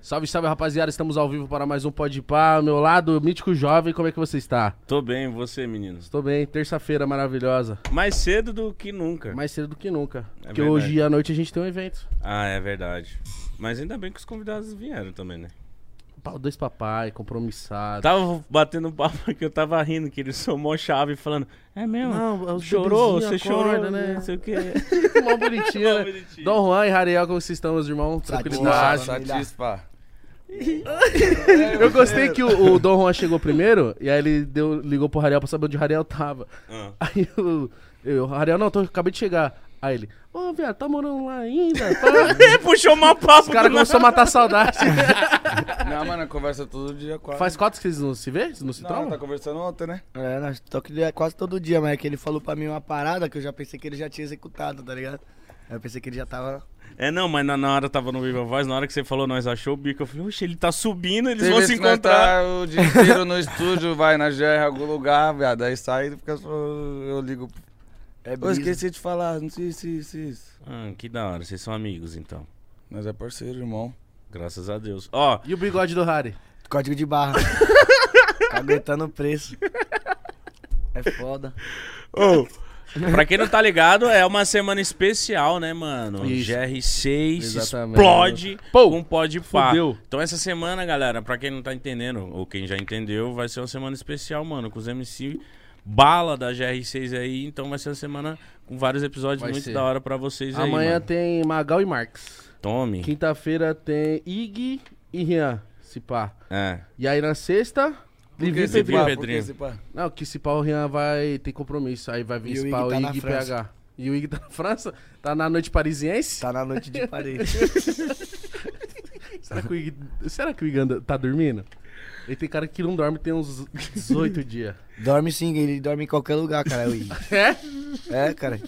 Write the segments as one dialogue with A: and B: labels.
A: Salve, salve, rapaziada. Estamos ao vivo para mais um Pode Pá. Ao meu lado, Mítico Jovem, como é que você está?
B: Tô bem, e você, meninos?
A: Estou bem, terça-feira maravilhosa.
B: Mais cedo do que nunca.
A: Mais cedo do que nunca.
B: É
A: porque
B: verdade.
A: hoje à noite a gente tem um evento.
B: Ah, é verdade. Mas ainda bem que os convidados vieram também, né?
A: Pa- Dois papai, compromissado.
B: Tava batendo um papo que eu tava rindo, que ele somou a chave falando, é mesmo?
A: Não, é os
B: chorou, você
A: bebezinhos
B: chorou,
A: acorda,
B: né?
A: né?
B: Não sei o quê.
A: Mó bonitinho,
B: Mó
A: né?
B: bonitinho.
A: Dom Juan e Rariel, como vocês estão, meus irmãos?
C: Tá
D: Boa,
A: Tranquilidade.
D: satisfa.
A: Eu gostei que o, o Dom Juan chegou primeiro, e aí ele deu, ligou pro Rariel pra saber onde o Rariel tava.
B: Ah.
A: Aí o, eu, Rariel, não, tô, acabei de chegar. Aí ele, ô, viado, tá morando lá ainda? Tá...
B: Ele puxou uma
A: Os caras
B: papo do nada.
A: começaram a matar a saudade.
D: Não, mano, conversa todo dia quase.
A: Faz quatro que vocês não se vê? Não se
D: Não, tá
A: trocam?
D: conversando ontem, né?
C: É, nós toca de- quase todo dia, mas é que ele falou pra mim uma parada que eu já pensei que ele já tinha executado, tá ligado? Aí eu pensei que ele já tava.
B: É, não, mas na, na hora tava no Viva Voz, na hora que você falou, nós achou o bico. Eu falei, oxe, ele tá subindo, eles
D: Tem
B: vão
D: vezes
B: se
D: que nós
B: encontrar.
D: Tá o dia inteiro no estúdio, vai na GR em algum lugar, viado. Aí sai e fica só. Eu ligo.
C: É
D: Eu
C: brisa.
D: esqueci de falar, não sei se isso, isso.
B: Ah, que da hora, vocês são amigos então.
D: Nós é parceiro, irmão.
B: Graças a Deus. Ó,
A: E o bigode do Harry?
C: Código de barra. tá aguentando o preço. É foda.
B: Ô, pra quem não tá ligado, é uma semana especial, né, mano?
A: Isso.
B: GR6
A: Exatamente.
B: explode
A: Pô,
B: com pode pá.
A: fudeu.
B: Então essa semana, galera, pra quem não tá entendendo, ou quem já entendeu, vai ser uma semana especial, mano, com os MC bala da GR6 aí. Então vai ser uma semana com vários episódios
A: Vai
B: muito
A: ser.
B: da hora pra vocês aí,
A: Amanhã
B: mano.
A: tem Magal e Marx.
B: Tome.
A: Quinta-feira tem Ig e Rian, se pá.
B: É.
A: E aí na sexta,
D: Por
A: Livinho
D: que
A: e
D: esse
A: Pedrinho.
D: pá? Por que
B: Pedrinho.
D: esse pá?
A: Não, que se pá o Rian vai ter compromisso. Aí vai vir
C: E o
A: se
C: Ig
A: pá o
C: tá na
A: Ig e
C: França.
A: PH. E o Ig tá na França? Tá na noite parisiense?
C: Tá na noite de parede.
A: Será que o Ig, será que o Ig anda- tá dormindo? Ele tem cara que não dorme tem uns 18 dias.
C: Dorme sim, ele dorme em qualquer lugar, cara. o Iggy.
A: É?
C: É, cara.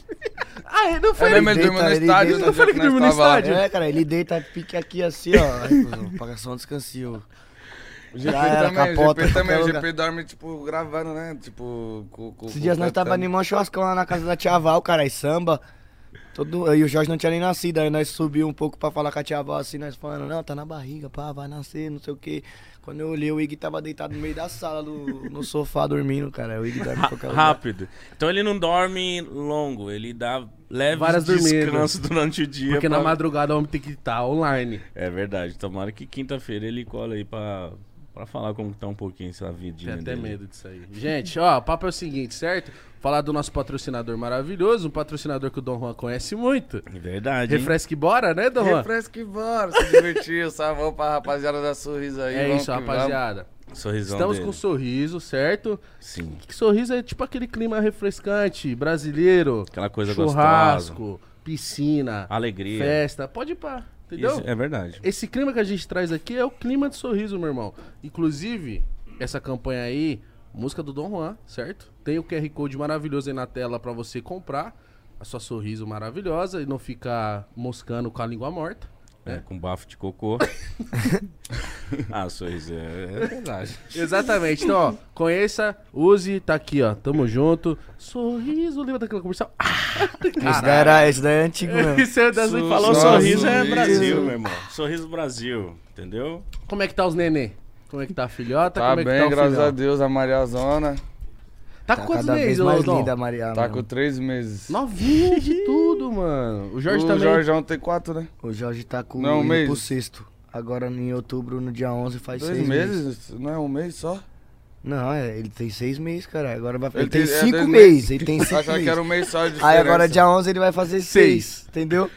A: Ah, ele não foi.
C: É
D: Eu
A: ele-
D: lembro ele dormiu no
C: deita, ele
D: estádio,
C: deita.
D: no
A: Eu falei
D: dia que
A: que
D: nós
A: dormiu no
D: tava lá.
A: estádio.
C: É, cara, ele deita, pique aqui assim, ó. Aí, cuzão, Paga só um descansinho.
D: O
C: Já
D: GP
C: era,
D: também, o
C: capota,
D: GP também.
C: qualquer
D: O
C: lugar.
D: GP dorme, tipo, gravando, né? Tipo, com. com-
C: Esses
D: com
C: dias
D: o
C: nós tava
D: capitão.
C: animando um churrascão lá na casa da tia Val, cara, e samba. Todo... E o Jorge não tinha nem nascido, aí nós subiu um pouco pra falar com a tia Val, assim, nós falando, não, tá na barriga, pá, vai nascer, não sei o quê. Quando eu olhei, o Ig tava deitado no meio da sala, do- no sofá, dormindo, cara. O Ig dorme em
A: é
C: qualquer lugar.
B: Rápido. Então ele não dorme longo, ele dá leves
A: Várias dormidas.
B: descansos durante o dia.
A: Porque na
B: pra-
A: madrugada o homem tem que estar online.
B: É verdade. Tomara que quinta-feira ele cola aí pra, pra falar como que tá um pouquinho essa
A: Tem
B: vidinha
A: até
B: dele.
A: medo disso aí. Gente, ó, o papo é o seguinte, certo? Falar do nosso patrocinador maravilhoso, um patrocinador que o Dom Juan conhece muito.
B: É Verdade, hein?
A: Refresque bora, né, Dom Juan?
D: Refresca e bora, se divertir, salvou pra rapaziada da Sorriso aí.
A: É
D: vamos
A: isso,
D: que vamos.
A: rapaziada.
B: Sorrisão
A: Estamos
B: dele.
A: com um sorriso, certo?
B: Sim.
A: Que sorriso é tipo aquele clima refrescante, brasileiro.
B: Aquela coisa
A: churrasco,
B: gostosa.
A: piscina,
B: Alegria.
A: festa. Pode ir pra, entendeu?
B: Isso, é verdade.
A: Esse clima que a gente traz aqui é o clima de sorriso, meu irmão. Inclusive, essa campanha aí, música do Dom Juan, certo? Tem o QR Code maravilhoso aí na tela pra você comprar a sua sorriso maravilhosa e não ficar moscando com a língua morta.
B: É, com bafo de cocô. ah, sorriso é, é verdade.
A: Exatamente. Então, ó, conheça, use, tá aqui, ó. Tamo junto. Sorriso, lembra daquela comercial? Ah,
C: Esse daí, era, esse daí é antigo mesmo.
A: Isso é das
D: Su-
A: falou
B: Falou
D: Nossa,
B: sorriso, é
D: sorriso.
B: Brasil, meu irmão. Sorriso Brasil, entendeu?
A: Como é que tá os nenê? Como é que tá a filhota?
D: Tá
A: Como é que
D: bem,
A: tá o
D: graças
A: filhão?
D: a Deus, a Maria Zona.
A: Tá,
C: Tá
A: com quantos
C: cada vez
A: meses, ô,
C: mais
A: Dom?
C: linda, Maria.
D: Tá com
C: mano.
D: três meses.
A: Novinha de tudo, mano. O Jorge
D: o
A: também.
D: Jorgeão tem quatro, né?
C: O Jorge tá com
D: Não é um
C: indo
D: mês?
C: pro sexto. Agora em outubro, no dia 11, faz
D: Dois
C: seis
D: meses? Não é um mês só?
C: Não, é, ele tem seis meses, cara. Agora vai... Ele,
D: Ele
C: tem
D: tem- é,
C: cinco
D: dois
C: meses.
D: meses.
C: Ele tem cinco
D: Achava que
C: meses.
D: era um mês só de
C: Aí
D: diferença.
C: agora dia 11 ele vai fazer seis, entendeu?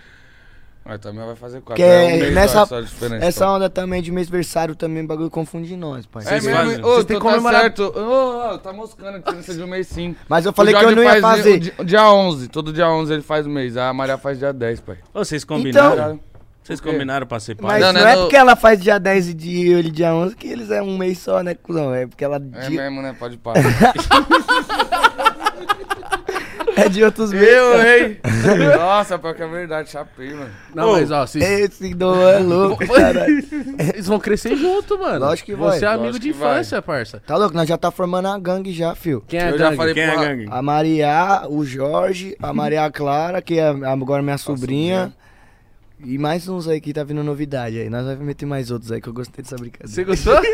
D: Mas também vai fazer quatro.
C: Que
D: é um
C: é-
D: mês
C: nessa-
D: só de diferença.
C: Essa onda também de mêsversário também, o bagulho confunde nós, pai.
D: É
B: Vocês fazem.
D: mesmo? Ô,
A: Vocês têm
D: tu
A: que
D: tá
A: comemorar-
D: certo. Ô, ô, tá moscando a diferença de um mês sim.
C: Mas eu falei que eu não ia fazer.
D: Dia 11, todo dia 11 ele faz o mês. A Maria faz dia 10, pai.
B: Ô, vocês combinaram?
D: Caralho.
B: vocês
D: Por quê?
B: combinaram pra ser pai?
C: Mas
D: Não,
C: não,
D: né,
C: é
D: no-
C: porque ela faz dia 10 e dia, eu, ele dia 11 que eles é um mês só, né, cuzão? É porque ela
D: É
C: de,
D: mesmo, né? Pode parar.
C: é de outros meses.
D: Eu, hein? Nossa, pior que é verdade, chapei, mano.
A: Não,
B: Ô,
A: mas ó, vocês,
C: Esse do é louco, cara.
A: eles vão crescer junto, mano.
C: Lógico que vai,
A: Você é amigo
D: lógico
A: de
D: que vai.
A: infância, parça.
C: Tá louco? Nós já tá formando a gangue já, fio.
A: Quem é
D: Eu
A: a
D: já
A: gangue?
D: falei-
B: Quem é a
D: Porra,
B: gangue?
C: A Maria, o Jorge, a Maria Clara, que é agora minha sobrinha. E mais uns aí que tá vindo novidade aí. Nós vamos meter mais outros aí que eu gostei dessa brincadeira.
A: Você gostou?
D: É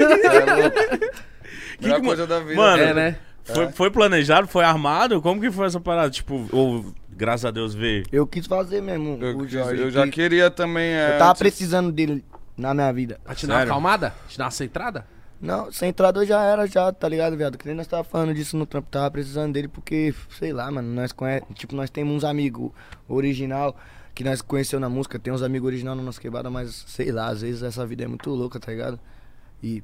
D: Melhor
B: que mo-
D: coisa da vida.
B: Mano,
A: é, né?
B: Foi, foi planejado, foi armado? Como que foi essa parada? Tipo, ou, graças a Deus veio.
C: Eu quis fazer mesmo
D: Eu,
C: o
D: quis-
C: Jorge.
D: eu já
C: que
D: queria também. É,
C: Eu tava
D: antes-
C: precisando dele na minha vida.
A: Pra te dar uma
B: Sério?
A: acalmada? Te dar uma centrada?
C: Não, sem entrada eu já era, já, tá ligado, viado? Que nem nós tava falando disso no trampo, tava precisando dele porque, sei lá, mano, nós conhece, tipo, nós temos uns amigos original que nós conheceu na música, tem uns amigos original na nossa quebrada, mas sei lá, às vezes essa vida é muito louca, tá ligado? E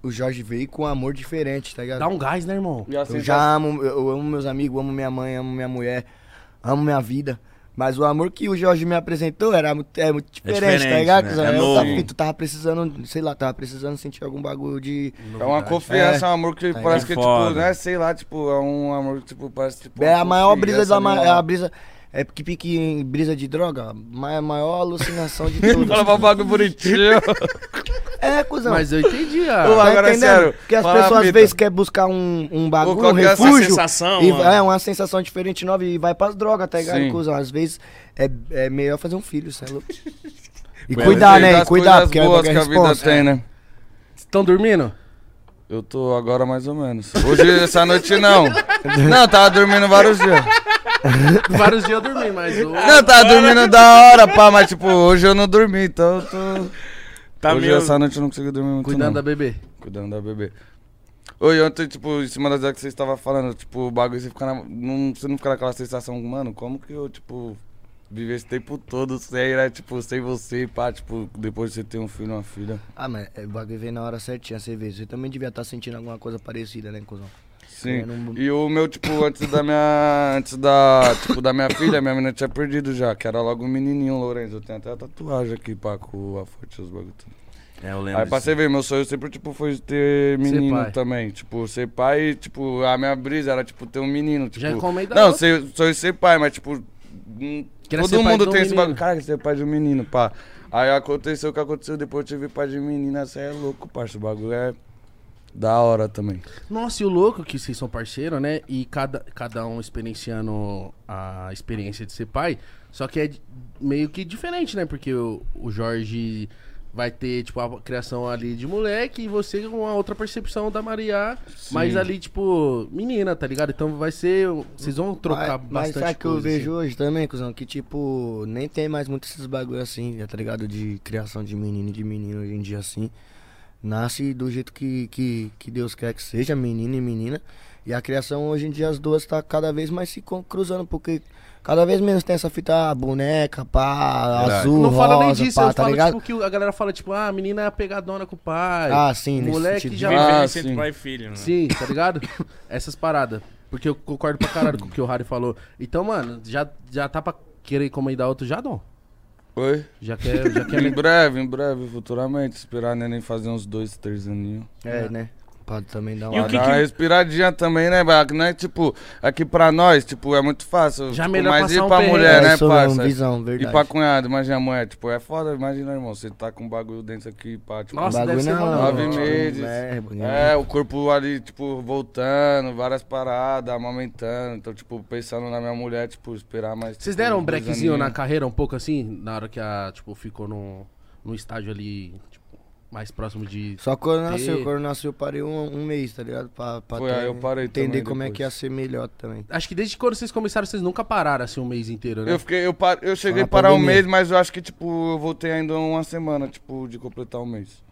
C: o Jorge veio com um amor diferente, tá ligado?
A: Dá um gás, né, irmão?
D: E a
C: Eu
D: sensação-
C: já amo, eu amo meus amigos, amo minha mãe, amo minha mulher, amo minha vida. Mas o amor que o Jorge me apresentou era muito, é muito diferente,
B: diferente,
C: tá ligado?
B: né?
C: cuzão?
B: É
C: eu
B: novo.
C: tava, eu tava precisando, sei lá, tava precisando sentir algum bagulho de.
D: É uma confiança, um amor que parece que,
B: foda.
D: tipo, né? Sei lá, tipo, é um amor que, tipo, parece, tipo.
C: é a maior brisa
D: confiança
C: da
D: né?
C: ma-
D: numa-
C: é a brisa. É porque pique em brisa de droga, mas é a maior alucinação de
D: Ele
C: tudo.
D: Falava um bagulho bonitinho.
C: é, cuzão.
A: Mas eu entendi
D: Ô,
A: a...
C: Tá
D: Agora, é
C: entendendo?
D: sério,
C: Porque as
D: fala a
C: pessoas às
D: fita.
C: vezes querem buscar um, um bagulho,
D: qual
C: um
D: que é essa
C: refúgio.
B: sensação,
C: e-
B: mano?
C: é uma sensação diferente, nova, e vai pras drogas, tá ligado,
D: Sim.
C: cuzão? Às vezes é, é melhor fazer um filho, cê é louco. E
B: Bem,
C: cuidar,
D: Gostei
C: né? E
D: das
C: cuidar,
D: coisas
C: porque é
D: boas
C: a
D: que a vida
C: resposta.
D: tem, né?
A: Estão dormindo?
D: Eu tô agora mais ou menos. Hoje, essa noite não. Não, eu tava dormindo vários dias.
A: Vários dias eu dormi, mas o...
D: Não, eu tava dormindo da hora, pá, mas tipo, hoje eu não dormi, então eu tô.
B: Tá
D: hoje
B: meio...
D: essa noite eu não consegui dormir muito.
A: Cuidando
D: não.
A: da bebê.
D: Cuidando da bebê. Oi, ontem, tipo, em cima das coisas que vocês estavam falando, tipo, o bagulho, você fica na. Não, você não fica naquela sensação, mano, como que eu, tipo, vivi esse tempo todo sem, né? Tipo, sem você, pá, tipo, depois de você ter um filho, uma filha.
C: Ah, mas é, o bagulho vem na hora certinha, você vê. Você também devia estar sentindo alguma coisa parecida, né, cuzão?
D: Sim.
C: É, não-
D: E o meu, tipo, antes da minha. Antes da. Tipo, da minha filha, minha menina tinha perdido já, que era logo um menininho, Lourenço. Eu tenho até a tatuagem aqui, pá, com a fonte os bagulho. tudo.
B: É, eu lembro.
D: Aí pra você ver, meu sonho sempre, tipo, foi ter menino
A: pai.
D: também. Tipo, ser pai, e, tipo, a minha brisa era, tipo, ter um menino. Tipo,
A: Já encomenda
D: Não,
A: outro.
D: ser, sonho ser pai, mas, tipo, hum,
A: Queria ser
D: todo
A: pai
D: mundo
A: de um
D: tem esse
A: menino.
D: bagulho. Cara, ser pai de um menino, pá. Aí aconteceu o que aconteceu, depois eu tive pai de menina, você é louco, parça. O bagulho é da hora também.
A: Nossa, e o louco que vocês são parceiros, né? E cada, cada um experienciando a experiência de ser pai. Só que é di- meio que diferente, né? Porque o, o Jorge vai ter, tipo, a criação ali de moleque e você com uma outra percepção da Maria, mas ali, tipo, menina, tá ligado? Então vai ser. Vocês vão trocar
C: mas,
A: bastante.
C: Mas sabe que eu
A: coisa, assim.
C: vejo hoje também, cuzão, que tipo, nem tem mais muito esses bagulho assim, tá ligado? De criação de menino e de menino hoje em dia assim. Nasce do jeito que, que, que Deus quer que seja, menino e menina. E a criação hoje em dia as duas tá cada vez mais se con- cruzando, porque cada vez menos tem essa fita ah, boneca, pá,
B: Verdade.
C: azul,
A: não
C: rosa,
A: fala nem disso,
C: pá,
A: eu
C: tá
A: falo,
C: ligado?
A: tipo, que a galera fala, tipo, ah, a menina é pegadona com o pai.
C: Ah, sim, nesse
A: Moleque
C: sentido.
A: já
D: Ah,
B: Vivência entre
D: sim.
B: pai e filho, né?
A: Sim, tá ligado? Essas paradas. Porque eu concordo pra caralho com o que o Harry falou. Então, mano, já, já tá pra querer encomendar outro já, não.
D: Oi?
A: Já quer, já quer
D: Em
A: me...
D: breve, em breve, futuramente. Esperar a neném fazer uns dois, três aninhos.
C: É, né? Pode também dar
B: E o
C: uma.
D: Pra
B: que
D: dar
B: que-
D: uma respiradinha também, né, Baco? Não é tipo, aqui pra nós, tipo, é muito fácil.
A: Já
D: tipo,
A: melhor
D: mas
A: passar
D: e
A: um
D: pra
A: perrengue.
D: mulher,
C: É,
D: né,
C: isso mesmo,
D: parça?
C: visão,
D: e
C: verdade.
D: pra cunhada, imagina a mulher, tipo, é foda, imagina, irmão, você tá com um bagulho dentro aqui, pá, tipo,
A: Nossa,
C: O bagulho
A: deve ser
C: não,
A: maluco.
D: nove
C: mano.
D: meses.
C: É, bonito.
D: É, o corpo ali, tipo, voltando, várias paradas, amamentando. Então, tipo, pensando na minha mulher, tipo, esperar mais.
A: Vocês
D: tipo,
A: deram um
D: dois
A: brequezinho na
D: aninhos.
A: carreira um pouco assim? Na hora que a, tipo, ficou num, num estágio ali, tipo, mais próximo de...
C: Só quando nasceu,
A: Ter.
C: quando nasceu eu parei um, um mês, tá ligado? Pra, pra
D: Foi, aí eu parei
C: entender
D: também
C: como é
D: depois.
C: que ia ser melhor também.
A: Acho que desde quando vocês começaram, vocês nunca pararam assim um mês inteiro, né?
D: Eu, fiquei, eu, par... eu
C: na
D: cheguei a parar um
C: pandemia.
D: mês, mas eu acho que, tipo, eu voltei ainda uma semana, tipo, de completar um mês.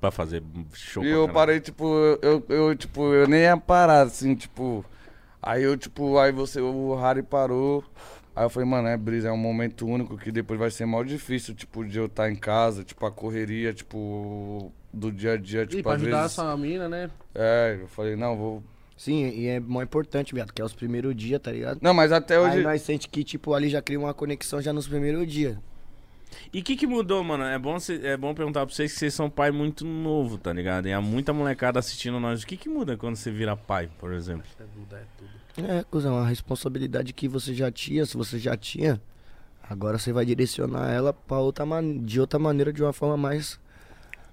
B: Pra fazer show.
D: E
B: pra
D: eu
B: caralho.
D: parei, tipo, eu, eu, tipo, eu nem ia parar, assim, tipo. Aí eu, tipo, aí você, o Harry parou. Aí eu falei, mano, é brisa, é um momento único que depois vai ser mal difícil, tipo, de eu estar em casa, tipo, a correria, tipo, do dia a dia,
A: E
D: tipo,
A: pra
D: às
A: ajudar
D: vezes.
A: essa mina, né?
D: É, eu falei, não, vou.
C: Sim, e é mó importante, viado, que é os primeiros dias, tá ligado?
D: Não, mas até hoje.
C: Aí nós sente que, tipo, ali já cria uma conexão já nos primeiros dias.
B: E o que, que mudou, mano? É bom, cê- é bom perguntar pra vocês que vocês são pai muito novo, tá ligado? E há muita molecada assistindo nós. O que, que muda quando você vira pai, por exemplo?
C: É, cuzão, a responsabilidade que você já tinha, se você já tinha, agora você vai direcionar ela pra outra man... de outra maneira, de uma forma mais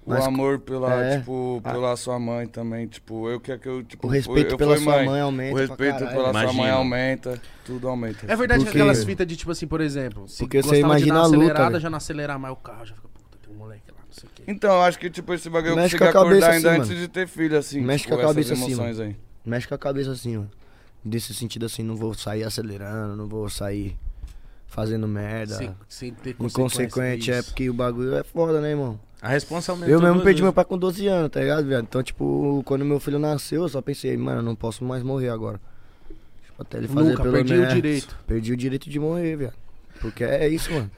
D: O
C: Mas-
D: amor pela,
C: é.
D: tipo, pela sua mãe também, tipo, eu que que eu, tipo,
C: O respeito
D: eu- eu
C: pela
D: fui
C: sua mãe aumenta
D: O
C: pra
D: respeito
C: caralho.
D: pela sua mãe
B: Imagina.
D: aumenta, tudo aumenta.
A: É verdade
C: Porque-
A: que aquelas fitas de tipo assim, por exemplo, se
C: Porque você
A: gostava
C: imagina
A: de
C: a
A: dar uma
C: luta, né?
A: acelerada,
C: velho.
A: já não acelerar mais o carro, já fica, puta, tem um moleque lá, não sei o quê.
D: Então, eu acho que, tipo, esse bagulho eu
C: Mexe
D: consegui
C: com a
D: acordar
C: cabeça
D: ainda
C: assim,
D: antes
C: mano.
D: de ter filho, assim.
C: Mexe
D: tipo,
C: com a cabeça
D: essas
C: assim,
D: emoções aí.
C: Mexe com a cabeça assim, ó. Desse sentido assim, não vou sair acelerando, não vou sair fazendo merda.
A: Sem, sem ter
C: Inconsequente, é
A: isso.
C: porque o bagulho é foda, né, irmão?
B: A responsa aumentou.
A: então
C: Eu mesmo
B: duas
C: perdi meu
B: vezes.
C: pai com 12 anos, tá ligado, viado? Então, tipo, quando meu filho nasceu, eu só pensei, mano, eu não posso mais morrer agora. Tipo, até ele fazer
A: Nunca,
C: pelo
A: perdi
C: menos- é,
A: o direito.
C: Perdi o direito de morrer, viado. Porque é isso, mano.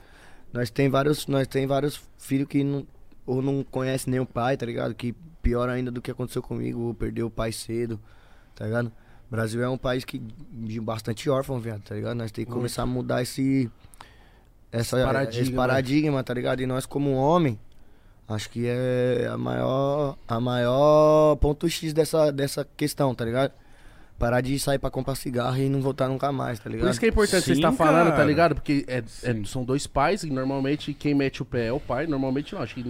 C: Nós tem vários, nós tem vários filhos que não, ou não conhece nem o pai, tá ligado? Que pior ainda do que aconteceu comigo, ou perdeu o pai cedo, tá ligado? O Brasil é um país que de bastante órfão, viado, tá ligado? Nós tem que começar a mudar esse essa, esse
A: Paradigma.
C: paradigma, tá ligado? E nós como homem, acho que é a maior a maior ponto X dessa dessa questão, tá ligado? Parar de sair pra comprar cigarro e não voltar nunca mais, tá ligado?
A: Por isso que é importante você
B: Sim,
A: estar falando, tá
B: cara.
A: ligado? Porque é- é-
D: Sim.
A: são dois pais e normalmente quem mete o pé é o pai. Normalmente não, acho que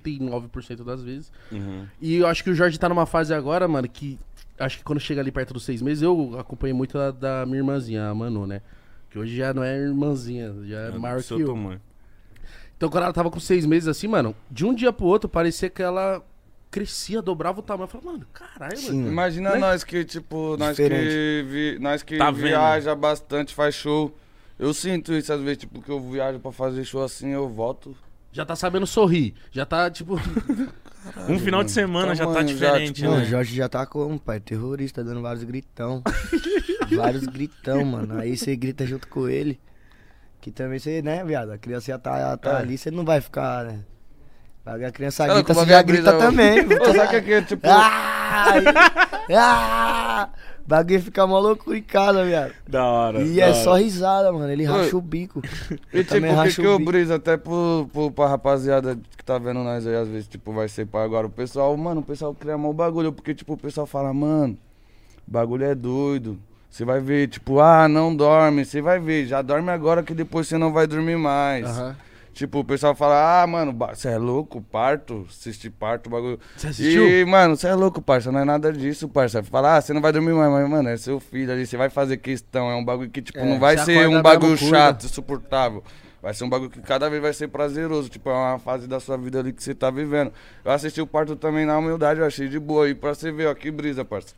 A: 99% das vezes.
B: Uhum.
A: E eu acho que o Jorge tá numa fase agora, mano, que acho que quando chega ali perto dos seis meses, eu acompanhei muito a da minha irmãzinha, a Manu, né? Que hoje já não é irmãzinha, já é maior que
B: Sou tua
A: eu.
B: mãe.
A: Então quando ela tava com seis meses assim, mano, de um dia pro outro parecia que ela crescia, dobrava o tamanho. Eu falava, mano, caralho,
C: Sim,
A: mano.
C: mano.
D: Imagina
A: Né?
D: nós que, tipo, nós que,
C: Hum. Diferente.
D: vi, nós que
B: Tá vendo.
D: viaja bastante, faz show. Eu sinto isso às vezes, tipo, que eu viajo pra fazer show assim, eu volto.
A: Já tá sabendo sorrir. Já tá, tipo.
B: Um final de semana já tá
D: Tamanho já,
B: diferente,
D: tipo,
C: Não, o
B: né?
C: Jorge já tá como, pai? Terrorista, dando vários gritão. vários gritão, mano. Aí você grita junto com ele. Que também você, né, viado? A criança já tá, já tá
D: É.
C: ali, você não vai ficar, né? A criança
D: Ela
C: grita,
D: com uma
C: você já
D: é brisa,
C: grita
D: ó.
C: também. né?
D: Pô, sabe que aqui é, tipo,
C: ah! aí- ah! O bagulho fica mó louco em casa, viado.
B: Da hora.
C: E
B: da
C: é
B: hora.
C: só risada, mano. Ele
D: Oi.
C: racha o bico.
D: E
C: Eu
D: tipo,
C: também
D: o que,
C: racho
D: que
C: o
D: eu
C: bico.
D: briso até pro, pro, pra rapaziada que tá vendo nós aí, às vezes, tipo, vai ser pai agora. O pessoal, mano, o pessoal cria mal bagulho, porque, tipo, o pessoal fala, mano, o bagulho é doido. Você vai ver, tipo, ah, não dorme. Você vai ver, já dorme agora que depois você não vai dormir mais.
A: Aham.
D: Tipo, o pessoal fala, ah, mano, você é louco, parto, assiste parto, bagulho.
A: Você assistiu?
D: E, mano, você é louco, parça, não é nada disso, parça. Fala, ah, você não vai dormir mais, mas, mano, é seu filho ali, você vai fazer questão, é um bagulho que, tipo,
A: É,
D: não vai
A: você
D: ser
A: acorda
D: um bagulho
A: mesmo, cuida.
D: chato, insuportável. Vai ser um bagulho que cada vez vai ser prazeroso, tipo, é uma fase da sua vida ali que você tá vivendo. Eu assisti o parto também na humildade, eu achei de boa, e pra você ver, ó, que brisa, parça.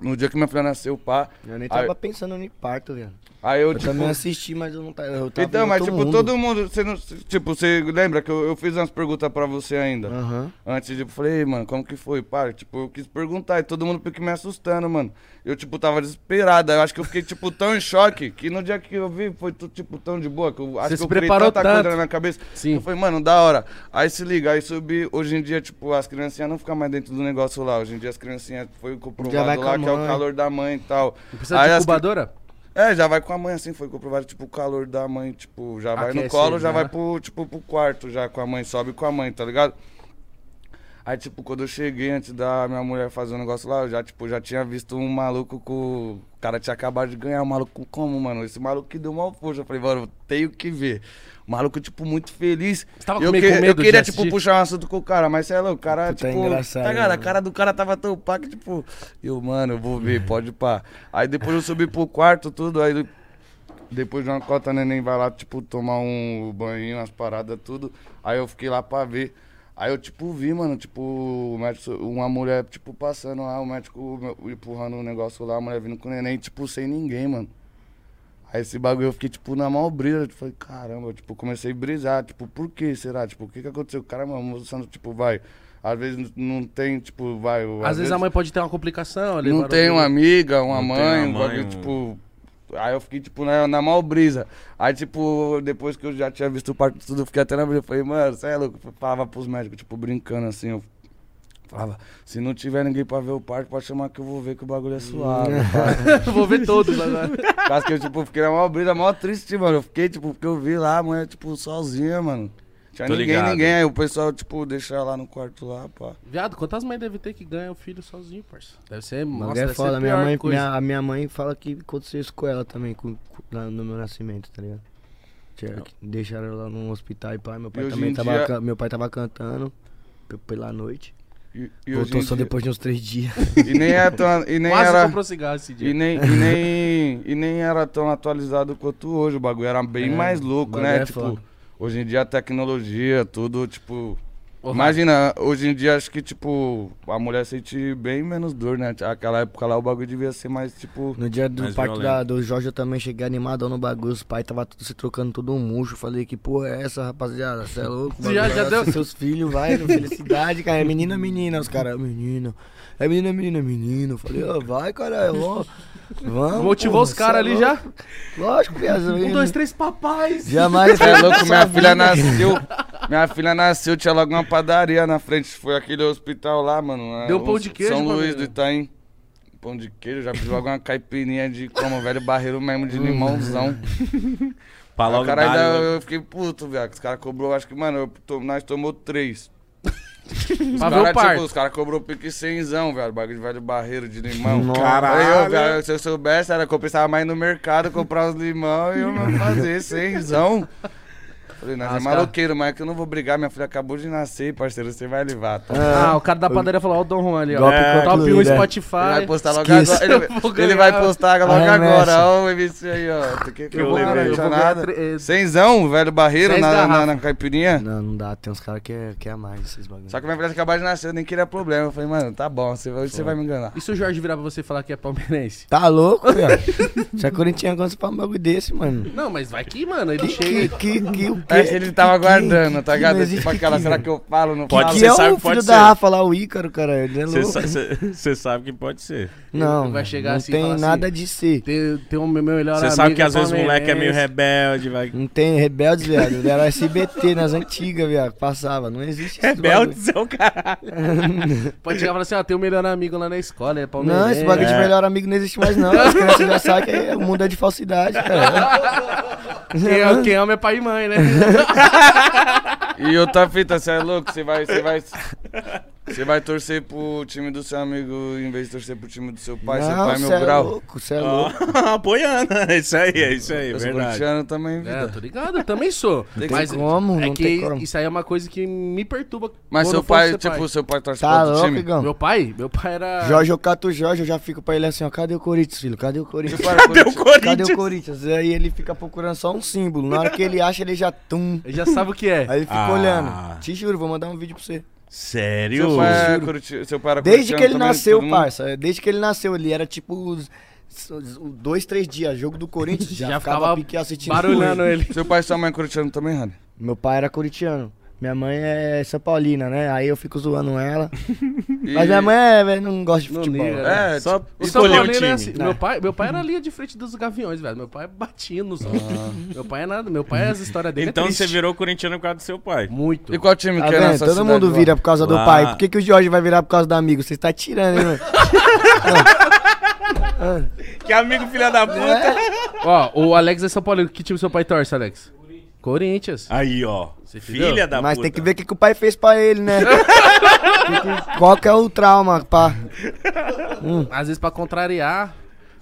D: No dia que minha filha nasceu, pá,
C: Eu nem
D: Aí-
C: tava pensando em parto, viado.
D: aí eu,
C: Eu
D: tipo,
C: também assisti, mas eu não tava. Eu
A: Tá
C: tava
D: então,
C: em
D: mas
C: outro
D: tipo,
C: mundo.
D: todo mundo. Você não, tipo, você lembra que eu, eu fiz umas perguntas pra você ainda?
C: Aham.
D: Antes de. eu Falei, "Ei, mano, como que foi? Para. Tipo, eu quis perguntar e todo mundo fica me assustando, mano. Eu, tipo, tava desesperado. Eu acho que eu fiquei, tipo, tão em choque que no dia que eu vi foi, tu- tipo, tão de boa. Que eu acho
A: Você
D: que
A: se
D: eu criei
A: preparou
D: tanta coisa
A: tanto.
D: na minha cabeça.
A: Sim.
D: Eu falei, mano, da hora. Aí se liga, aí subi. Hoje em dia, tipo, as criancinhas não ficam mais dentro do negócio lá. Hoje em dia as criancinhas foi
C: vai
D: comprovado
C: com
D: lá
C: a
D: que é o
C: mãe.
D: calor da mãe e tal.
A: Não precisa
D: Aí
A: de
D: as cri-
A: incubadora?
D: é, já vai com a mãe, assim, foi comprovado, tipo, o calor da mãe, tipo, já vai no
A: Aquece
D: colo,
A: ele,
D: já
A: né?
D: vai pro, tipo, pro quarto, já com a mãe, sobe com a mãe, tá ligado? Aí, tipo, quando eu cheguei antes da minha mulher fazer um negócio lá, eu já, tipo, já tinha visto um maluco com. O cara tinha acabado de ganhar, um maluco como, mano? Esse maluco que deu mal força. Eu falei, mano, eu tenho que ver. O maluco, tipo, muito feliz.
A: Você tava
D: eu,
A: meio com medo
D: eu
A: de
D: queria, tipo,
A: assistir?
D: puxar um assunto com o cara, mas sei lá, o cara,
C: Puta, é
D: tipo.
C: engraçado,
D: tá ligado? A
C: né?
D: cara do cara tava tão pá que, tipo, eu, mano, eu vou ver, pode pá. Aí depois eu subi pro quarto, tudo, aí depois de uma cota neném vai lá, tipo, tomar um banho, umas paradas, tudo. Aí eu fiquei lá pra ver. Aí eu, tipo, vi, mano, tipo, o médico, uma mulher, tipo, passando lá, o médico empurrando um negócio lá, a mulher vindo com o neném, tipo, sem ninguém, mano. Aí esse bagulho eu fiquei, tipo, na mal brisa. Tipo, falei, caramba, eu, tipo, comecei a brisar. Tipo, por que será? Tipo, o que que aconteceu? Caramba, a moça, tipo, vai. Às vezes n- não tem, tipo, vai.
A: Às, vezes, a mãe pode ter uma complicação ali.
D: Não
A: barulho.
D: tem uma amiga,
B: Não
D: uma
B: tem
D: mãe,
B: uma
D: um
B: mãe,
D: bagulho,
B: um-
D: tipo. Aí eu fiquei, tipo, na, na mal brisa. Aí, tipo, depois que eu já tinha visto o parto e tudo, eu fiquei até na brisa. Eu falei, mano, você é louco? Eu falava pros médicos, tipo, brincando assim. Eu falava, se não tiver ninguém pra ver o parto, pode chamar que eu vou ver que o bagulho é suave.
A: Hum.
D: pá.
A: Vou ver todos agora.
D: Por causa que eu, tipo, fiquei na maior brisa, maior triste, mano. Eu fiquei, tipo, porque eu vi lá a mulher, tipo, sozinha, mano. Tinha
B: Tô
D: ninguém,
B: ligado.
D: ninguém. Aí o pessoal, tipo, deixa ela lá no quarto lá, pá.
A: Viado, quantas mães deve ter que ganha o filho sozinho, parça? Deve ser,
C: Mas
A: nossa,
C: é
A: deve ser
C: foda,
A: a
C: minha
A: pior
C: mãe,
A: coisa.
C: minha, a minha mãe fala que aconteceu isso com ela também, com, com- na- no meu nascimento, tá ligado? Tiveram que Deixaram ela no hospital e pai, meu
D: E
C: pai
D: hoje
C: também
D: em
C: tava,
D: dia-
C: ca- meu pai tava cantando. p- pela noite.
D: E, e hoje
C: Voltou
D: em
C: só
D: dia-
C: depois de uns três dias.
D: E nem é tão. E nem
A: Quase
D: era.
A: comprou cigarro esse dia.
D: E nem, e, nem, e nem era tão atualizado quanto hoje. O bagulho era bem
C: É,
D: mais
C: o
D: louco,
C: bagulho
D: né?
C: é
D: tipo,
C: foda.
D: hoje em dia a tecnologia, tudo, tipo.
A: Porra.
D: Imagina, hoje em dia acho que, tipo, a mulher sente bem menos dor, né? Aquela época lá o bagulho devia ser mais, tipo.
C: No dia do
B: Mais
C: parto da,
B: violento.
C: do Jorge eu também cheguei animadão no bagulho. Os pais tava tudo se trocando, todo um murcho. Falei, que porra é essa, rapaziada? Você é louco?
A: Você já-
C: bagulho
A: já
C: é
A: deu-
C: Seus filhos, vai, no felicidade, cara. É menina, menina. Os caras, menina. É menina, menina, menino. Eu Falei, ó, vai, cara, ó. Vamos.
A: Motivou
C: porra,
A: os caras
C: cê é
A: ali
C: louco.
A: já.
C: Lógico, viado.
A: Um, dois, três papais.
C: Jamais.
D: Você é louco, minha
C: Essa
D: filha
C: vida.
D: nasceu. Minha filha nasceu, tinha logo uma padaria na frente. Foi aquele hospital lá, mano. é,
A: Deu
D: o
A: pão de queijo
D: São
A: pra
D: Luís
A: mim.
D: do Itaim. Pão de queijo, já fiz logo uma caipirinha de como, velho, barreiro mesmo
A: Hum.
D: de limãozão.
B: Pra
D: Aí
B: Tá logo
D: o cara ainda,
B: dar-
D: eu fiquei puto, velho. que Os caras cobrou, acho que, mano, eu to- nós tomou três. Os
A: Pra ver o
D: caras,
A: parto.
D: tipo, os caras cobrou pique cenzão, velho. Bagulho de velho barreiro de limão.
C: Nossa.
D: Aí eu,
B: Caralho.
D: velho, se eu soubesse, era que eu pensava mais no mercado, comprar os limão e eu não fazer cenzão. Falei, nós
A: Ah,
D: é
A: os cara-
D: maloqueiro, mas que eu não vou brigar. Minha filha acabou de nascer, parceiro. Você vai levar, tá?
A: Ah, o cara da padaria falou, ó, o Dom Juan ali, ó.
C: Golpe
B: É,
A: Top 1
C: concluído, é.
D: Ele vai
A: Spotify.
D: postar logo
C: Esquece.
D: agora.
A: Eu vou
D: Ele, ele vai
A: ganhar.
D: postar logo
C: Arremessa.
D: agora. Ó, o MC aí, ó. Tu quer que
B: Eu
D: eu
B: levei.
D: não
A: Eu
D: tinha
A: vou ganhar
D: um nada.
A: tre- eh,
D: Cenzão, velho barreiro
A: Dez
D: na, na,
A: garrafas.
D: na caipirinha.
C: Não, não dá. Tem uns caras que é, que é a mais esses bagulhos.
D: Só que minha filha tinha acabado de nascer, eu nem queria problema. Eu falei, mano, tá bom, você vai, você vai me enganar.
A: E se o Jorge virar pra você e falar que é palmeirense?
C: Tá louco, velho? Se é corintiano, quando você fala um bagulho desse, mano.
A: Não, mas vai que, mano, ele
C: Que,
A: chega. É,
C: que, que, o quê?
D: Aí Tá, ele tava
C: Que-
D: guardando,
C: que-
D: tá
C: que não
D: ligado?
C: existe
D: Tipo aquela,
C: que-
D: será que eu falo, não
B: Que
D: falo?
C: que
B: Você
C: é
B: sabe
C: o
B: que pode
C: filho
B: ser.
C: da Rafa lá, o Ícaro, cara. Ele é louco.
B: Você sabe que pode ser.
C: Não,
A: Vai chegar
C: não
A: assim e
C: tem
A: falar assim,
C: nada de ser.
A: Tem, tem um meu melhor
B: Você
A: amigo.
B: sabe que às vezes o moleque é meio
A: palmeirense.
B: rebelde, vai.
C: Não tem é rebeldes, viado. Ele Era SBT nas né, antigas, viado. Passava. Não existe esse
B: Rebeldes é o caralho.
A: Pode chegar e falar assim, ó, tem um melhor amigo lá na escola, é
C: bagulho. Não,
A: palmeirense.
C: esse bagulho de
B: É.
C: melhor amigo não existe mais, não. As crianças já sabem que é- o mundo é de falsidade, cara.
A: Quem, é- quem ama é pai e mãe, né?
D: E eu tá fita, você é louco, você vai, você vai. Você vai torcer pro time do seu amigo em vez de torcer pro time do seu pai, seu
C: Não,
D: pai é
C: você
D: meu
C: é
D: grau.
C: louco, você é
B: Ó,
C: louco.
B: Apoiando. É isso aí, é isso aí,
D: Eu sou
B: verdade.
D: corintiano também,
A: é,
D: vida.
A: tô ligado, eu também sou.
D: Tem
A: mas
C: como,
A: é
C: não
A: que
C: tem como.
A: isso aí é uma coisa que me perturba.
D: Mas
A: quando
D: seu
A: eu
D: pai,
A: posso ser
D: tipo, seu pai torce
C: Tá
D: pro outro
C: louco,
D: time.
C: Igão?
A: Meu pai? Meu pai era...
C: Jorge, eu cato o Jorge, eu já fico pra ele assim, ó, cadê o Corinthians, filho? Cadê o Corinthians?
D: Seu pai é
B: Cadê o
D: corintiano.
C: Cadê o
B: Corinthians?
C: Corinthians? Aí ele fica procurando só um símbolo. Na hora que ele acha, ele já tum.
A: Ele já sabe o que é.
C: Aí ele fica
B: Ah.
C: olhando. Te juro, vou mandar um vídeo pra você.
B: Sério?
D: Seu pai é corinti- seu pai era
C: Desde
D: corintiano
C: que ele
D: também,
C: nasceu,
D: todo mundo-
C: parça. Desde que ele nasceu, ele era tipo os- os- os dois, três dias. Jogo do Corinthians, já, ficava, pique assistindo.
A: barulhando ele.
D: Seu pai e sua mãe é corintiano também, Rani?
C: Meu pai era corintiano. Minha mãe é São Paulina, né? Aí eu fico zoando ela. Mas minha mãe é, velho, não gosta de
A: Não
C: futebol.
A: liga,
C: né?
D: É,
B: Só
A: O São
B: escolheu tipo, o
A: Paulino
B: time.
A: é assim. Meu pai, meu pai era a linha de frente dos gaviões, velho. Meu pai batia nos
C: Ah.
A: Meu pai é nada. Meu pai, as histórias dele
B: Então
A: é
B: você
A: triste.
B: virou corintiano por causa do seu pai.
A: Muito.
D: E qual time
C: Tá
D: que é
C: vendo?
D: nessa
C: Todo mundo vira por causa do
B: Lá.
C: pai. Por que, que o Jorge vai virar por causa do amigo? Você está tirando, hein, mano?
B: Que amigo filha da puta.
A: Ó, o Alex é São Paulino. Que time seu pai torce, Alex? Corinthians.
C: Ah.
B: Aí, ó.
A: entendeu?
B: Filha da
C: Mas
B: puta.
C: tem que ver o que, que o pai fez pra ele, né? Que que- Qual que é o trauma, pá?
A: Às vezes pra contrariar,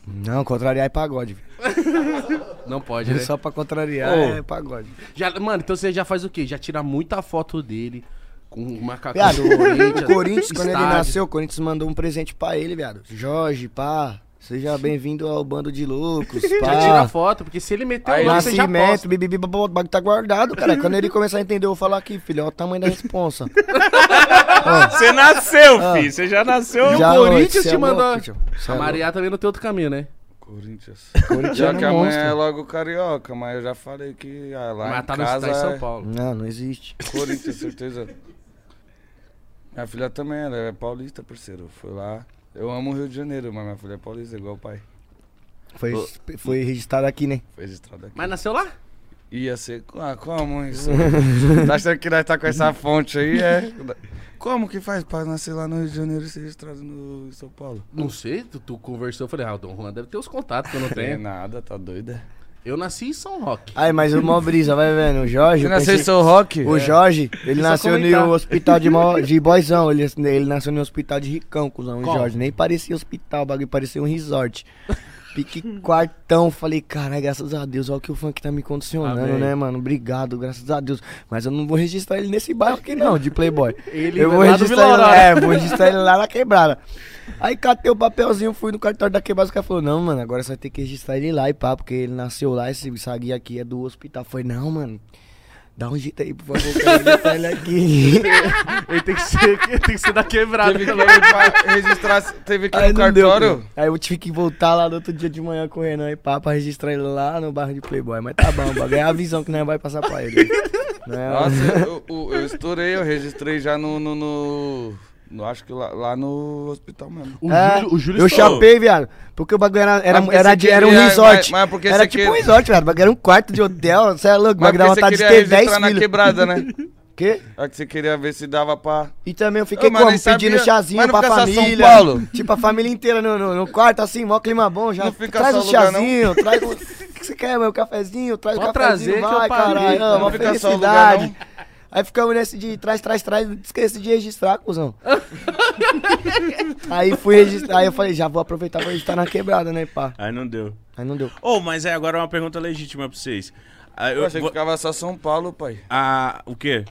C: Não, contrariar é pagode. filho.
A: não pode, né?
C: Só pra contrariar
A: Ô.
C: é pagode.
A: Já- mano, então você já faz o quê? Já tira muita foto dele com o macacão
C: Viado,
A: do Corinthians.
C: o Corinthians, quando ele
A: estádio.
C: nasceu, o Corinthians mandou um presente pra ele, viado. Jorge, pá, seja bem-vindo ao bando de loucos,
A: Já tira
C: pá.
A: foto, porque se ele meteu
D: Aí,
A: o nome, você já
C: Nascimento,
A: posta.
C: bibibi, bababá, o bagulho tá guardado, cara. Quando ele começar a entender, eu vou falar aqui, filho, ó, o tamanho da responsa.
B: Você nasceu, filho. Você já nasceu.
C: Já,
A: o
C: ó,
A: Corinthians
C: cê
A: te
C: é louco,
A: mandou.
C: tio, cê é
A: A
C: louco.
A: Maria também não tem outro caminho, né?
D: Corinthians. Já
C: Corintiano
D: que
C: é
D: a mãe é
C: monstro.
D: logo carioca, mas eu já falei que ah, lá
A: Mas
D: em
A: tá no
D: casa
A: tá em São
D: é
A: Paulo.
C: Não, não existe.
D: Corinthians, certeza. Minha filha também ela é paulista, parceiro. Foi lá. Eu amo o Rio de Janeiro, mas minha filha é paulista, igual o pai.
C: Foi, foi registrado aqui, né?
D: Foi registrado aqui.
A: Mas nasceu lá?
D: Ia ser. Ah, como isso? tá achando que nós tá com essa fonte aí? É. Como que faz pra nascer lá no Rio de Janeiro e ser registrado no em São Paulo?
A: Não sei, tu, tu conversou, eu falei, ah, o Dom Juan deve ter os contatos que eu não
D: Tem
A: tenho.
D: nada, tá doida?
A: eu nasci em São Roque.
C: Ai, mas o mó brisa, vai vendo. O Jorge.
D: Você
C: eu
D: nasceu em
C: pensei-
D: São Roque? É.
C: O Jorge, ele
A: É. Só
C: nasceu
A: comentar.
C: no hospital de, mó, de boizão. Ele, ele nasceu no hospital de ricão, cuzão. O
A: Como?
C: Jorge nem parecia hospital, o bagulho parecia um resort. Pique quartão, falei, caralho, graças a Deus, olha o que o funk tá me condicionando,
B: Amém.
C: né, mano? Obrigado, graças a Deus. Mas eu não vou registrar ele nesse bairro aqui, não, de Playboy.
A: Ele
C: eu vou
A: lá do
C: registrar
A: Vila
C: ele,
A: Aurora.
C: é, vou registrar ele lá na quebrada. Aí catei o papelzinho, fui no cartório da quebrada, o cara falou, não, mano, agora você vai ter que registrar ele lá e pá, porque ele nasceu lá, esse saguinho aqui é do hospital. Eu Falei, não, mano. Dá um jeito aí, por favor, que eu quero registrar ele aqui.
A: Ele tem que ser, ele tem que ser da quebrada. então.
D: Teve que pra registrar, teve
A: Tá
D: que ir
C: Aí
D: no
C: não deu,
D: cartório.
C: cara. aí eu tive que voltar lá no outro dia de manhã com o Renan e pá, pra registrar ele lá no bairro de Playboy. Mas tá bom, o bagulho é a visão que nós vai passar pra ele. Né?
D: Nossa, eu, eu, eu estourei, eu registrei já no. no, no- no- acho que lá, lá no hospital mesmo.
A: O
C: É,
A: Júlio, o Júlio
C: eu
A: estourou.
C: chapei, viado. Porque o bagulho era, era,
D: Mas porque
C: era,
D: você
C: de- era um
D: queria-
C: resort.
D: mas- mas porque
C: era
D: você
C: tipo um
D: queria-
C: resort, viado. O bagulho Era um quarto de hotel. Você é louco, mas
D: Mas
C: dá
D: porque
C: vontade
D: você
C: de
D: queria
C: ter 10
D: registrar na
C: filhos.
D: quebrada, né?
C: Quê?
D: É que você queria ver se dava pra.
C: E também eu fiquei
D: Ô, mas
C: como?
D: nem sabia.
C: Pedindo chazinho
D: Mas não
C: pra
D: fica só São
C: família.
D: Paulo?
C: Tipo, a família inteira no, no, no quarto, assim, mó clima bom. Já
D: Não fica
C: traz
D: só
C: um
D: lugar, não.
C: chazinho, traz um... O que você quer, meu? Cafezinho? Traz um
A: Só
C: cafezinho,
A: trazer que eu
C: vai,
A: paguei.
C: caralho.
A: Não
C: Uma
D: fica só
C: felicidade.
D: lugar,
C: Aí ficamos nesse de trás, trás, trás, esqueci de registrar, cuzão. aí fui registrar, aí eu falei, já vou aproveitar pra registrar na quebrada, né, pá?
B: Aí não deu.
C: Aí não deu.
B: Ô, mas é agora uma pergunta legítima pra vocês. Ah, eu,
D: Eu achei que
B: vou-
D: ficava só São Paulo, pai.
B: Ah, o quê?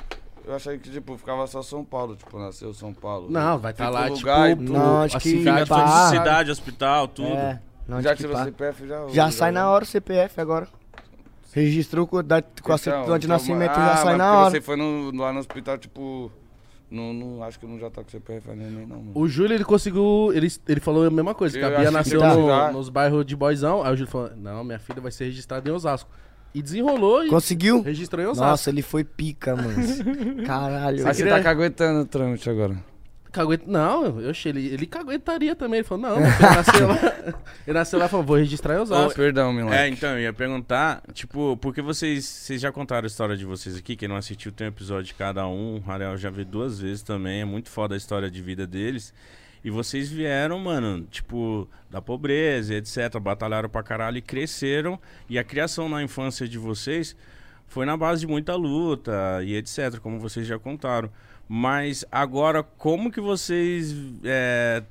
D: Eu achei que, tipo, ficava só São Paulo, tipo, nasceu São Paulo.
A: Não, vai estar
D: Fica
A: lá,
D: o
A: tipo,
D: lugar e
A: tudo,
D: tudo.
C: tá Não, acho
A: a
C: que
A: cidade,
C: vai-
A: tudo.
C: Ah.
B: Cidade, hospital, tudo.
C: É, não,
D: Já
C: de que
D: tirou
C: pá.
D: o CPF, já. né?
C: Já sai na hora o CPF agora. Registrou com, da,
D: Então,
C: com a certidão de nascimento, já sai na hora.
D: Ah, Você foi no- lá no hospital, tipo. Não, não- acho que não já tá com CPF nem, nem não. mano.
A: O Júlio, ele conseguiu. Ele, ele falou a mesma coisa, que
D: Eu
A: a Bia
D: acho que
A: nasceu
C: tá.
A: no- nos bairros de boizão. Aí o Júlio falou: Não, minha filha vai ser registrada em Osasco. E desenrolou e
C: Conseguiu?
A: registrou em Osasco.
C: Nossa, ele foi pica, mano. Caralho.
D: Aí Então você tá caguetando o trâmite agora.
A: Cagueta... Não, eu achei ele, ele caguetaria também. Ele falou: Não, minha filha nasceu lá. Ele nasceu lá e falou: Vou registrar em
D: Ah,
A: Osasco.
D: perdão, Milão.
B: É, então, eu ia perguntar, tipo, porque vocês, vocês já contaram a história de vocês aqui, quem não assistiu tem um episódio de cada um, o Rarel já vê duas vezes também, é muito foda a história de vida deles. E vocês vieram, mano, tipo, da pobreza, etc, batalharam pra caralho e cresceram, e a criação na infância de vocês foi na base de muita luta e etc, como vocês já contaram. Mas agora, como que vocês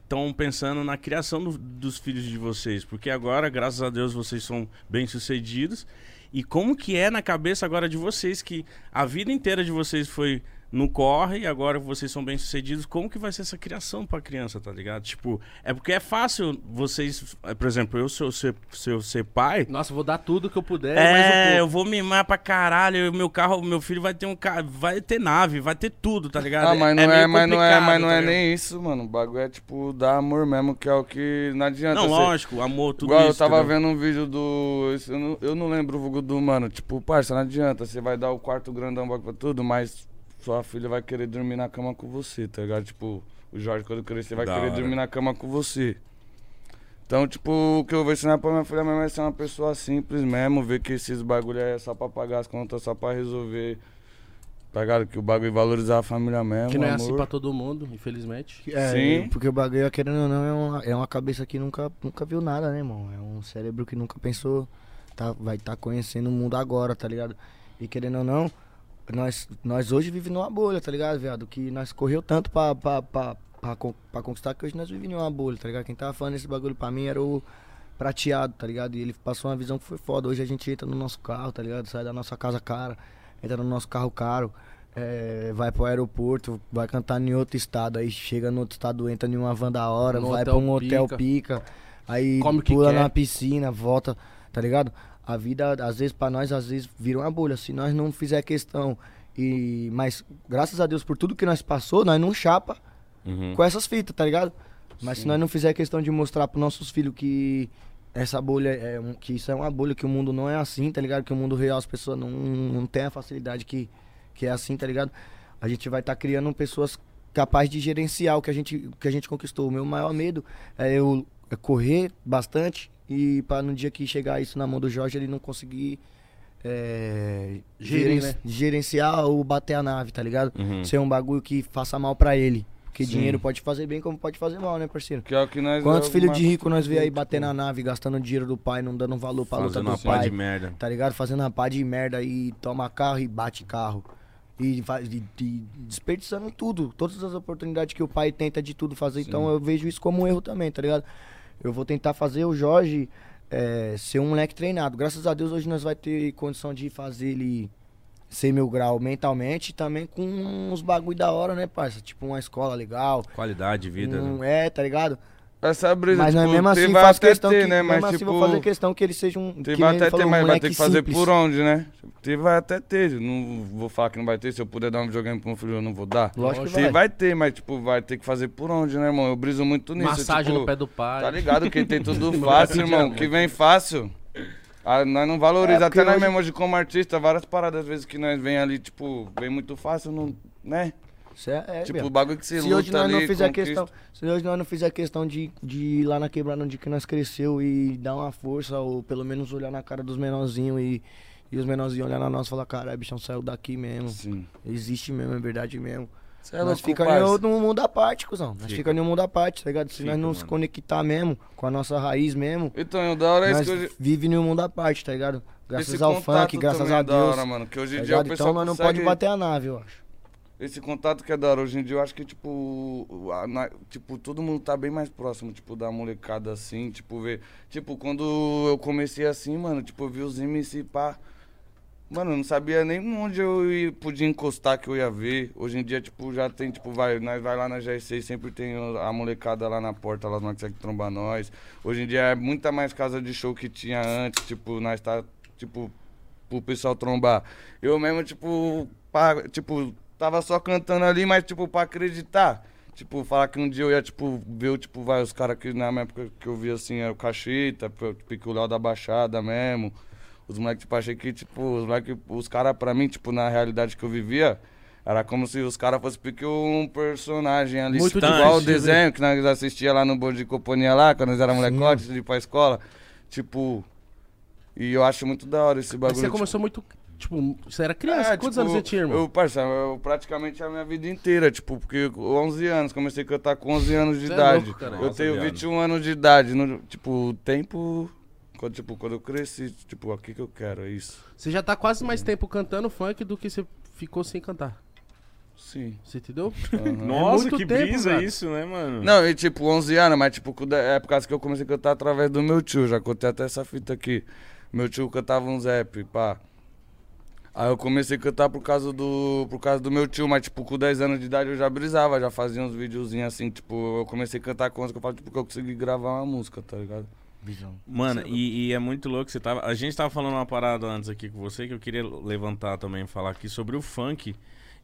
B: estão pensando na criação do- dos filhos de vocês? Porque agora, graças a Deus, vocês são bem-sucedidos. E como que é na cabeça agora de vocês que a vida inteira de vocês foi no corre e agora vocês são bem-sucedidos, como que vai ser essa criação pra criança, tá ligado? Tipo, é porque é fácil vocês, eh, por exemplo, eu se eu ser, se eu ser pai,
A: Nossa, vou dar tudo que eu puder.
B: é,
A: mais um
B: eu vou mimar pra caralho, meu carro, meu filho vai ter um carro, vai ter nave, vai ter tudo, tá ligado?
D: Ah, mas não é,
B: meio
D: mas não é,
B: complicado,
D: mas não
B: tá
D: é
B: ligado?
D: nem isso, mano. O bagulho é tipo dar amor mesmo, que é o que não adianta.
B: Não,
D: você-
B: lógico, amor, tudo
D: assim. Igual
B: isso. tá
D: eu tava
B: entendeu?
D: vendo um vídeo do. isso Eu não, eu não lembro o vulgo do mano. Tipo, parça, não adianta. Você vai dar o quarto grandão pra tudo, mas sua filha vai querer dormir na cama com você, tá ligado? Tipo, o Jorge, quando crescer, vai
B: Da
D: querer
B: hora.
D: dormir na cama com você. Então, tipo, o que eu vou ensinar pra minha filha mesmo é ser uma pessoa simples mesmo, ver que esses bagulho é só pra pagar as contas, só pra resolver. Tá ligado? Que o bagulho valorizar a família mesmo.
A: pouco. Que não é
D: amor.
A: assim pra todo mundo, infelizmente.
C: É,
D: Sim.
C: Porque o bagulho, querendo ou não, é uma, é uma cabeça que nunca, nunca viu nada, né, irmão? É um cérebro que nunca pensou, tá, vai estar conhecendo o mundo agora, tá ligado? E querendo ou não, nós, nós hoje vivemos numa bolha, tá ligado, viado? Que nós correu tanto pra, pra, pra, pra, con- pra conquistar que hoje nós vivemos numa bolha, tá ligado? Quem tava falando esse bagulho pra mim era o prateado, tá ligado? E ele passou uma visão que foi foda. Hoje a gente entra no nosso carro, tá ligado? Sai da nossa casa cara, entra no nosso carro caro, é, vai pro aeroporto, vai cantar em outro estado, aí chega no outro estado, entra em uma van da hora,
A: No
C: vai
A: hotel
C: pra um hotel
A: pica.
C: pica, aí
A: Come o que
C: pula
A: quer.
C: na piscina, volta, tá ligado? A vida, às vezes, pra nós, às vezes, vira uma bolha. Se nós não fizer questão. E, mas, graças a Deus, por tudo que nós passou, nós não chapa
B: Uhum.
C: com essas fitas, tá ligado? Mas se nós não fizer questão de mostrar pros nossos filhos que essa bolha é um- que isso é uma bolha, que o mundo não é assim, tá ligado? Que o mundo real as pessoas não, não têm a facilidade que, que é assim, tá ligado? A gente vai estar criando pessoas capazes de gerenciar o que a gente, o que a gente conquistou. O meu maior medo é eu correr bastante e para no dia que chegar isso na mão do Jorge ele não conseguir é,
A: Gerir,
C: geren-
A: né?
C: gerenciar ou bater a nave, tá ligado?
B: Uhum.
C: ser um bagulho que faça mal pra ele. Porque
D: Sim.
C: dinheiro pode fazer bem como pode fazer mal, né, parceiro?
D: Que é o que nós
C: Quantos
D: é o
C: filhos
D: mais-
C: de rico nós vê aí batendo na nave, gastando dinheiro do pai, não dando valor pra luta
B: Fazendo uma
C: do
B: pá
C: pai,
B: de merda.
C: tá ligado? Fazendo uma pá de merda e toma carro e bate carro. E, faz, e- e desperdiçando tudo, todas as oportunidades que o pai tenta de tudo fazer. Então eu vejo isso como um erro também, tá ligado? Eu vou tentar fazer o Jorge é, ser um moleque treinado. Graças a Deus hoje nós vai ter condição de fazer ele ser mil grau mentalmente e também com uns bagulho da hora, né, parça? Tipo uma escola legal.
B: Qualidade de vida,
C: um-
D: Hum,
B: né?
C: É, tá ligado?
D: Essa brisa,
C: Mas
D: tipo,
C: nós mesmo
D: tem-
C: assim
D: vai
C: faz
D: até
C: questão
D: ter,
C: que,
D: né? Mas,
C: mesmo assim
D: tipo,
C: vou fazer questão que ele seja um
D: Tem
C: que nem
D: vai
C: ele
D: até
C: falou,
D: ter,
C: um
D: mas vai
C: moleque
D: ter que fazer
C: simples.
D: por onde, né? Tem vai até ter. Não vou falar que não vai ter. Se eu puder dar um videogame pro meu filho, eu não vou dar.
C: Lógico que
D: Tem
C: vai.
D: vai ter, mas, tipo, vai ter que fazer por onde, né, irmão? Eu briso muito nisso.
A: Massagem
D: tipo,
A: no pé do pai.
D: Tá ligado? Quem tem tudo fácil, irmão. Que vem fácil. Ah, nós não valorizamos.
C: É, porque
D: Até nós
C: hoje-
D: mesmo hoje como artista, várias paradas, às vezes, que nós vem ali, tipo, vem muito fácil, não, né?
C: Isso é- é,
D: tipo,
C: viado.
D: o bagulho que você
C: se
D: luta
C: hoje nós
D: ali,
C: não fizer
D: conquista.
C: questão se hoje nós não fizer questão de, de ir lá na quebrada onde que nós cresceu e dar uma força ou pelo menos olhar na cara dos menorzinhos e, e os menorzinhos olhar na nossa e falar caralho bichão saiu daqui mesmo
D: Sim.
C: existe mesmo é verdade mesmo
D: Cê é
C: nós
D: louco,
C: fica
D: parça.
C: em outro mundo à parte cuzão nós
B: Fica.
C: fica, em um mundo à parte tá ligado se
B: Fica,
C: nós não se
B: mano.
C: conectar mesmo com a nossa raiz mesmo
D: Então, e o da hora é isso
C: nós
D: que hoje...
C: vive num mundo à parte tá ligado graças
D: esse
C: ao
D: contato
C: funk graças
D: também
C: a
D: é da
C: Deus
D: hora, mano, que hoje em
C: tá
D: dia o
C: ligado?
D: pessoal
C: então nós não
D: consegue-
C: pode bater a nave eu acho
D: Esse contato que é da hora hoje em dia, eu acho que, tipo, o- a- na- tipo, todo mundo tá bem mais próximo, tipo, da molecada assim, tipo, ver. Tipo, quando eu comecei assim, mano, tipo, eu vi os MC pá. Mano, eu não sabia nem onde eu ia- podia encostar que eu ia ver. Hoje em dia, tipo, já tem, tipo, vai, nós vai lá na GR6, sempre tem o- a molecada lá na porta, lá não consegue trombar nós. Hoje em dia é muita mais casa de show que tinha antes, tipo, nós tá, tipo, pro pessoal trombar. Eu mesmo, tipo, pá, tipo, tava só cantando ali, mas, tipo, pra acreditar. Tipo, falar que um dia eu ia, tipo, ver, tipo, vai, os caras que na época que eu vi, assim, era o Cachita, tipo, o Léo da Baixada mesmo. Os moleques, tipo, achei que, tipo, os moleques, os caras, pra mim, tipo, na realidade que eu vivia, era como se os caras fossem pique um personagem ali.
A: Muito
D: tipo, igual o
A: difícil, né?
D: desenho que nós assistia lá no bonde de companhia lá, quando nós era molecote, de ir pra escola. Tipo, e eu acho muito da hora esse
A: Mas
D: bagulho.
A: você
D: tipo,
A: começou muito. Tipo, você era criança?
D: é,
A: Quantos
D: tipo,
A: anos você tinha, irmão?
D: Eu, parça, eu praticamente a minha vida inteira, tipo, porque com 11 anos, comecei a cantar com 11 anos de
A: Cê é
D: idade.
A: louco, cara.
D: eu
B: Nossa,
D: tenho
B: viado.
D: 21 anos de idade, no- tipo, o tempo, quando, tipo, quando eu cresci, tipo, aqui que eu quero, é isso.
A: Você já tá quase
D: Hum.
A: mais tempo cantando funk do que você ficou sem cantar.
D: Sim.
A: Você entendeu?
D: aham.
B: Nossa,
A: muito
B: que
A: tempo,
B: brisa
A: cara.
B: isso, né, mano?
D: Não, e tipo, 11 anos, mas tipo, quando é é por causa que eu comecei a cantar através do meu tio, já contei até essa fita aqui. Meu tio cantava uns rap, pá. Aí eu comecei a cantar por causa do, por causa do meu tio, mas tipo, com 10 anos de idade eu já brisava, já fazia uns videozinhos assim, tipo, eu comecei a cantar com que eu falo, tipo, que eu consegui gravar uma música, tá ligado?
B: Mano, e, e é muito louco. Você tava, a gente tava falando uma parada antes aqui com você que eu queria levantar também, falar aqui sobre o funk.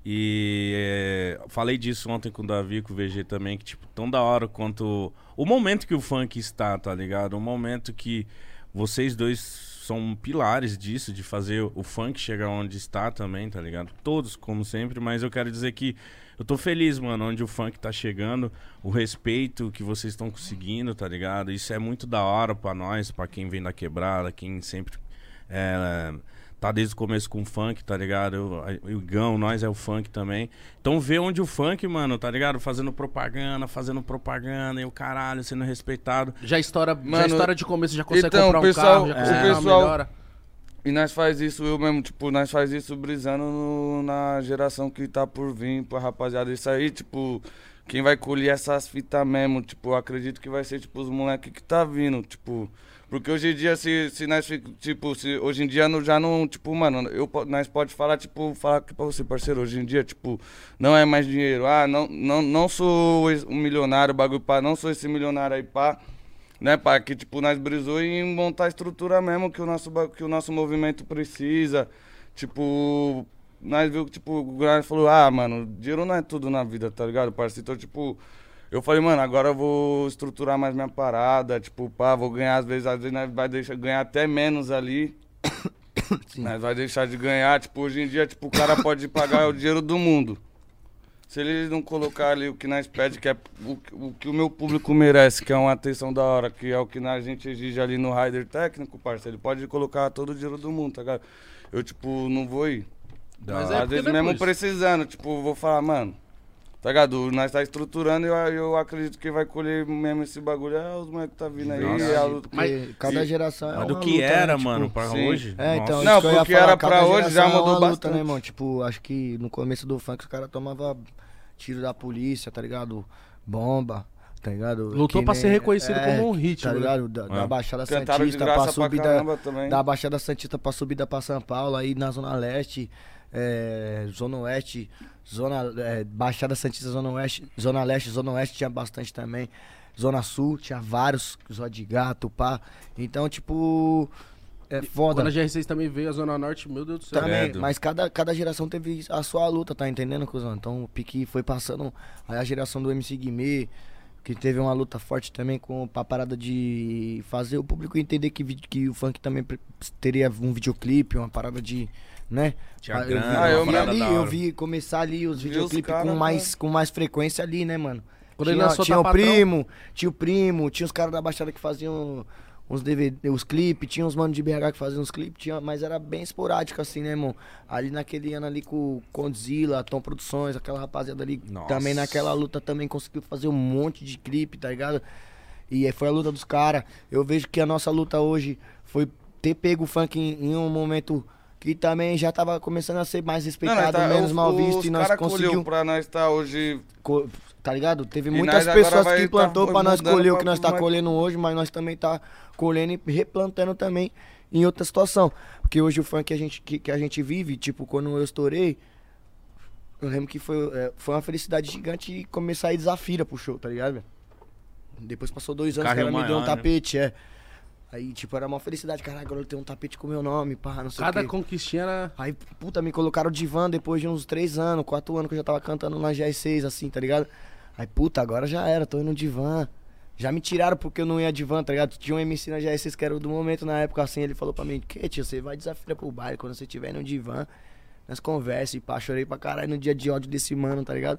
B: E é, falei disso ontem com o Davi, com o VG também, que, tipo, tão da hora quanto. O momento que o funk está, tá ligado? O momento que vocês dois são pilares disso, de fazer o funk chegar onde está também, tá ligado? Todos, como sempre, mas eu quero dizer que eu tô feliz, mano, onde o funk tá chegando, o respeito que vocês estão conseguindo, tá ligado? Isso é muito da hora pra nós, pra quem vem da quebrada, quem sempre é, tá desde o começo com o funk, tá ligado? Eu- a- o Igão, nós é o funk também. Então vê onde o funk, mano, tá ligado? Fazendo propaganda, fazendo propaganda, e o caralho, sendo respeitado.
A: Já estoura, já
D: Mano,
A: estoura de começo, já consegue
D: então,
A: comprar um
D: pessoal-
A: carro, já
D: é.
A: consegue dar uma
D: pessoal-
A: melhora.
D: E nós faz isso, eu mesmo, tipo, nós faz isso brisando no- na geração que tá por vir, pra rapaziada. Isso aí, tipo, quem vai colher essas fitas mesmo, tipo, eu acredito que vai ser, tipo, os moleques que tá vindo, tipo. Porque hoje em dia, se, se nós, fi- tipo, se, hoje em dia não, já não, tipo, mano, eu, po- nós pode falar, tipo, falar aqui pra você, parceiro, hoje em dia, tipo, não é mais dinheiro. Ah, não, não, não sou esse- um milionário, bagulho pá, não sou esse milionário aí, pá né, pá, que tipo, nós brisou em montar a estrutura mesmo que o nosso, ba- que o nosso movimento precisa. Tipo, nós viu que, tipo, o Grande falou, ah, mano, dinheiro não é tudo na vida, tá ligado, parceiro? Então, tipo, eu falei, mano, agora eu vou estruturar mais minha parada, tipo, pá, vou ganhar, às vezes, às vezes nós vai deixar ganhar até menos ali. Nós vai deixar de ganhar, tipo, hoje em dia, tipo, o cara pode pagar o dinheiro do mundo. Se ele não colocar ali o que nós pede, que é o, o que o meu público merece, que é uma atenção da hora, que é o que a gente exige ali no rider técnico, parceiro, ele pode colocar todo o dinheiro do mundo, tá ligado? Eu, tipo, não vou ir.
A: Mas é
D: Às
A: porque
D: vezes
A: não é
D: mesmo
A: por isso.
D: precisando, tipo, vou falar, mano, tá ligado? Nós tá estruturando e eu, eu acredito que vai colher mesmo esse bagulho. É os moleques que tá vindo aí,
B: Nossa.
D: é a luta.
C: Porque cada geração é
B: Mas
C: uma
B: do que
C: luta, né?
B: era,
C: Tipo,
B: mano, pra
D: sim.
B: hoje.
C: É,
B: Nossa.
C: então, isso
D: Não,
C: que eu ia
D: porque
C: falar,
D: era
C: cada
D: pra hoje, já
C: geração é
D: mudou
C: uma luta,
D: bastante.
C: né, irmão? Tipo, acho que no começo do funk os caras tomavam tiro da polícia, tá ligado? Bomba. tá ligado?
A: Lutou
C: Que
A: pra ser reconhecido como um ritmo,
C: Tá
A: né?
C: ligado? Da, da
B: É.
C: Baixada
D: Cantaram de
C: Santista
D: graça
C: pra
D: pra
C: subida.
D: caramba também.
C: Da Baixada Santista pra subida pra São Paulo, aí na Zona Leste, é, Zona Oeste, Zona. é, Baixada Santista, Zona Oeste, Zona Leste, Zona Oeste tinha bastante também. Zona Sul, tinha vários, Zó de Gato, pá. Então, tipo. É foda.
A: Quando a GR6 também veio, a Zona Norte, meu Deus do céu.
C: Também,
B: Credo.
C: mas cada, cada geração teve a sua luta, tá entendendo, cuzão? Então o Piqui foi passando. Aí a geração do MC Guimê, que teve uma luta forte também com a parada de fazer o público entender que, vi- que o funk também pre- teria um videoclipe, uma parada de. né?
B: Tinha
C: Ah, eu vi,
B: grana,
D: uma
C: eu vi
D: parada
C: ali,
B: da hora.
C: eu vi começar ali os
D: Vi os
C: videoclipes
D: cara,
C: com,
D: né?
C: mais, com mais frequência ali, né, mano?
A: Quando ele
C: tinha
A: lançou
C: tinha o
A: Tapatrão.
C: primo, tinha o primo, tinha os caras da Baixada que faziam uns DVD, os clipes, tinha os manos de BH que faziam os clipes, tinha, mas era bem esporádico assim, né, irmão? Ali naquele ano ali com o Condzilla, Tom Produções, aquela rapaziada ali,
B: Nossa.
C: também naquela luta também conseguiu fazer um monte de clipe, tá ligado? E aí foi a luta dos caras. Eu vejo que a nossa luta hoje foi ter pego o funk em, em um momento que também já tava começando a ser mais respeitado,
D: tá-
C: menos
D: os-
C: mal visto, e
D: os
C: nós
D: cara colheu
C: conseguimos.
D: pra nós estar hoje
C: Co- tá ligado? Teve
D: E
C: muitas
D: nós agora
C: pessoas
D: vai
C: que implantou
D: tá
C: pra nós
D: mudando
C: colher o
D: pra
C: que nós tá
D: mais-
C: colhendo hoje, mas nós também tá colhendo e replantando também em outra situação. Porque hoje o funk que a gente, que, que a gente vive, tipo, quando eu estourei, eu lembro que foi, é, foi uma felicidade gigante começar a ir desafira pro show, tá ligado? velho? Depois passou dois anos, o
B: Carrinho
C: cara me deu um
B: maior, né?
C: tapete, é. Aí, tipo, era uma felicidade, caralho, agora eu tenho um tapete com meu nome, pá, não sei o
A: Cada
C: quê.
A: conquistinha era.
C: Aí, puta, me colocaram de van depois de uns 3 anos, 4 anos que eu já tava cantando na GS6, assim, tá ligado? Aí, puta, agora já era, tô indo de van. Já me tiraram porque eu não ia de van, tá ligado? Tinha um MC na GS6 que era do momento na época, assim, ele falou pra mim, que tio, você vai desafiar pro baile quando você tiver no divã. Nós conversa e pá, chorei pra caralho no dia de ódio desse mano, tá ligado?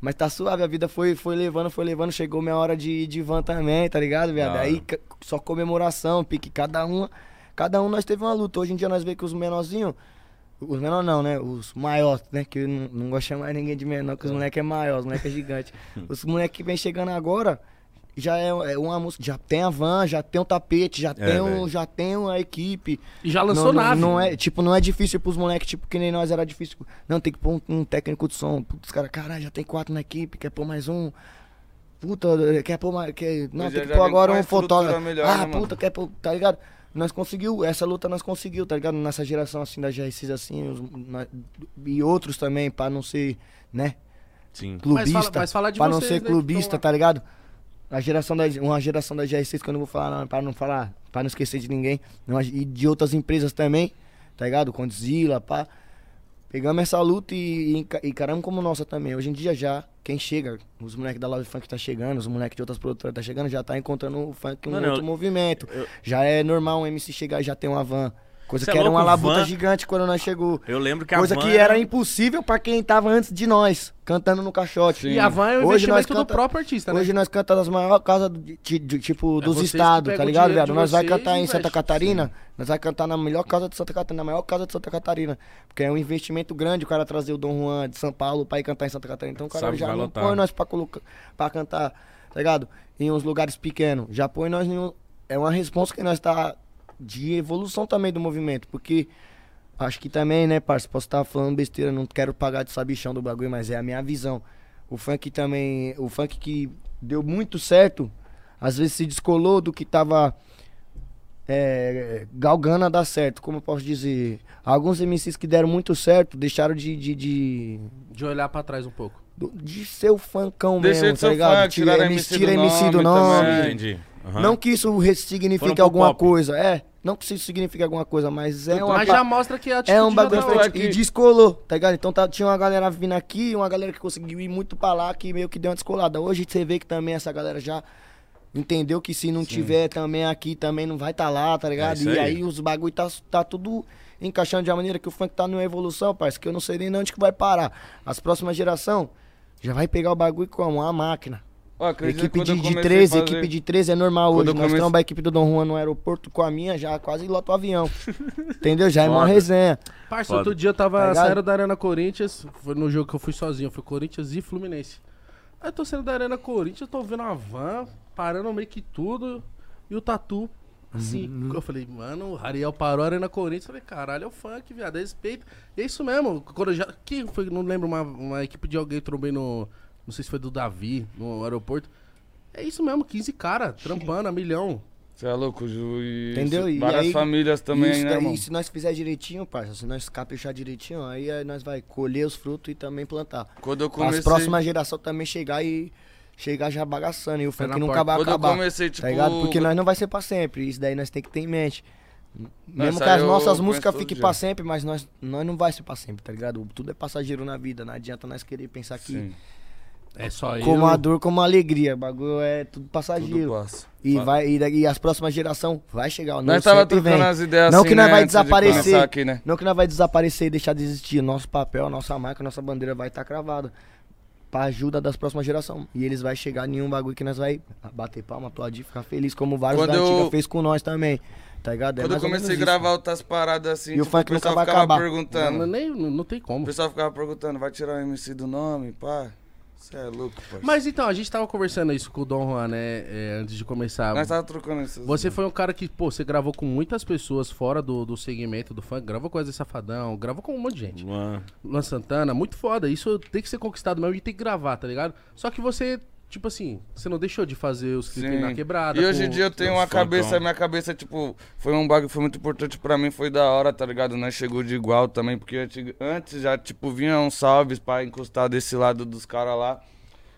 C: Mas tá suave, a vida foi, foi levando, foi levando, chegou minha hora de ir de van também, tá ligado, viado?
B: Da hora.
C: Aí ca- só comemoração, pique, cada uma, cada um nós teve uma luta. Hoje em dia nós vê que os menorzinhos, os menores não, né? Os maiores, né? Que eu não, não gosto de chamar ninguém de menor, que os moleques é maior, os moleques é gigante. Os moleques que vem chegando agora, já é, é uma música, já tem a van, já tem o tapete, já tem
B: velho.
C: o, já tem a equipe.
A: E já lançou
C: não, não-
A: nave.
C: Não, é, tipo, não é difícil pros moleques, tipo, que nem nós era difícil. Não, tem que pôr um, um técnico de som. Putz, cara, caralho, já tem quatro na equipe, quer pôr mais um. Puta, quer pôr mais. Quer... Não,
D: Mas
C: tem
D: já-
C: que
D: é, já
C: pôr
D: vem
C: agora
D: com a
C: um
D: estrutura
C: fotógrafo.
D: melhor,
C: ah,
D: né, mano?
C: puta, quer pôr. Tá ligado? Nós conseguiu, essa luta nós conseguiu, tá ligado? Nessa geração assim da GR6 assim, os- na- e outros também, pra não ser, né?
B: Sim.
C: clubista.
A: Mas fala- mas fala de
C: pra não
A: vocês,
C: ser
A: né, que
C: clubista,
A: estão lá.
C: tá ligado? A geração da, uma geração da GR6 que eu não vou falar, não, pra não falar, pra não esquecer de ninguém. não, e de outras empresas também, tá ligado? Condzilla, pá. Pegamos essa luta e, e, enca- encaramos como nossa também. Hoje em dia já, quem chega, os moleques da Love Funk tá chegando, os moleques de outras produtoras tá chegando, já tá encontrando o funk um
B: Mano,
C: outro
B: eu-
C: movimento. Já é normal um MC chegar e já ter uma van. Coisa
B: Cê
C: que
B: é
C: era
B: louco,
C: uma labuta
B: van-
C: gigante quando nós chegou.
B: Eu lembro que a
C: Coisa
B: van
C: que era impossível pra quem tava antes de nós, cantando no caixote.
A: E a van é o
C: Hoje nós
A: investimento do
C: canta-
A: próprio artista, né?
C: Hoje nós cantamos nas maiores casas de- de- de- tipo,
A: É
C: dos
A: vocês que
C: estados,
A: pegam
C: tá
A: o
C: ligado,
A: dinheiro
C: viado?
A: de
C: Nós vai
A: vocês
C: cantar
A: e
C: em Santa
A: investe.
C: Catarina, nós vai cantar na melhor casa de Santa Catarina, na maior casa de Santa Catarina. Porque é um investimento grande o cara trazer o Dom Juan de São Paulo pra ir cantar em Santa Catarina. Então o cara
B: Sabe que
C: já
B: vai
C: não
B: lotar.
C: põe nós pra, colocar, pra cantar, tá ligado? Em uns lugares pequenos. Já põe nós em um... É uma resposta que nós tá de evolução também do movimento, porque... Acho que também, né, parça? Posso estar falando besteira, não quero pagar de sabichão do bagulho, mas é a minha visão. O funk também. O funk que deu muito certo, às vezes se descolou do que tava é, galgando a dar certo, como eu posso dizer. Alguns MCs que deram muito certo deixaram de, de, de,
A: De olhar pra trás um pouco.
C: do- de ser o funkão
D: Deixou
C: mesmo,
D: de
C: tá
D: ser o
C: ligado?
D: funk,
C: Tira
D: tiraram
C: MC,
D: MC
C: tira
D: do
C: MC do
D: nome
C: nome.
D: também.
B: É, entendi. Aham.
C: Não que isso re-
B: Foram
C: signifique
B: pro
C: alguma
B: pop.
C: coisa, é. Não que isso signifique alguma coisa, mas é uma
A: Mas já mostra que a atitude
C: é um
A: já
C: bagulho
A: tá
C: diferente.
A: outra.
C: E descolou, tá ligado? Então tá- tinha uma galera vindo aqui e uma galera que conseguiu ir muito pra lá, que meio que deu uma descolada. Hoje você vê que também essa galera já entendeu que se não tiver também aqui, também não vai tá lá, tá ligado?
B: isso
C: e
B: aí.
C: aí os bagulho tá, tá tudo encaixando de uma maneira que o funk tá numa evolução, parceiro, que eu não sei nem onde que vai parar. As próximas gerações já vai pegar o bagulho como uma máquina.
D: Ó, acredito que
C: Equipe
D: quando eu
C: de, de
D: comecei a
C: 13,
D: fazer-
C: equipe de 13 é normal hoje.
D: Quando eu
C: Nós
D: comecei-
C: estamos a equipe do Dom Juan no aeroporto com a minha, já quase lota o avião. Entendeu? Já é mó
B: Foda.
C: resenha.
A: Parça,
B: Foda.
A: outro dia eu tava
C: Tá ligado?
A: saindo da Arena Corinthians, foi no jogo que eu fui sozinho, foi Corinthians e Fluminense. Aí eu tô saindo da Arena Corinthians, eu tô vendo uma van, parando meio que tudo, e o Tatu, assim.
C: Uhum,
A: Eu falei, mano, o Ariel parou a Arena Corinthians, eu falei, caralho, é o funk, viado, respeito. E é isso mesmo, quando eu já, que foi, não lembro, uma, uma equipe de alguém, eu trombei no, não sei se foi do Davi, no aeroporto. É isso mesmo, 15 caras, trampando a milhão.
D: Você é louco, Ju. E
C: Entendeu? E
D: várias
C: aí-
D: famílias também,
C: isso
D: né,
C: daí,
D: irmão?
C: se nós fizer direitinho, parça, se nós caprichar direitinho, aí eh, nós vai colher os frutos e também plantar.
D: Quando eu
C: As
D: comecei...
C: próximas gerações também chegar e chegar já bagaçando. E o funk
A: na
C: nunca
A: porta.
C: vai
D: Quando eu
C: acabar.
D: comecei, tipo...
C: Tá ligado? Porque nós não vai ser pra sempre. Isso daí nós tem que ter em mente. Mesmo
D: Essa
C: que as
D: eu
C: nossas
D: penso
C: músicas
D: todo
C: fiquem
D: dia.
C: pra sempre, mas nós, nós não vai ser pra sempre, tá ligado? Tudo é passageiro na vida. Não adianta nós querer pensar que
D: Sim,
A: É só isso.
C: como a dor, como a alegria. O bagulho é tudo
D: tudo
C: passageiro.
D: passa.
C: e, vai, e, daí- e as próximas gerações vai chegar. o
D: Nós
C: nosso
D: tava
C: sempre
D: trocando
C: vem.
D: as ideias
C: Não
D: assim,
C: que nós
D: né,
C: vai
D: antes de
C: desaparecer.
D: começar aqui, né?
C: Não que nós vai desaparecer e deixar de existir. Nosso papel, nossa marca, nossa bandeira vai estar cravada. Pra ajuda das próximas gerações. E eles vai chegar em um bagulho que nós vai bater palma, aplaudir, ficar feliz, como vários
D: Quando
C: da antiga
D: eu-
C: fez com nós também. Tá ligado? É
D: Quando eu
C: mais ou menos
D: comecei a
C: isso.
D: gravar outras paradas assim,
C: E o
D: tipo,
C: funk nunca
D: pessoal
C: vai
D: ficava
C: acabar. é
D: perguntando.
A: Não, nem, não, não tem
D: O
A: como.
D: pessoal ficava perguntando, vai tirar o MC do nome, pá? Você é louco, parceiro.
A: Mas então, a gente tava conversando isso com o Dom Juan, né? é, antes de começar.
D: Nós tava trocando essas...
A: Você foi um cara que, pô, você gravou com muitas pessoas fora do, do segmento do funk, gravou com o Wesley Safadão, gravou com um monte de
D: Uhum.
A: gente.
B: Luan.
A: Luan Santana, muito foda. Isso tem que ser conquistado mesmo e tem que gravar, tá ligado? Só que você, tipo assim, você não deixou de fazer os clipes na quebrada. é um
D: E hoje em
A: com-
D: dia eu tenho
B: os
D: uma
B: funkão.
D: cabeça, minha cabeça, tipo, foi um bagulho que foi muito importante pra mim, foi da hora, tá ligado? Nós chegou de igual também, porque anti- antes já, tipo, vinha uns salves pra encostar desse lado dos caras lá.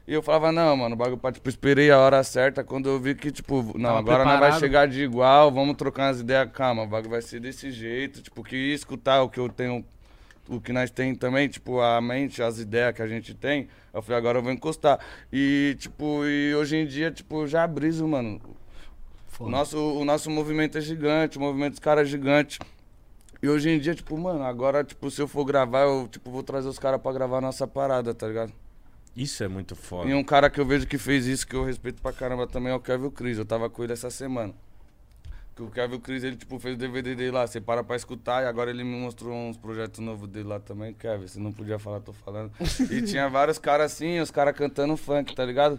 D: E eu falava, não, mano, o bagulho, pra, tipo, esperei a hora certa, quando eu vi que, tipo, não,
A: Tava
D: agora nós vai
A: preparado.
D: chegar de igual, vamos trocar umas ideias, calma, o bagulho vai ser desse jeito, tipo, que escutar o que eu tenho o que nós tem também, tipo, a mente, as ideias que a gente tem, eu falei, agora eu vou encostar. E, tipo, e hoje em dia, tipo, já briso, mano. O nosso, o nosso movimento é gigante, o movimento dos caras é gigante. E hoje em dia, tipo, mano, agora, tipo, se eu for gravar, eu, tipo, vou trazer os caras pra gravar a nossa parada, tá ligado?
B: Isso é muito foda.
D: E um cara que eu vejo que fez isso, que eu respeito pra caramba também, é o Kevin Cris. Eu tava com ele essa semana. Que o Kevin Cris, ele, tipo, fez o DVD dele lá, você para pra escutar, e agora ele me mostrou uns projetos novos dele lá também, Kevin. Você não podia falar, tô falando. E tinha vários caras assim, os caras cantando funk, tá ligado?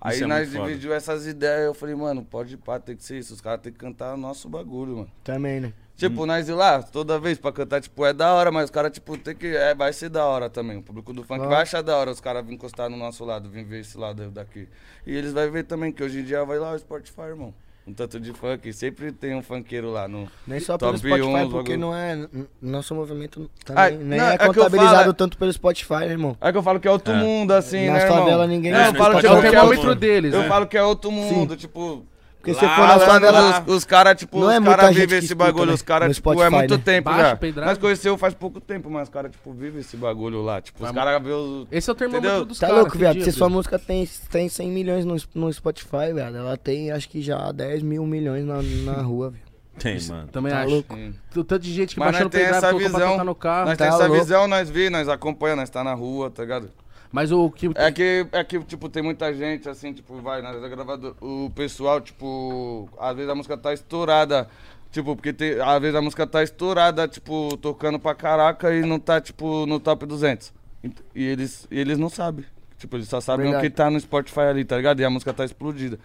D: Aí
B: Isso é
D: nós
B: muito foda.
D: dividiu essas ideias, eu falei, mano, pode ir pá, tem que ser isso, os caras tem que cantar o nosso bagulho, mano.
C: Também, né?
D: Tipo, nós ir lá toda vez pra cantar, tipo, é da hora, mas os caras, tipo, tem que. É, vai ser da hora também. O público do funk
C: Claro.
D: vai achar da hora os caras virem encostar no nosso lado, vir ver esse lado daqui. E eles vão ver também que hoje em dia vai lá o Spotify, irmão. Um tanto de funk. Sempre tem um funkeiro lá no.
C: Nem só
D: Top
C: pelo Spotify,
D: 1,
C: porque
D: bagulho.
C: não é. n- Nosso movimento também
D: Ah,
C: nem
D: não, é
C: é
D: que eu
C: contabilizado
D: falo-
C: tanto pelo Spotify, né, irmão?
D: É que eu falo que é outro
B: É.
D: mundo, assim,
C: Nas
D: né, irmão?
C: favelas ninguém-
D: Não, eu falo que
A: É
D: é
A: o
B: termômetro
D: outro
A: termômetro
D: mundo.
A: deles,
D: Eu
A: né?
D: falo que é outro mundo, tipo.
C: Porque se
D: lá,
C: for nas
D: lá,
C: favelas.
D: lá, os caras, tipo,
C: Não é
D: os
C: muita
D: caras
C: gente
D: vivem
C: que
D: esse
C: escuta,
D: bagulho,
C: né?
D: os caras,
C: No
D: tipo, é
C: Spotify,
D: muito
C: né?
D: tempo
A: Baixa,
D: já.
A: pendrive.
D: Nós conheceu faz pouco tempo, mas os caras, tipo, vivem esse bagulho lá. Tipo, os
A: Vai-
D: caras vê os...
A: Esse é o termômetro
D: Entendeu?
A: dos
C: Tá
A: caras.
C: louco, viado?
A: entendi,
C: Se sua
A: Rodrigo.
C: música tem, tem 100 milhões no, no Spotify, viado, ela tem acho que já 10 mil milhões na, na rua, viado.
B: Tem, mano.
A: Também
C: Tá
A: acho.
C: louco.
D: Sim.
A: O tanto de gente que
D: Mas
A: baixando
D: nós tem
A: pendrive
D: essa
A: colocou pra
D: visão.
A: tocar no carro.
D: Nós
C: tá
D: tem essa
C: louco.
D: visão, nós vê, nós acompanha, nós tá na rua, tá ligado?
A: Mas o que.
D: É que, é que, tipo, tem muita gente, assim, tipo, vai, na gravadora, o pessoal, tipo, às vezes a música tá estourada, tipo, porque tem, às vezes a música tá estourada, tipo, tocando pra caraca e não tá, tipo, no top 200. Ent- E eles, e eles não sabem. Tipo, eles só sabem
C: Verdade.
D: o que tá no Spotify ali, tá ligado? E a música tá explodida.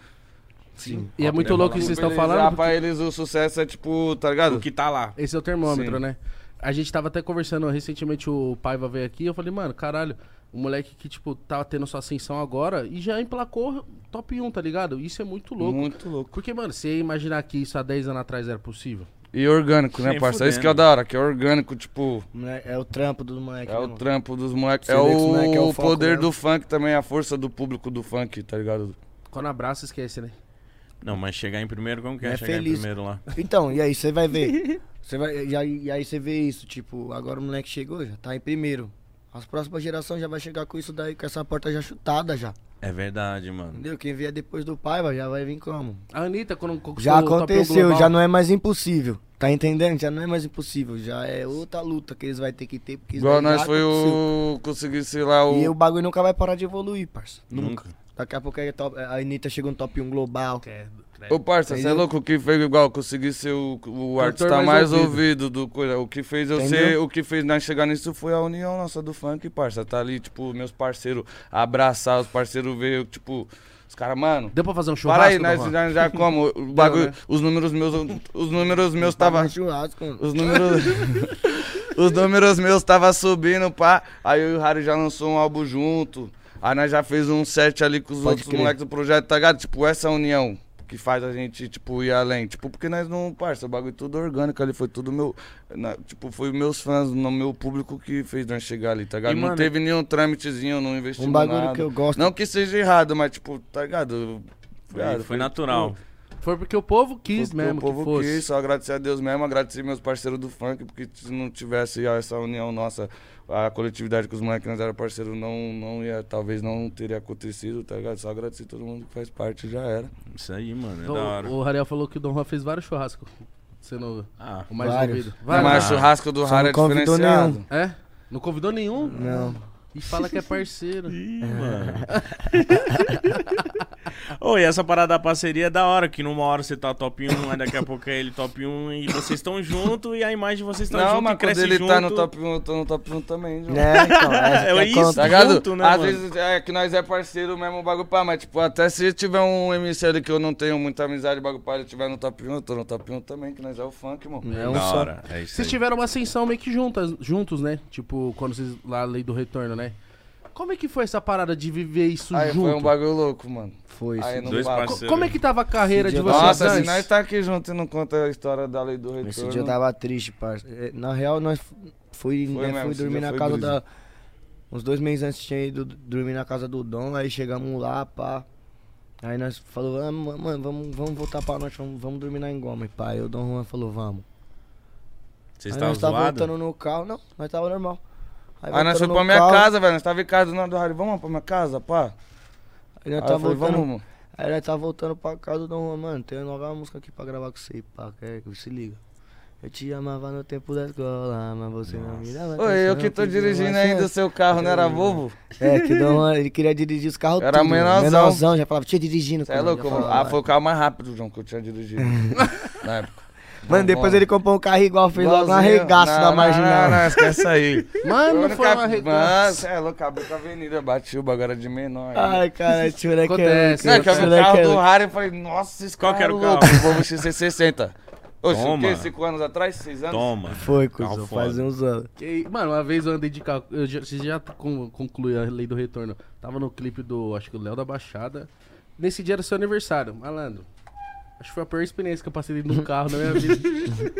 A: Sim. E é muito louco o que vocês estão
D: Pra eles-
A: falando.
D: ah,
A: porque-
D: Pra eles o sucesso é, tipo, tá ligado?
B: O que tá lá.
A: Esse é o termômetro,
D: Sim.
A: né? A gente tava até conversando recentemente, o Paiva veio aqui, eu falei, mano, caralho, o moleque que, tipo, tá tendo sua ascensão agora e já emplacou top 1, tá ligado? Isso é muito louco.
D: Muito louco.
A: Porque, mano, você ia imaginar que isso há 10 anos atrás era possível?
D: E orgânico, né,
B: Nem
D: parça? Isso que é
B: fudendo.
D: da hora, que é orgânico, tipo.
C: Moleque, É o trampo dos moleques.
D: É o
C: né,
D: trampo dos moleques.
C: Você
D: É
C: vê que os
D: o,
C: moleque é o foco
D: poder
C: mesmo.
D: do funk também, a força do público do funk, tá ligado?
A: Quando abraça, esquece, né?
B: Não, mas chegar em primeiro, como que é,
C: É
B: chegar em
C: feliz.
B: primeiro lá?
C: Então, e aí você vai ver. Você vai, e, aí, e aí você vê isso, tipo, agora o moleque chegou, já tá em primeiro. As próximas gerações já vai chegar com isso daí, com essa porta já chutada já.
B: É verdade, mano.
C: Entendeu? Quem vier depois do pai vai- já vai vir como?
A: A Anitta, quando conquistou
C: Já
A: o top 1
C: aconteceu,
A: global,
C: já não é mais impossível. Tá entendendo? Já não é mais impossível. Já é outra luta que eles vão ter que ter. Porque isso
D: Igual
C: daí já
D: nós foi
C: aconteceu.
D: o. Conseguir, sei lá, o.
C: E o bagulho nunca vai parar de evoluir, parça.
B: Nunca.
C: Daqui a pouco é top- a Anitta chega no top 1 global.
A: É,
D: Ô, parça, você é
C: Entendeu?
D: louco o que fez igual, consegui ser o, o artista
A: mais
D: mais,
A: ouvido.
D: ouvido. do coisa. O que fez eu
C: Entendeu?
D: ser, o que fez nós chegar nisso foi a união nossa do funk, parça. Tá ali, tipo, meus parceiros abraçar, os parceiros ver, tipo, os caras, mano.
A: Deu pra fazer um churrasco,
D: Para aí, nós
A: Dom Juan?
D: já, já como, o bagulho,
A: né?
D: os números meus, os números meus tava,
C: Um churrasco.
D: Os números. os números meus tava subindo, pá. Aí eu e o Harry já lançou um álbum junto. Aí nós já fez um set ali com os
C: Pode
D: outros
C: crer.
D: moleques do projeto, tá ligado? Tipo, essa união que faz a gente, tipo, ir além. Tipo, porque nós não, parça, o bagulho tudo orgânico ali, foi tudo meu. na- tipo, foi meus fãs, no meu público que fez nós chegar ali, tá ligado?
B: E,
D: não
B: mano,
D: teve nenhum trâmitezinho, não investimos
C: Um bagulho
D: nada.
C: que eu gosto.
D: Não que seja errado, mas, tipo, tá ligado?
B: Foi,
D: Cara,
B: foi natural.
C: tipo-
A: Foi porque o povo quis
D: porque
A: mesmo
D: o povo
A: que fosse.
D: quis, só agradecer a Deus mesmo, agradecer meus parceiros do funk, porque se não tivesse essa união nossa, a coletividade com os moleques que nós era parceiro, não, não ia, talvez não teria acontecido, tá ligado? Só agradecer todo mundo que faz parte, já era.
B: Isso aí, mano. É
A: Então,
B: da hora.
A: o Rariel falou que o Dom Juan fez vários churrascos sendo
B: Ah,
A: o mais
C: Vários.
A: ouvido.
D: Mas
A: Vários.
D: mas churrasco do
C: Só
D: Rara
C: não
D: é
C: convidou
D: diferenciado.
C: nenhum.
A: É? Não convidou nenhum?
C: Não.
A: E fala que é parceiro.
B: Ih, mano. Ô, e essa parada da parceria é da hora, que numa hora você tá top 1, aí daqui a pouco é ele top 1 e vocês estão junto e a imagem de vocês estão junto
D: Não,
B: e
D: mas quando
B: cresce
D: ele
B: junto.
D: tá no top 1, eu tô no top 1 também, João.
C: Né, então, é,
B: É
C: é
B: isso.
C: conta.
D: Tá ligado?
B: Junto, né,
D: Às
B: mano?
D: vezes é que nós é parceiro mesmo, o bagulho pá, mas tipo, até se tiver um MC ali que eu não tenho muita amizade, o bagulho pá, ele tiver no top 1, eu tô no top 1 também, que nós é o funk, mano.
C: É um
B: Da
C: só.
B: hora, é isso
A: Vocês
B: aí.
A: tiveram uma ascensão meio que juntas, juntos, né? Tipo, quando vocês. Lá a lei do retorno, né? Como é que foi essa parada de viver isso
D: Aí
A: junto?
D: foi um bagulho louco, mano.
C: Foi
D: Aí
C: isso.
D: não
B: Dois
D: papo.
A: Co-
B: parceiros.
A: Como é que tava a carreira
C: Esse
A: de
C: dia-
A: vocês
D: Nossa, se
A: antes?
D: nós tá aqui junto e não conta a história da lei do retorno.
C: Esse dia eu tava triste, parça. É, Na real, nós f- fui,
D: Foi
C: né,
D: mesmo,
C: fui
D: esse
C: dormir
D: dia
C: na
D: foi
C: casa
D: brisa.
C: da. Uns dois meses antes tinha ido dormir na casa do Dom, aí chegamos lá, pá. Aí nós falou, ah, ma- mano, vamos, vamos voltar pra norte, vamos, vamos dormir na Engoma. E pá, aí o Dom Juan falou, vamos.
B: Vocês
C: aí
B: estavam
C: nós tava
B: zoados?
C: voltando no carro, não, nós tava normal.
D: Aí nós
C: voltando
D: fomos
C: no
D: pra minha
C: carro,
D: casa, velho. Nós tava em casa do nada do rádio. Vamos pra minha casa, pá?
C: Aí
D: Aí
C: nós
D: eu
C: tava
D: falei,
C: voltando
D: vamos, mano.
C: Aí ele tá voltando pra casa do Dom Juan, mano, tem uma nova música aqui pra gravar com você, pá, quer, se liga. Eu te amava no tempo da escola, mas você não me dava
D: Oi, eu
C: atenção,
D: que tô
C: fiz uma
D: dirigindo ainda o
C: chance.
D: seu carro, não era bobo?
C: É, que o Dom Juan, ele queria dirigir os carros
D: Era
C: tudo, mano.
D: menorzão.
C: menorzão. já falava, tia dirigindo.
D: Você é
C: cara,
D: louco?
C: já falava,
D: Ah,
C: "Vai".
D: foi o carro mais rápido, João, que eu tinha dirigido. na época.
C: Mano, depois ele comprou um carro igual, fez logo um
D: Igualzinho.
C: arregaço
D: Não,
C: na
D: não,
C: marginal.
D: Não, não, esquece aí.
A: Mano, foi uma
D: Mano,
A: arregaço.
D: você é louco, abriu com a avenida, bati o bagulho era de menor. ainda.
C: Ai, cara, esse moleque é
A: Acontece,
C: louco,
D: Não, que eu
C: esse
D: vi o
C: moleque
D: carro
C: é
D: do
C: louco.
D: Harry e falei, nossa, esse
B: Qual
D: carro
B: que era o
D: é louco.
B: carro?
D: O Volvo XC60. Oxe, o
B: Toma.
D: quê? Cinco anos atrás? Seis anos?
B: Toma.
C: Foi,
B: Carro
C: cuzão,
B: foda.
C: fazia uns anos.
A: Que- Mano, uma vez eu andei de carro. Eu já, você já con- concluiu a lei do retorno. Tava no clipe do. Acho que o Léo da Baixada. Nesse dia era seu aniversário, malandro. Acho que foi a pior experiência que eu passei dentro de um carro na minha vida.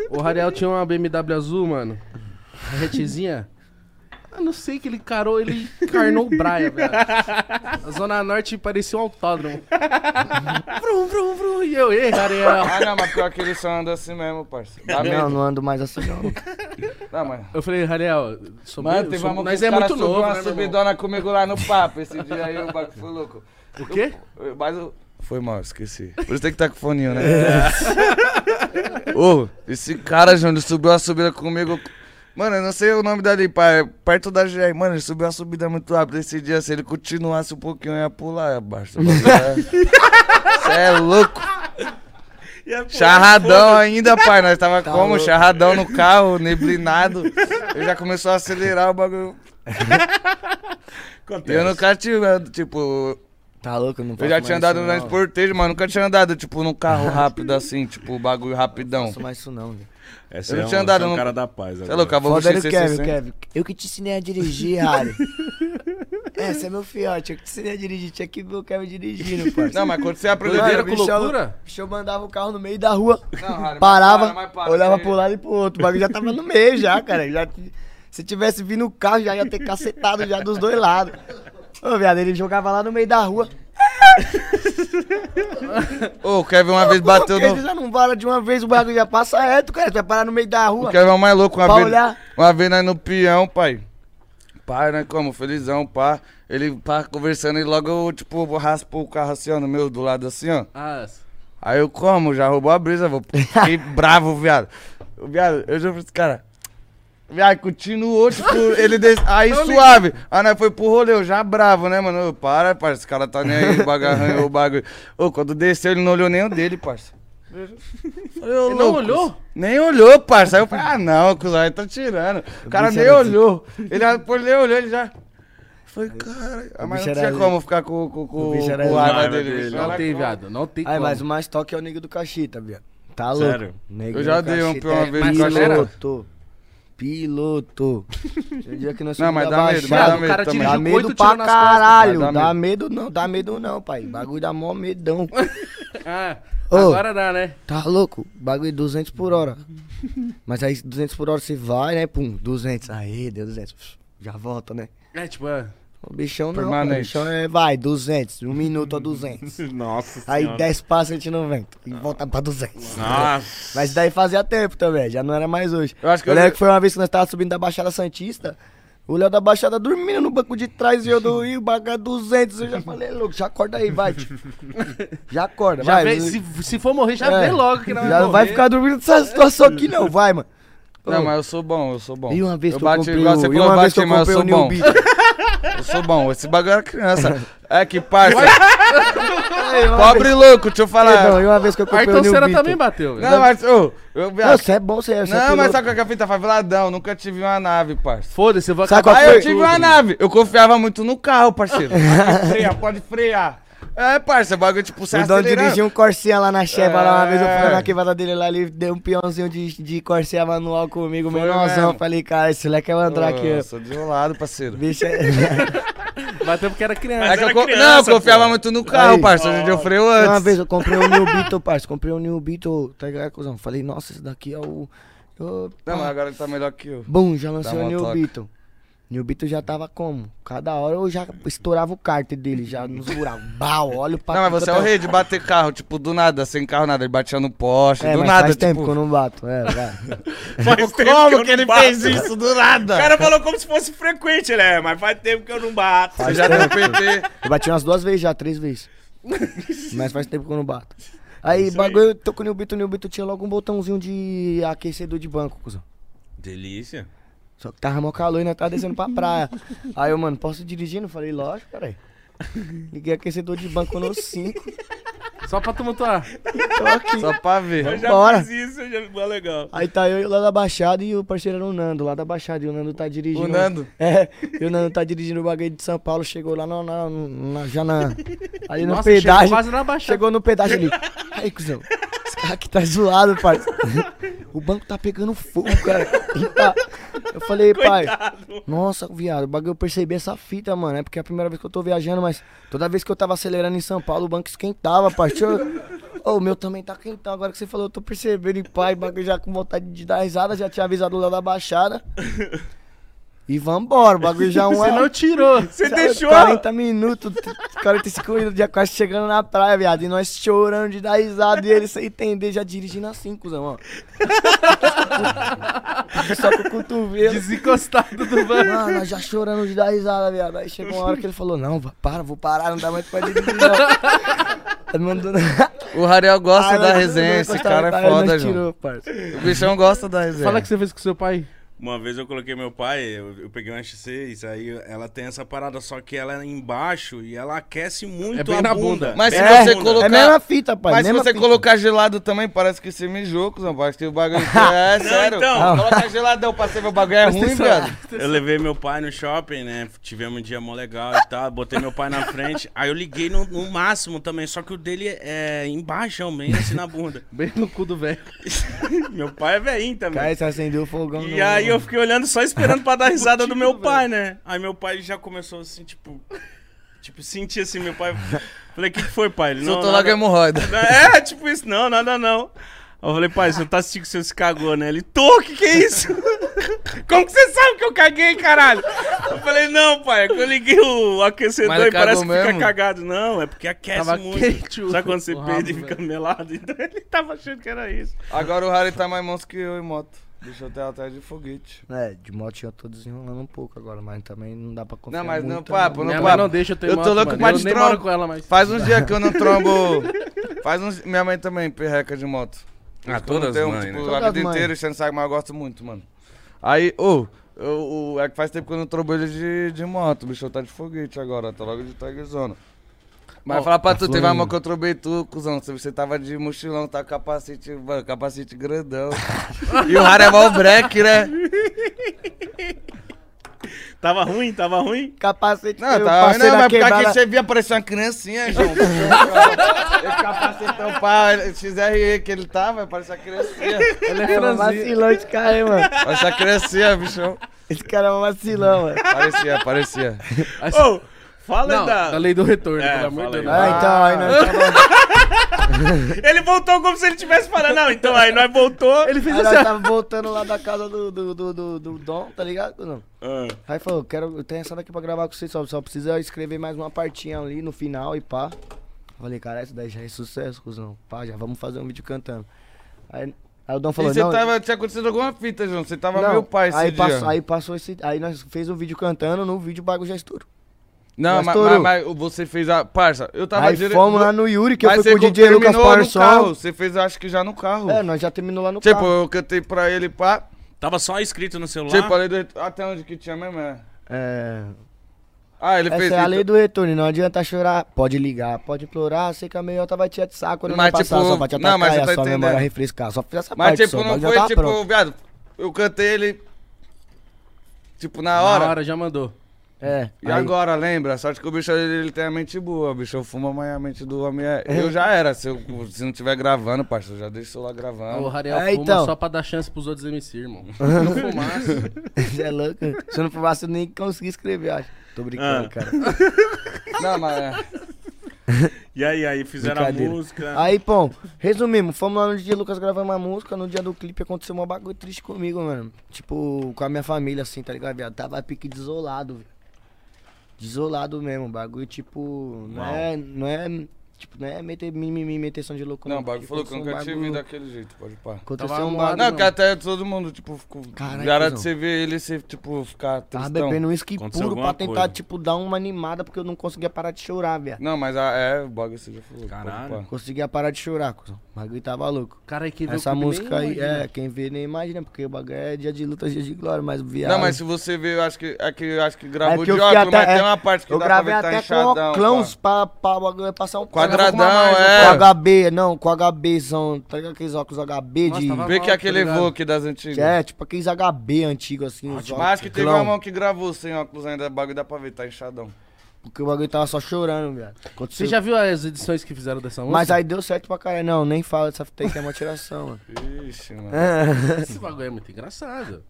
A: o Rariel tinha uma BMW azul, mano. A retezinha. Eu não sei que ele carou, ele encarnou o Braia, velho. A Zona Norte parecia um autódromo. Vrum, vrum, vrum. E eu, ei, Rariel.
D: Ah, não, mas pior que ele só anda assim mesmo, parceiro. Dá
C: Não,
D: medo.
C: não ando mais assim, não.
D: Não, mas...
A: Eu falei, Rariel, sou
D: Mano,
A: meio-
D: teve
A: sou-
D: uma
A: nós
D: que
A: é
D: o cara
A: muito
D: subiu
A: novo,
D: uma
A: né, meu irmão?
D: subidona comigo lá no papo. Esse dia aí o bagulho foi louco.
A: O quê?
D: Eu- Mas eu... Foi mal, esqueci. Por isso tem que estar com foninho, né? Ô, esse cara, João, ele subiu a subida comigo. Mano, eu não sei o nome dali, pai. É Perto da GR. Mano, ele subiu a subida muito rápido esse dia. Se ele continuasse um pouquinho, eu ia pular abaixo. Você é louco. Charradão ainda, pai. Nós tava como?
C: louco.
D: Charradão no carro, neblinado. Ele já começou a acelerar o bagulho. E eu nunca tive, tipo,
C: Tá louco, eu não
D: eu
C: faço
D: já
C: mais
D: tinha andado
C: isso,
D: durante
C: não.
D: porteiro, mas nunca tinha andado, tipo, num carro rápido assim, tipo, bagulho
C: Não
D: rapidão.
C: faço mais isso, não, velho.
B: Essa
D: Eu
B: é
D: não
B: um,
D: tinha andado,
B: essa é um
D: não.
B: cara da paz
D: Você é
B: agora.
D: louco, a Volvo
C: Foda era o Kevin,
D: XC60.
C: Kevin. Eu que te ensinei a dirigir, Harry. Esse é meu fiote, eu que te ensinei a dirigir. Tinha que ver o Kevin dirigindo, parça.
D: Não, mas quando é você aprendeu...
A: Doideira
C: o
A: com
C: bichão-
A: loucura?
C: O bichão mandava o carro no meio da rua,
D: Não, Harry, mas
C: parava,
D: para, mas para, né?
C: olhava
D: você-
C: pro lado e pro outro. O bagulho já tava no meio já, cara. Já, se tivesse vindo o carro, já ia ter cacetado já dos dois lados. Ô, viado, ele jogava lá no meio da rua.
D: Ô, o Kevin uma vez bateu
C: Porque ele
D: no...
C: já não para de uma vez, o bagulho já passa reto, cara. Tu vai parar no meio da
D: O
C: rua.
D: Kevin é o mais louco,
C: Pra
D: uma vez...
C: olhar.
D: Uma vez nós no peão, pai. Pai, né, como? Felizão, pá. Ele, pá, conversando e logo, eu, tipo, raspou o carro assim, ó, no meu, do lado assim, ó.
A: Ah,
D: Aí eu como, já roubou a brisa, vou. Fiquei bravo, viado. O viado, eu juro pra esse cara. Viado, continuou, tipo, ele des... Aí suave. Aí nós foi pro rolê, eu já bravo, né, mano? Ô, para, parça, esse cara tá nem aí, o bagulho arranhou o bagulho. Ô, quando desceu, ele não olhou nem o dele, parça. Falei, ô,
A: Ele não
D: louco,
A: olhou?
D: Nem olhou, parça. Aí eu falei, ah, não, cuzão, ele tá tirando. O cara
C: bicho
D: nem
C: era-
D: olhou. Ele, depois nem olhou, ele já... Falei, cara, ah, mas
C: bicho
D: não
C: era
D: tinha
C: ali.
D: como ficar com, com, com,
C: O bicho era ali.
D: com raiva
B: Raiva
D: dele.
B: dele.
D: bicho.
A: Não
D: Ela
A: tem,
D: como?
A: viado. Não tem
C: Aí,
A: como.
C: mas o mais toque é o nego do Cachita, viado. Tá
B: Sério?
C: louco. Nego
D: Eu já
C: do
D: dei um
C: Caxita
D: pra uma
C: é
D: vez no
A: Cachita.
C: piloto. piloto. Tinha dia que nós
D: Não, mas
C: subimos
D: dá
C: da
D: medo, mas
C: Baixada.
D: dá medo também.
C: Dá
A: Dirigiu oito,
C: medo
A: tirou
C: pra
A: nas costas,
C: caralho.
D: mas dá
C: Dá medo não, dá medo não, pai. Bagulho dá mó medão.
A: Ah,
C: Ô.
A: agora dá, né?
C: Tá louco? Bagulho 200 por hora. Mas aí 200 por hora você vai, né? Pum, 200. Aê, deu 200. Já volta, né?
A: É, tipo, é,
C: O bichão não.
D: Permanente.
C: cara. O bichão é, vai, 200. Um minuto a 200.
B: Nossa
C: Aí 10 passos a gente não vem. E volta pra 200.
B: Nossa.
C: Mas daí fazia tempo também, já não era mais hoje.
D: Eu acho que eu-
C: lembro que foi uma vez que nós tava subindo da Baixada Santista, o Léo da Baixada dormindo no banco de trás e eu do Rio, baga 200. é Eu já falei, louco, já acorda aí, vai. tio. Já acorda,
A: já
C: vai.
A: vê, se, se for morrer, já
C: É.
A: vê logo que não
C: Já não vai
A: morrer.
C: ficar dormindo nessa situação aqui não, vai, mano.
D: Não,
C: Ô,
D: mas eu sou bom, eu sou bom.
C: E uma vez
D: eu
C: que eu comprei
D: igual
C: o-
D: você
C: e
D: falou,
C: uma
D: eu
C: vez que eu
D: bati, mas eu sou
C: comprei o
D: bom.
C: New
D: Eu sou bom, esse bagulho era criança. É que, parça, pobre louco, deixa eu falar.
C: Não, e uma vez que eu comprei o
A: Ayrton
C: New
A: Senna
C: Beetle.
A: também bateu. velho.
D: Não, mas, ô, eu,
C: Não, você é bom, você é, você é
D: tá Não, mas
C: piloto.
D: sabe qual que é a fita? Faveladão, nunca tive uma nave, parça.
A: Foda-se, eu vou
C: Sabe qual
A: acabar
D: Aí
C: foi?
D: eu tive uma nave, eu confiava muito no carro, parceiro. Pode frear, pode frear. É, parça, bagulho, tipo, você
C: O dono
D: acelera.
C: dirigiu um Corsinha lá na Cheva, lá uma vez eu
D: É.
C: fui na quebrada dele lá, ele deu um peãozinho de, de Corsinha manual comigo,
D: Foi
C: menorzão.
D: mesmo.
C: Falei, cara, esse leque é mandrake.
D: Ô, Eu sou desolado, parceiro.
C: Bicho é...
A: Bateu porque era criança.
D: É que eu
B: era
D: co-
B: criança,
D: não, eu confiava
B: pô.
D: muito no carro,
C: Aí.
D: parça. Hoje em dia eu freio antes.
C: Uma vez eu comprei um New Beetle, parça, comprei um New Beetle, tá ligado, cuzão? Falei, nossa, esse daqui é o... o-
D: Não,
C: pá.
D: mas agora ele tá melhor que eu.
C: Bum, já lancei
D: Dá
C: o
D: uma
C: New
D: toca.
C: Beetle. New Beetle já tava como? Cada hora eu já estourava o cárter dele, já nos buracos. Bau, olha o papo.
D: Não, mas você é o rei de bater carro, tipo, do nada, sem carro, nada. Ele batia no poste,
C: É,
D: do
C: mas
D: nada,
C: faz
D: tipo...
C: tempo que eu não bato, é, vai.
B: Faz tempo eu
D: Como que
B: não
D: ele
B: bato.
D: fez isso do nada?
B: O cara falou como se fosse frequente, ele é, mas faz tempo que eu não bato.
D: Você já deu PT.
C: Eu bati umas duas vezes já, três vezes. Mas faz tempo que eu não bato. Aí, bagulho, eu tô com o Nilbito, o Nilbito tinha logo um botãozinho de aquecedor de banco, cuzão.
B: Delícia.
C: Só que tava mó calor e nós tava descendo pra praia. Aí eu, mano, posso ir dirigindo? Falei, lógico, peraí. Liguei aquecedor de banco no 5.
A: Só pra tá. tumultuar.
C: Tô aqui.
D: Só pra
B: Eu
D: ver.
B: já
C: Bora.
B: fiz isso, eu já foi legal.
C: Aí tá eu lá da Baixada e o parceiro era o Nando, lá da Baixada. E o Nando tá dirigindo.
D: O Nando?
C: É, e o Nando tá dirigindo o bagulho de São Paulo. Chegou lá na, na, na- já na. Ali no
A: Nossa,
C: pedágio.
A: chegou quase na baixada.
C: Chegou no pedágio ali. Aí, cuzão. Esse cara aqui tá zoado, parceiro. O banco tá pegando fogo, cara. Tá. Eu falei, pai. Nossa, viado, o bagulho eu percebi essa fita, mano. É porque é a primeira vez que eu tô viajando, mas toda vez que eu tava acelerando em São Paulo, o banco esquentava, parceiro. Ô, o meu também tá quentão. Agora que você falou, eu tô percebendo, e pai, o bagulho já com vontade de dar risada, já tinha avisado lá da baixada. E vambora, o bagulho já um
A: Você não tirou.
B: Você
C: Sabe,
B: deixou?
C: 40 é minutos, 45 minutos, já quase chegando na praia, viado. E nós chorando de dar risada e ele sem entender, já dirigindo assim, cuzão, ó. Só com o cotovelo.
A: Desencostado do banco.
C: Mano, nós já chorando de dar risada, viado. Aí chegou uma hora que ele falou, não, va- para, vou parar, não dá mais pra dirigir, não. Tá me mandando...
D: O Rariel gosta
C: Aí
D: da
C: nós-
D: resenha,
C: nós
D: esse
C: gostava,
D: cara
C: aí
D: é
C: nós
D: foda, João.
C: tirou, parça. É.
D: O bichão gosta da resenha.
A: Fala o que você fez com seu pai.
B: Uma vez eu coloquei meu pai, eu, eu peguei um X6, aí ela tem essa parada, só que ela é embaixo e ela aquece muito
A: É bem
B: a
A: na
B: bunda.
A: bunda.
D: Mas se
B: Bem
C: É,
B: na
D: você
B: bunda.
C: É
D: colocar...
C: a mesma fita, pai.
D: Mas se
C: mesma
D: você
C: fita.
D: colocar gelado também, parece que você mijou, cuzão. Parece que o bagulho... É,
B: Não,
D: sério.
B: então.
D: Colocar geladão pra você ver o bagulho é ruim,
A: atenção.
D: velho.
B: Eu levei meu pai no shopping, né? Tivemos um dia mó legal e tal. Botei meu pai na frente. Aí eu liguei no, no máximo também, só que o dele é embaixo, bem assim na bunda.
A: Bem no cu do velho.
B: meu pai é veinho também.
C: Cara, você acendeu o fogão.
B: E
C: no-
B: aí eu fiquei olhando só esperando pra dar risada do meu pai, né? Aí meu pai já começou assim, tipo. Tipo, senti assim, meu pai. Falei, o que que foi, pai? Ele,
D: Soltou
B: nada."
D: logo a hemorroida.
B: É, tipo isso, não, nada não. Aí eu falei, pai, você não tá assistindo que você se cagou, né? Ele, tô, que que é isso? Como que você sabe que eu caguei, caralho? Eu falei, não, pai, é que eu liguei o aquecedor
D: Mas ele
B: e parece que
D: cagou
B: fica
D: mesmo?
B: cagado. Não, é porque aquece
A: Tava
B: muito.
A: quente o-
B: Sabe quando você
A: o rabo,
B: perde e fica
A: velho.
B: melado? Então ele tava achando que era isso.
D: Agora o Harry tá mais monstro que eu em moto. Deixa eu ter atrás de foguete.
C: É, de motinho eu tô desenrolando um pouco agora, mas também não dá pra confiar
D: Não, mas
C: muito,
D: não, papo,
A: Minha
D: não,
A: mãe
D: papo.
A: não deixa eu ter
D: Eu tô
A: moto,
D: louco
A: mano.
D: pra
A: Eu nem
D: destro-
A: moro com ela mais.
D: Faz uns dias que eu não trombo. Faz uns. Minha mãe também, perreca de moto.
B: Ah,
D: Eu não tenho, tipo, a
C: Todas
D: vida
C: mãe.
D: inteira, você não sabe, mas eu gosto muito, mano. Aí, ô, eu- o- é que faz tempo que eu não trombo ele de, de moto. O bicho tá de foguete agora, tá logo de tigerzona. Mas
A: Ó,
D: falar pra tu, teve uma
A: fluindo.
D: mão que eu trombei tu, cuzão. se Você tava de mochilão, tá com capacete, mano, capacete grandão. e o Harry é mó breque, né?
B: Tava ruim, tava ruim.
C: Capacete.
D: Não,
C: eu
D: tá,
C: passei
D: não,
C: na
D: mas ficar
C: quebrada-
D: aqui você via parecer uma criancinha, João. Esse capacetão pá, XRE que ele tá, vai parecer uma criancinha.
A: Ele
C: É um
D: assim.
C: vacilão esse cara, hein, mano.
D: Parecia uma criancinha, bichão.
C: Esse cara é um vacilão, mano.
D: Parecia, parecia.
B: Ô, fala
A: Não,
B: da...
A: da lei do retorno,
B: É,
A: pelo amor de
B: fala
A: Deus.
B: aí.
C: Ah, então, aí nós tava,
B: Ele voltou como se ele tivesse falado. Não, então aí nós voltou.
A: Ele fez
C: aí
A: assim,
C: nós tá
A: ó.
C: tava voltando lá da casa do, do, do, do, do Dom, tá ligado, cuzão?
B: Ah.
C: Aí falou, quero, eu tenho essa daqui pra gravar com vocês, só, só precisa escrever mais uma partinha ali no final e pá. Falei, cara, isso daí já é sucesso, cuzão. Pá, já vamos fazer um vídeo cantando. Aí, aí o Dom falou,
D: e você
C: não...
D: tava, tinha acontecido alguma fita, João. Você tava
C: não,
D: meu pai esse
C: aí
D: dia.
C: passou, aí passou esse. Aí nós fez um vídeo cantando, no vídeo o bagulho já estourou.
D: não,
C: mas
D: mas,
C: estourou.
D: mas, mas você fez a... Parça, eu tava...
C: Aí
D: dire-
C: fomos lá no Yuri, que eu
D: Mas
C: fui
D: você
C: com o DJ
D: terminou
C: Lucas
D: no
C: Parson.
D: carro. Você fez, acho que já no carro.
C: É, nós já terminou lá no
D: tipo,
C: carro.
D: eu cantei pra ele, pá.
B: Tava só escrito no celular.
D: Tipo, a lei do... Até onde que tinha mesmo, é.
C: É,
D: Ah, ele fez...
C: essa é a
D: então-
C: lei do retorno, não adianta chorar. Pode ligar, pode implorar, sei que a meiota vai te de saco quando
D: Mas,
C: não passar,
D: tipo,
C: só vai te
D: não,
C: atacar
D: mas
C: e
D: você
C: a
D: tá
C: sua memória
D: entendendo.
C: refrescar. Só fiz essa
D: Mas,
C: parte,
D: tipo,
C: só,
D: não
C: mas já
D: foi,
C: tava
D: tipo,
C: pronto.
D: viado, eu cantei ele, tipo, na
A: Na
D: hora.
A: hora já mandou.
C: É,
D: E
C: aí-
D: agora, lembra? Sorte que o bicho, ele, ele tem a mente boa, o bicho fuma, mas a mente do homem é... Eu já era, se, eu, se não tiver gravando, parça, eu já deixo o celular
A: O
D: gravando.
A: Rariel
C: É,
A: fuma
C: então.
A: só pra dar chance pros outros MC, irmão. Se não fumasse,
C: Você é louco? Se eu não fumasse, eu nem consegui escrever, acho. Tô brincando,
B: Ah.
C: cara.
D: Não, mas... é,
B: E aí, aí fizeram a
C: Brincadeira. Ah,
B: música.
C: Aí, pô, resumimos, fomos lá no DJ Lucas gravamos uma música, no dia do clipe aconteceu um bagulho triste comigo, mano. Tipo, com a minha família, assim, tá ligado, viado? Tava pique desolado, velho. Desolado mesmo, bagulho, tipo, não
B: Uau.
C: é, não é, tipo, não é meter mimimi, meter som de louco.
D: Não, o bagulho
C: Tipo,
D: falou que eu
C: aconteceu
D: nunca tinha
C: bagulho-
D: vindo daquele jeito, pode pá.
C: Aconteceu
A: Tava
C: um
A: amuado,
C: bagulho,
A: não.
D: Não, que até todo mundo, tipo, ficou...
C: Caralho,
D: já era de
C: cuzão.
D: você ver ele, você, tipo, ficar
C: tava
D: tristão.
C: bebendo uísque
B: Aconteceu
C: puro pra
B: alguma
C: tentar,
B: coisa.
C: tipo, dar uma animada, porque eu não conseguia parar de chorar, viado.
D: Não, mas a, é, o bagulho você já falou.
B: Caralho.
D: pode pá.
C: Conseguia parar de chorar, cuzão. o bagulho tava louco.
A: cara, aí quem vê o
C: Essa
A: clipe nem
C: música aí,
A: imagina.
C: é, quem vê nem imagina, porque o bagulho é dia de luta, dia de glória, mas viado.
D: Não, mas se você ver, eu acho que, é que, eu acho que
C: É
D: gravou
C: porque eu
D: de
C: fiquei
D: óculos, mas
C: até-
D: tem
C: é,
D: uma parte que
C: eu
D: dá pra
C: gravei
D: ver que tá
C: até com
D: inchadão.
C: oclãos
D: pá.
C: pra, pra, bagulho passar um
D: Quadradão,
C: pano,
D: é.
C: Com HB, não, com HB são, tá ligado aqueles óculos HB
A: Nossa,
C: de...
A: tava-
D: Vê que é
A: Tá
D: aquele
A: ligado?
D: Evoque das antigas.
C: que é, tipo aqueles HB antigos assim, os
D: Mas acho que Ah, teve uma
C: oclão,
D: mão que gravou sem óculos ainda, o bagulho dá pra ver, tá inchadão.
C: Porque o bagulho tava só chorando, viado.
A: Você
C: Aconteceu.
A: já viu as edições que fizeram dessa música?
C: Mas aí deu certo pra caralho. Não, nem fala dessa fita aí que é uma tiração, mano.
D: Ixi, mano.
A: Esse bagulho é muito engraçado.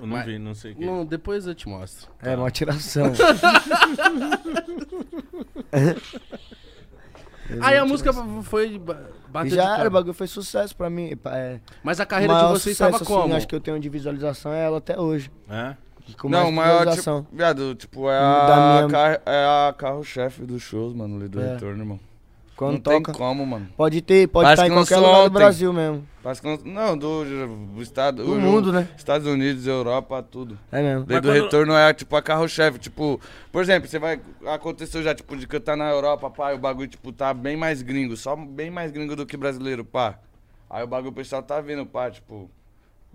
B: Eu não
A: Mas-
B: vi, não sei o que.
A: Não, depois eu te mostro.
C: É, uma tiração.
A: Aí a música foi. ba-
C: E
A: Bateu de
C: já
A: cara.
C: era, o bagulho foi sucesso pra mim. pa- É,
A: Mas a carreira de
C: maior
A: vocês estava
C: sucesso, assim,
A: como?
C: acho que eu tenho de visualização é ela até hoje.
B: É?
C: E Com
D: não,
C: mais
D: o maior,
C: visualização.
D: tipo, viado, tipo, é
C: Da
D: a,
C: minha-
D: car- é a carro-chefe dos shows, mano, ali do
C: É.
D: retorno, irmão.
C: Quando
D: não
C: toca.
D: tem como, mano.
C: Pode ter, pode
D: Parece
C: estar em
D: que lançou
C: qualquer lugar do
D: ontem.
C: Brasil mesmo.
D: Parece que não, não do, do estado...
C: Do
D: o-
C: mundo, né?
D: Estados Unidos, Europa, tudo.
C: É mesmo.
D: Lei
B: Mas
D: do
B: quando-
D: retorno é tipo a carro-chefe. Tipo, por exemplo, você vai. Aconteceu já, tipo, de cantar na Europa, pá, e o bagulho, tipo, tá bem mais gringo. Só bem mais gringo do que brasileiro, pá. Aí o bagulho o pessoal tá vendo, pá, tipo.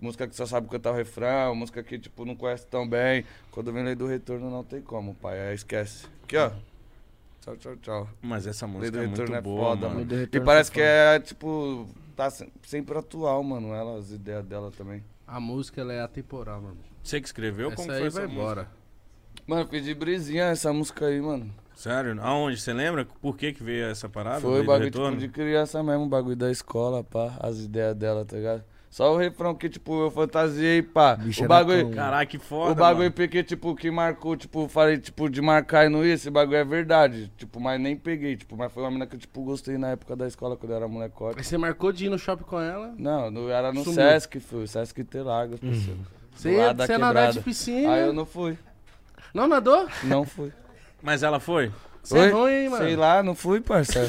D: Música que só sabe cantar o refrão, música que, tipo, não conhece tão bem. Quando vem lei do retorno, não tem como, pai. Aí esquece. Aqui, ó. Tchau, tchau, tchau.
B: Mas essa
D: Lei do
B: música é muito
D: retorno é
B: boa,
D: foda,
B: mano.
D: mano.
C: Lei do
D: E
C: Retorno
D: parece
C: é
D: que é, tipo, tá se- sempre atual, mano. Ela, as ideias dela também.
A: A música ela é atemporal, mano.
B: Você que escreveu?
A: essa
B: como
A: aí
B: foi
A: vai
B: essa música?
A: embora.
D: Mano, eu pedi brisinha essa música aí, mano.
B: Sério? Aonde? Você lembra por que que veio essa parada?
D: Foi
B: Veio do
D: bagulho tipo,
B: retorno?
D: de criança mesmo, bagulho da escola, pá, as ideias dela, tá ligado? Só o refrão que, tipo, eu fantasiei, pá.
C: Bicho
D: o
C: era
D: bagulho.
C: tão-
B: Caraca, que foda,
D: o bagulho
B: mano.
D: peguei, tipo, que marcou, tipo, falei, tipo, de marcar e não ir, esse bagulho é verdade. Tipo, mas nem peguei, tipo, mas foi uma mina que, eu, tipo, gostei na época da escola, quando eu era molecote.
A: Aí você marcou de ir no shopping com ela.
D: Não, no- era no
A: Sumiu.
D: Sesc, fui, Sesc Interlagos, parceiro. Do
A: Você ia
D: lado da
A: você ia nadar de
D: quebrada.
A: piscina.
D: Aí eu não fui,
A: Não nadou?
D: não fui.
B: Mas ela foi?
A: Você é
D: Oi?
A: ruim, hein, mano?
D: Sei lá, não fui, parceiro.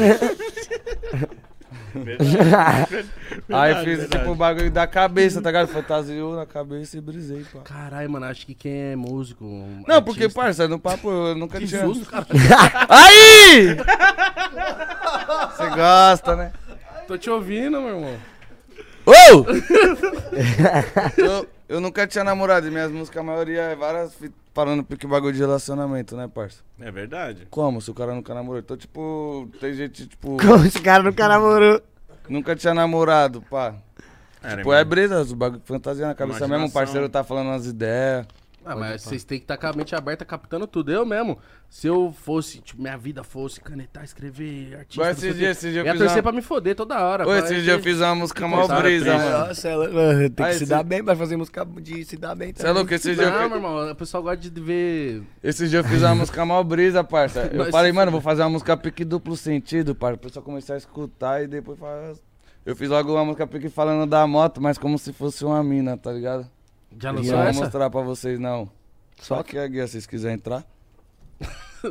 D: Aí fiz tipo o bagulho da cabeça, tá ligado? Fantasiou na cabeça e brisei, pá.
A: Caralho, mano, acho que quem é músico.
D: Não, porque, parça, no papo eu nunca
A: Que
D: tinha.
A: susto, cara.
D: Aí! Você gosta, né?
A: Tô te ouvindo, meu irmão.
D: Ô! eu, eu nunca tinha namorado e minhas músicas, a maioria é várias fi- falando porque bagulho de relacionamento, né, parça?
B: É verdade.
D: Como? Se o cara nunca namorou. Então, tipo, tem gente, tipo,
C: Como esse cara nunca namorou.
D: nunca tinha namorado, pá.
B: Era,
D: Tipo, Pô, é brisa, o bagulho fantasia na cabeça
B: Imaginação.
D: mesmo, o parceiro tá falando as ideias.
A: Ah, mas vocês têm que estar com a mente aberta, captando tudo. Eu mesmo, se eu fosse, tipo, minha vida fosse canetar, escrever, artista,
D: Mas
A: não sei
D: esses
A: o
D: dias-
A: quê,
D: esses dias eu
A: ia
D: fiz
A: torcer
D: uma-
A: pra me foder toda hora.
D: Ô,
A: pra-
D: esses dias eu fiz um- uma música mó
B: Começaram a
D: brisa,
B: treta.
D: É, mano.
C: Nossa, ela, mano, tem
D: Ah,
C: que
D: esse-
C: se dar bem pra fazer música de se dar bem
D: Você é louco, esses dias eu
A: Não,
D: fiz-
A: meu irmão, o pessoal gosta de ver...
D: Esses dias eu fiz uma música mal brisa, parça. Eu
A: Nós-
D: falei, mano, vou fazer uma música pique duplo sentido, parça. O pessoal começar a escutar e depois fala. Eu fiz logo uma música pique falando da moto, mas como se fosse uma mina, tá ligado?
A: Já
D: Eu
A: lançou
D: não vou
A: essa?
D: mostrar pra vocês, não. Só que aqui, ó, se vocês quiserem entrar.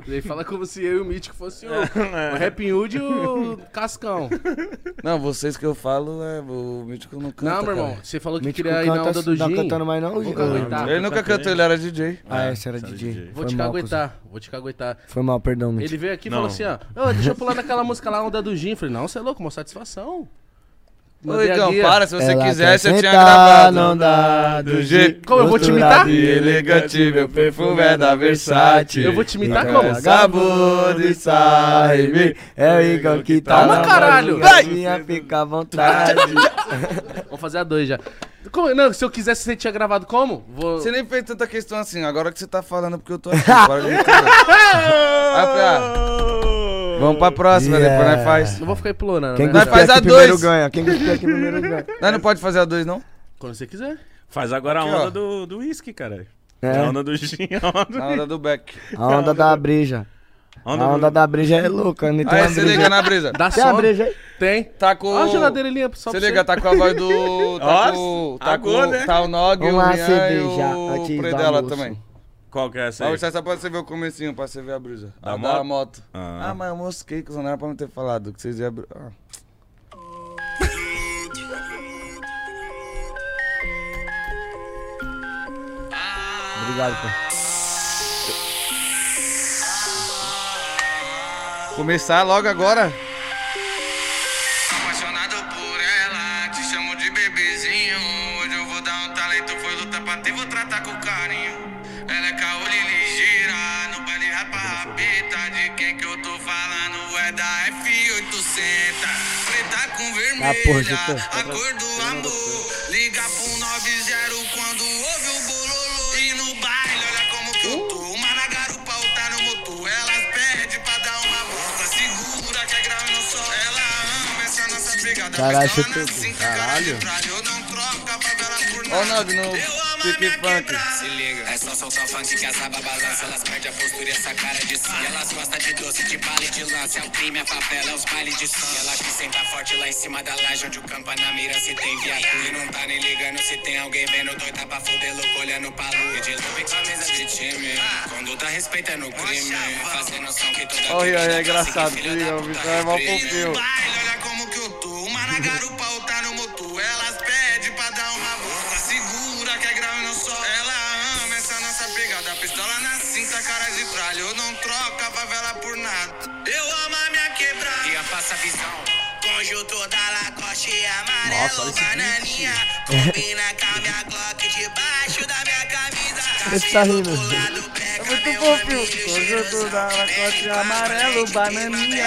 A: Ele fala como se eu e o Mítico fosse o,
D: É.
B: É.
A: o Rap Hood e o Cascão.
D: Não, vocês que eu falo, é, o Mítico não canta.
A: não, meu irmão, Tá,
D: cara.
A: você falou que
C: Mítico
A: queria ir na
C: canta, assim,
A: onda do
C: não tá
A: Gin.
C: cantando mais não, tá.
A: Vou
C: Gin.
A: caguetar.
D: Ele nunca cantou, ele era DJ.
C: Ah,
B: É,
C: essa era
B: essa era
C: DJ.
B: DJ.
A: Vou
C: Foi
A: te
C: mal,
A: caguetar, vou te caguetar.
C: cuzão. Foi mal, perdão, Mitch.
A: Ele veio aqui e
B: Não.
A: falou assim, ó, "Ô, deixa eu pular naquela música lá, Onda do Gin. Eu Falei, não, você é louco, uma satisfação.
D: Ô,
A: Mandei a
D: Igão,
A: guia.
D: para, se você
C: Ela
D: quisesse,
C: quer
D: eu tinha
C: sentar,
D: gravado.
C: não dá do jeito
A: Como, eu vou te imitar?
C: misturado
D: E
C: e
D: elegante, meu perfume é da Versace.
A: Eu vou te imitar
D: É
A: como?
D: Sabor de saime,
C: É o Igor que tá
A: Calma,
C: na
A: caralho.
C: madruga,
A: Vai.
C: minha fica à vontade.
A: Vamos fazer a dois já. Como- Não, se eu quisesse, você tinha gravado como? Vou...
D: Você nem fez tanta questão assim, agora que você tá falando, porque eu tô tá aqui. Para de me falar. Aí eu falei, ah, Vamos pra próxima,
C: Yeah.
D: depois nós faz.
A: Não vou ficar implorando,
C: Quem
A: né?
D: Vai,
C: cuspir
D: faz
C: aqui
D: a
C: primeiro
D: dois.
C: ganha. Quem cuspir aqui primeiro ganha.
D: Nós não pode fazer a dois, não?
A: Quando você quiser.
B: Faz agora
D: Aqui,
B: a
D: ó.
B: onda do, do whisky, caralho.
C: É.
B: A onda do gin, a onda...
D: Na hora do back.
C: A onda da breja.
B: a
C: A
B: onda do-
C: onda da breja é louca, né? Tem
D: Aí
C: uma
D: se
C: breja.
D: liga na brisa.
A: Dá
C: Tem uma
A: sono.
C: breja aí?
A: Tem.
D: Tá com.
A: Olha a geladeirinha só
D: Se
A: pra
D: liga, tá com a voz do. Tá
B: Nossa,
D: com. Tá
B: agora,
D: com.
B: né?
D: Tá o Nog, o
C: Uma
D: Rian e
C: cerveja antes
D: o
C: do
D: Predela
C: almoço.
D: também.
B: Qual que é essa
D: Vai
B: aí?
D: mostrar só pra você ver o comecinho, pra você ver a brisa.
B: Da
D: a
B: moto?
D: da moto.
B: Ah.
D: Ah, mas eu mosquei que não era pra me ter falado. Que vocês iam abrir. Ah. Obrigado, pô. Começar logo agora? Apaixonado por ela, te chamo de bebezinho. Hoje eu vou dar um talento, foi lutar pra ter, vou tratar com carinho. Ela é caô de ligeira, no baile rapa rapita. De quem que eu tô falando é da F800. Preta com vermelha,
C: Ah, porra, você tá-
D: a cor do amor. Liga pro 90 quando ouve o bololô. E no baile, olha como que eu tô. Uma na garupa, outra no motor. Elas pede pra dar uma volta. Segura que é grave no sol. Ela ama essa nossa pegada.
C: Caralho,
D: mas ela
C: achei
D: nasce
C: tudo.
D: em cara de
B: Caralho.
D: trás. Eu não troco a favela por nada. Eu amo a minha quebrada.
E: Se liga, é só soltar o funk que as abas balançam. Elas perdem a postura e essa cara de si. Elas gostam de doce, de bala e de lance. É o crime, a favela, é os bailes de som. Ela que senta forte lá em cima da laje, onde o campa na mira se tem viatura. E não tá nem ligando se tem alguém vendo. Doida pra fuder, louco olhando pra lua. E de luva e camisa de time. Conduta respeitando o crime. Fazendo som que toda
D: Olha,
E: criança
D: é engraçado,
E: se filha
D: filho,
E: da
D: o
E: puta
D: Vitor é mó
E: reprime.
D: fofinho.
E: Baile, olha como que eu tô. Uma na garupa, outra no motor. Elas pedem pra dar uma volta. Segura que é grau e não só. Ela ama essa nossa pegada. Pistola na cinta, cara de tralha. Eu não troco a favela por nada. Eu amo a minha quebrada. E a passa visão. Conjunto da Lacoste
B: Nossa, olha
E: amarelo,
B: esse
E: bananinha. Combina com a minha Glock debaixo da minha camisa.
C: Esse tá rindo.
E: É
D: muito fofinho. Conjunto da Lacoste amarelo, bananinha.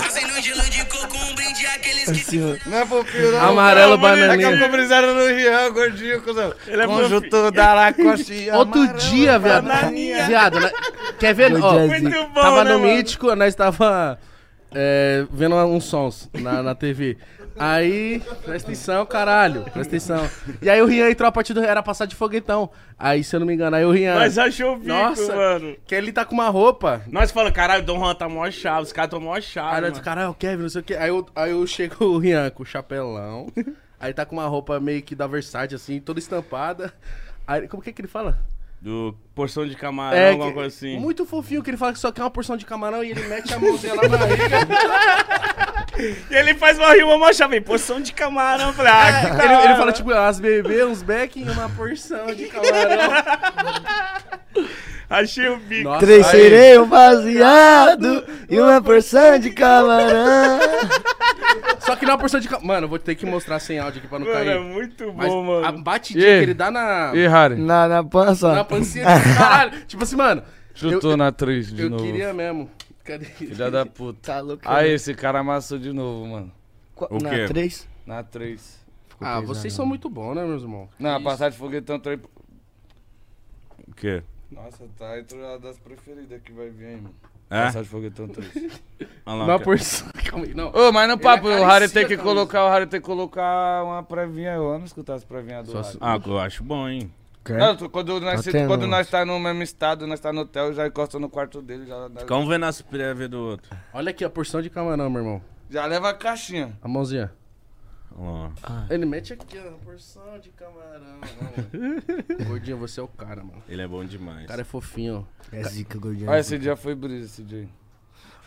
E: Fazendo de lã de coco, um brinde àqueles que
C: Assim, ó.
D: Não é fofinho, não.
A: Amarelo,
D: Cara, bonito.
A: bananinha.
D: É que eu brisado no Rian, gordinho, cuzão.
B: Ele é
D: Conjunto da Lacoste
A: Outro dia, viado. Viado, né? quer ver?
C: Meu
A: Ó,
C: Jazzy.
B: Muito bom,
A: tava
B: né,
A: no
B: mano?
A: Mítico, nós tava é, vendo uns sons na, na TV. Aí, presta atenção, caralho, presta atenção. E aí o Rian entrou a partir do... Era passar de foguetão. Aí, se eu não me engano, aí o Rian...
B: Nós achou é o bico,
A: Nossa.
B: mano.
A: Que ele tá com uma roupa...
B: Nós falamos, caralho, Dom Juan tá mó chave, os caras tão mó
A: Aí
B: chave.
A: nós,
B: mano.
A: caralho, Kevin, não sei o quê. Aí eu, aí eu chego o Rian com o chapelão. aí tá com uma roupa meio que da Versace, assim, toda estampada. Aí, como que é que ele fala? É
B: Do porção de camarão,
A: que-
B: alguma coisa assim.
A: Muito fofinho que ele fala que só quer uma porção de camarão e ele mete a mãozinha na barriga.
B: E ele faz uma rima mó chave, porção de camarão. Eu Falei, ah, que
A: ele,
B: da
A: ele
B: hora.
A: fala, tipo, as bebês, uns beck e uma porção de camarão.
B: Achei o bico.
A: Nossa,
C: Três
A: aí-
C: sereios baseado e uma porção de camarão.
A: Só que não é uma porção de camarão. Mano, eu vou ter que mostrar sem áudio aqui pra não
B: Mano, é
A: cair.
B: muito
A: Mas
B: bom,
A: a
B: mano.
A: batidinha
D: E-
A: que ele dá na,
D: E Harry?
C: Na, na pança.
A: na pancinha, caralho. Tipo assim, mano,
D: Chutou
A: Eu-
D: na atriz de
A: eu
D: novo.
A: queria mesmo. Cadê? Ah,
D: Filha da puta.
C: Tá louco.
D: Aí, esse cara amassou de novo, mano.
C: Qua-
B: O
C: na
B: quê?
C: três?
D: Na 3.
A: Ah, vocês são muito bons, né, meus irmãos?
D: Não, a passagem de foguetão 3
B: quê?
D: Nossa, tá entre as das preferidas que vai vir aí, mano.
B: É?
D: Passar de tá foguetão 3.
B: Olha lá,
A: Não,
B: cara.
A: por isso. Calma aí, não.
D: Ô, mas no papo, o Harry tem que
A: acaricia a
D: colocar, o Harry tem que colocar uma previnha. Eu amo escutar as previnhas do
A: Só
D: Harry.
A: se-
B: Ah, eu acho bom, hein?
D: Não, tu- quando nós,
C: Tá
D: se-
C: tendo-
D: quando nós tá no mesmo estado, nós tá no hotel, eu já encosta no quarto dele, já,
B: Vamos ver nas prévias do outro.
A: Olha aqui a porção de camarão, meu irmão.
D: já leva a caixinha.
A: A mãozinha.
B: Ó.
D: Ah.
A: Ele mete aqui, ó. Porção de camarão. ó. Gordinho, você é o cara, mano.
B: Ele é bom
A: O
B: demais.
A: cara é fofinho.
C: É zica, gordinho.
D: Ah, esse dia foi brisa, esse dia.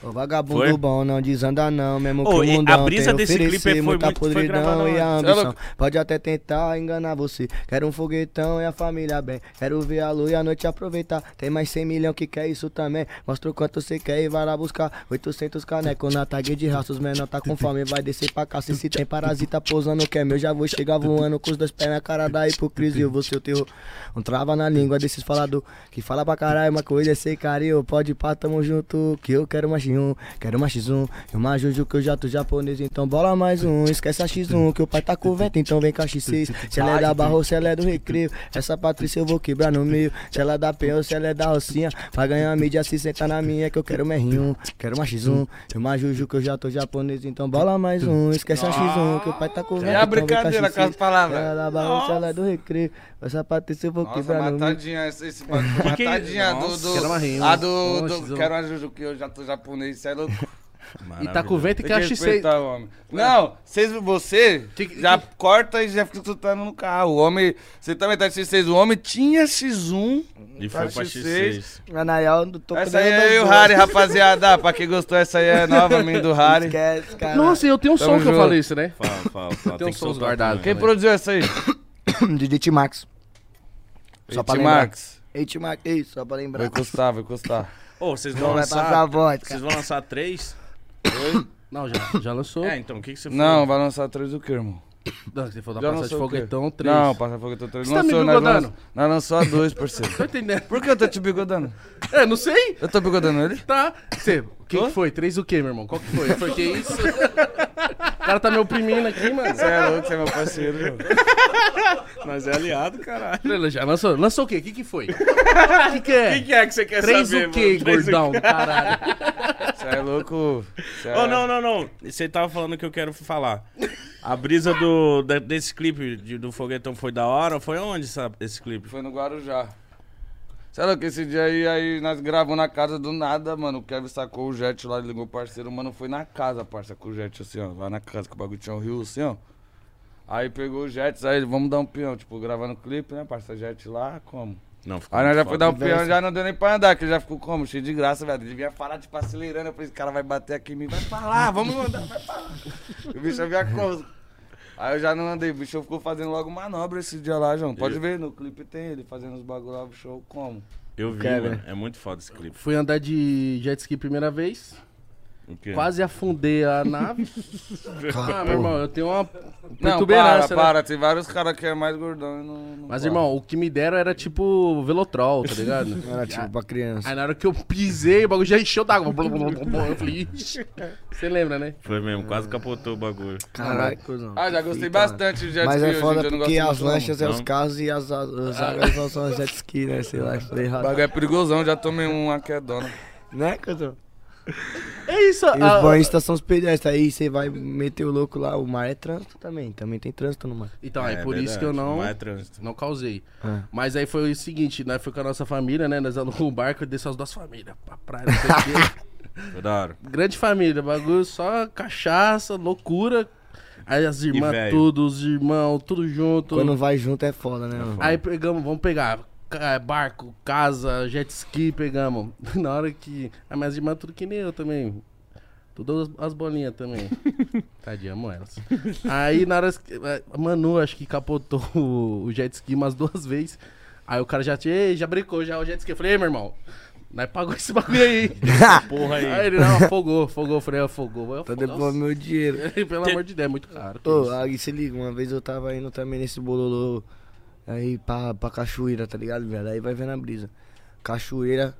C: Ô, vagabundo
B: Foi?
C: bom, não desanda não, mesmo
B: Ô,
C: que
B: e
C: o mundão
B: a brisa
C: tem
B: desse clipe
C: oferecer
B: foi
C: muita
B: muito- foi
C: podridão
B: gravada
C: e a
B: lá.
D: Cê é
C: ambição.
D: louco?
C: Pode até tentar enganar você, quero um foguetão e a família bem, quero ver a lua e a noite aproveitar, tem mais 100 milhão que quer isso também, mostra o quanto você quer e vai lá buscar, 800 caneco na tag de raça, os menor tá com fome, vai descer pra caça, e se tem parasita posando que é meu, já vou chegar voando com os dois pés na cara da hipocrisia, eu vou ser o terror, um trava na língua desses falador, que fala pra caralho, uma coisa é ser carinho, pode ir pra tamo junto, que eu quero mais X1, quero mais X1, eu mais Juju que eu já tô japonês, então bola mais um, esquece a X1, que o pai tá com vento, então vem cá X6, se ela é da barro, se ela é do recreio, essa Patrícia eu vou quebrar no meio, se ela é da peão, se ela é da rocinha, pra ganhar a mídia se sentar na minha, que eu quero mais R1, quero mais X1, eu mais Juju que eu já tô japonês, então bola mais um, esquece a X1, que o pai tá com vento,
D: É a
C: então vem cá
D: brincadeira com
C: X6,
D: as
C: se ela é
D: palavras.
C: da barro, se ela é do recreio, essa Patrícia eu vou
D: Nossa, tá
C: quebrar no meio.
D: matadinha, esse, esse bagulho, matadinha do, do,
A: Quero uma rima.
D: a do,
A: Nossa,
D: do, quero uma juju que eu já tô japonês, cê é louco.
A: E tá com vento que
D: Tem que
A: acha que
D: respeitar o homem. Não, vocês, você
A: Que- que-
D: já corta e já fica escutando no carro. O homem, você também tá de X6, o homem tinha X1.
B: E foi pra X6.
C: Anaial do topo
D: Essa aí é eu e o Harry, rapaziada. Ah, pra quem gostou, essa aí é nova, minha do Harry.
C: Esquece, cara.
A: Nossa, eu tenho um
D: Tamo
A: som que eu
D: junto.
A: falei isso, né?
B: Fala, fala, fala.
A: Tem
B: Tem
A: uns
B: que
A: sons
B: soltar
A: guardados.
B: também.
D: Quem produziu essa aí?
C: DJ T-Max. Só pra
D: Eti
C: lembrar.
D: Max.
C: Ei, T-Max, isso, só pra lembrar.
D: Vai custar, vai custar.
B: Ô, vocês vão
C: Não vai passar a
B: lançar...
C: voz,
B: Vocês
C: cara.
B: vão lançar três?
A: Não, já, já lançou.
B: É, então, o que que você
D: Não, vai lançar três do que, irmão?
A: Não, você falou
D: Já
A: da passagem de
D: lançou o quê?
A: foguetão, três.
D: Não, passa fogo, eu tô três.
A: Você tá me
D: Lançou, nós,
A: bigodando?
D: lanç... nós lançou a dois, parceiro.
A: Tô entendendo.
D: Por que eu tô te bigodando?
A: É, não sei.
D: Eu tô bigodando ele?
A: Tá. Você, o que, que foi? Três o quê, meu irmão? Qual que foi? Foi que isso? o cara tá me oprimindo aqui, mano.
D: Você é louco, você é meu parceiro, irmão.
B: Nós é aliado, caralho.
A: Ele já lançou. Lançou o quê? O que que foi? O que que é?
B: O que é que você quer
A: Três
B: saber,
A: o quê,
B: mano? Três o
A: gordão? Caralho.
D: Você é louco. Cê é-
B: Oh, não, não, não. Você tava falando que eu quero falar. A brisa do, da- desse clipe de- do foguetão foi da hora? Foi onde essa- esse clipe?
D: Foi no Guarujá. Sério que esse dia aí, aí nós gravamos na casa do nada, mano. O Kevin sacou o jet lá, ele ligou o parceiro, mano, foi na casa, parça, com o jet assim, ó. Lá na casa, que o bagulho tinha um rio assim, ó. Aí pegou o jet, aí ele, vamos dar um peão, tipo, gravando o clipe, né, parça? Jet lá, como?
B: Não, ficou
D: Aí nós
B: muito
D: já foi dar um
B: foda.
D: peão, já não deu nem pra andar, que ele já ficou como? Cheio de graça, velho. Ele vinha parar, tipo, acelerando. Eu falei, esse cara vai bater aqui em mim, vai falar, vamos andar, vai falar. O bicho vinha como? Aí eu já não andei, o bicho ficou fazendo logo manobra esse dia lá, João. Pode ver, no clipe tem ele fazendo os bagulho lá, o show como?
B: Eu vi,
C: Cara.
B: mano. É muito foda esse clipe.
A: Fui andar de jet ski primeira vez.
B: O quê?
A: Quase afundei a nave. ah, meu irmão, eu tenho uma
D: Não, para,
A: protuberância. né?
D: para, tem vários caras que é mais gordão e não... não
A: Mas,
D: para.
A: irmão, o que me deram era tipo velotrol, tá ligado?
C: Era tipo pra criança.
A: Aí na hora que eu pisei, o bagulho já encheu d'água. Blum, blum, blum, blum. Eu falei, ixi. Você lembra, né?
B: Foi mesmo, quase capotou o bagulho.
C: Caralho, cuzão.
D: Ah, já gostei
C: Fita,
D: bastante do jet
C: Mas
D: ski
C: é
D: hoje em
C: foda
D: dia, eu não
C: porque as
D: gosto muito, não, Ah.
C: lanchas é
B: mano.
C: os carros e as, as, as águas não são as jet ski, né? Sei lá, falei
D: O
C: errado.
D: bagulho é perigosão, já tomei um uma quedona.
C: Né, cuzão?
A: É isso.
C: E
A: ah,
C: os banhistas são os pedestres. Aí você vai meter o louco lá. O mar é trânsito também. Também tem trânsito no mar.
A: Então, é,
B: É,
A: por isso
B: verdade,
A: que eu não,
B: Não é trânsito.
A: não causei.
C: É.
A: Mas aí foi o seguinte, nós foi com a nossa família, né? Nós alugamos um barco e desceu as duas famílias pra praia. não sei o quê.
B: Foi da hora.
A: Grande família, bagulho só cachaça, loucura. Aí as irmãs,
B: velho.
A: tudo, os irmãos, tudo junto.
C: Quando vai junto é foda, né?
D: Ah,
C: mano?
A: Aí pegamos, vamos pegar ca- é, barco, casa, jet ski, pegamos. Na hora que. Ah, minhas irmãs, tudo que nem eu também. Tudo as- as bolinhas também. Tadinha, amo elas. Aí na hora. que- é, A Manu, acho que capotou o o jet ski umas duas vezes. Aí o cara já tinha. "Ei, Já brincou já o jet ski. Eu falei, ei, meu irmão. Nós pagou esse bagulho aí.
B: Porra aí.
A: Aí ele, não, afogou, afogou. Eu falei, afogou. Eu
C: Tá
A: falei,
C: depois meu dinheiro.
A: Pelo amor de Deus, é muito caro. que
C: Ô,
A: isso.
C: aí se liga, uma vez eu tava indo também nesse bololô aí pra, pra cachoeira, tá ligado, velho? Aí vai vendo a brisa. Cachoeira,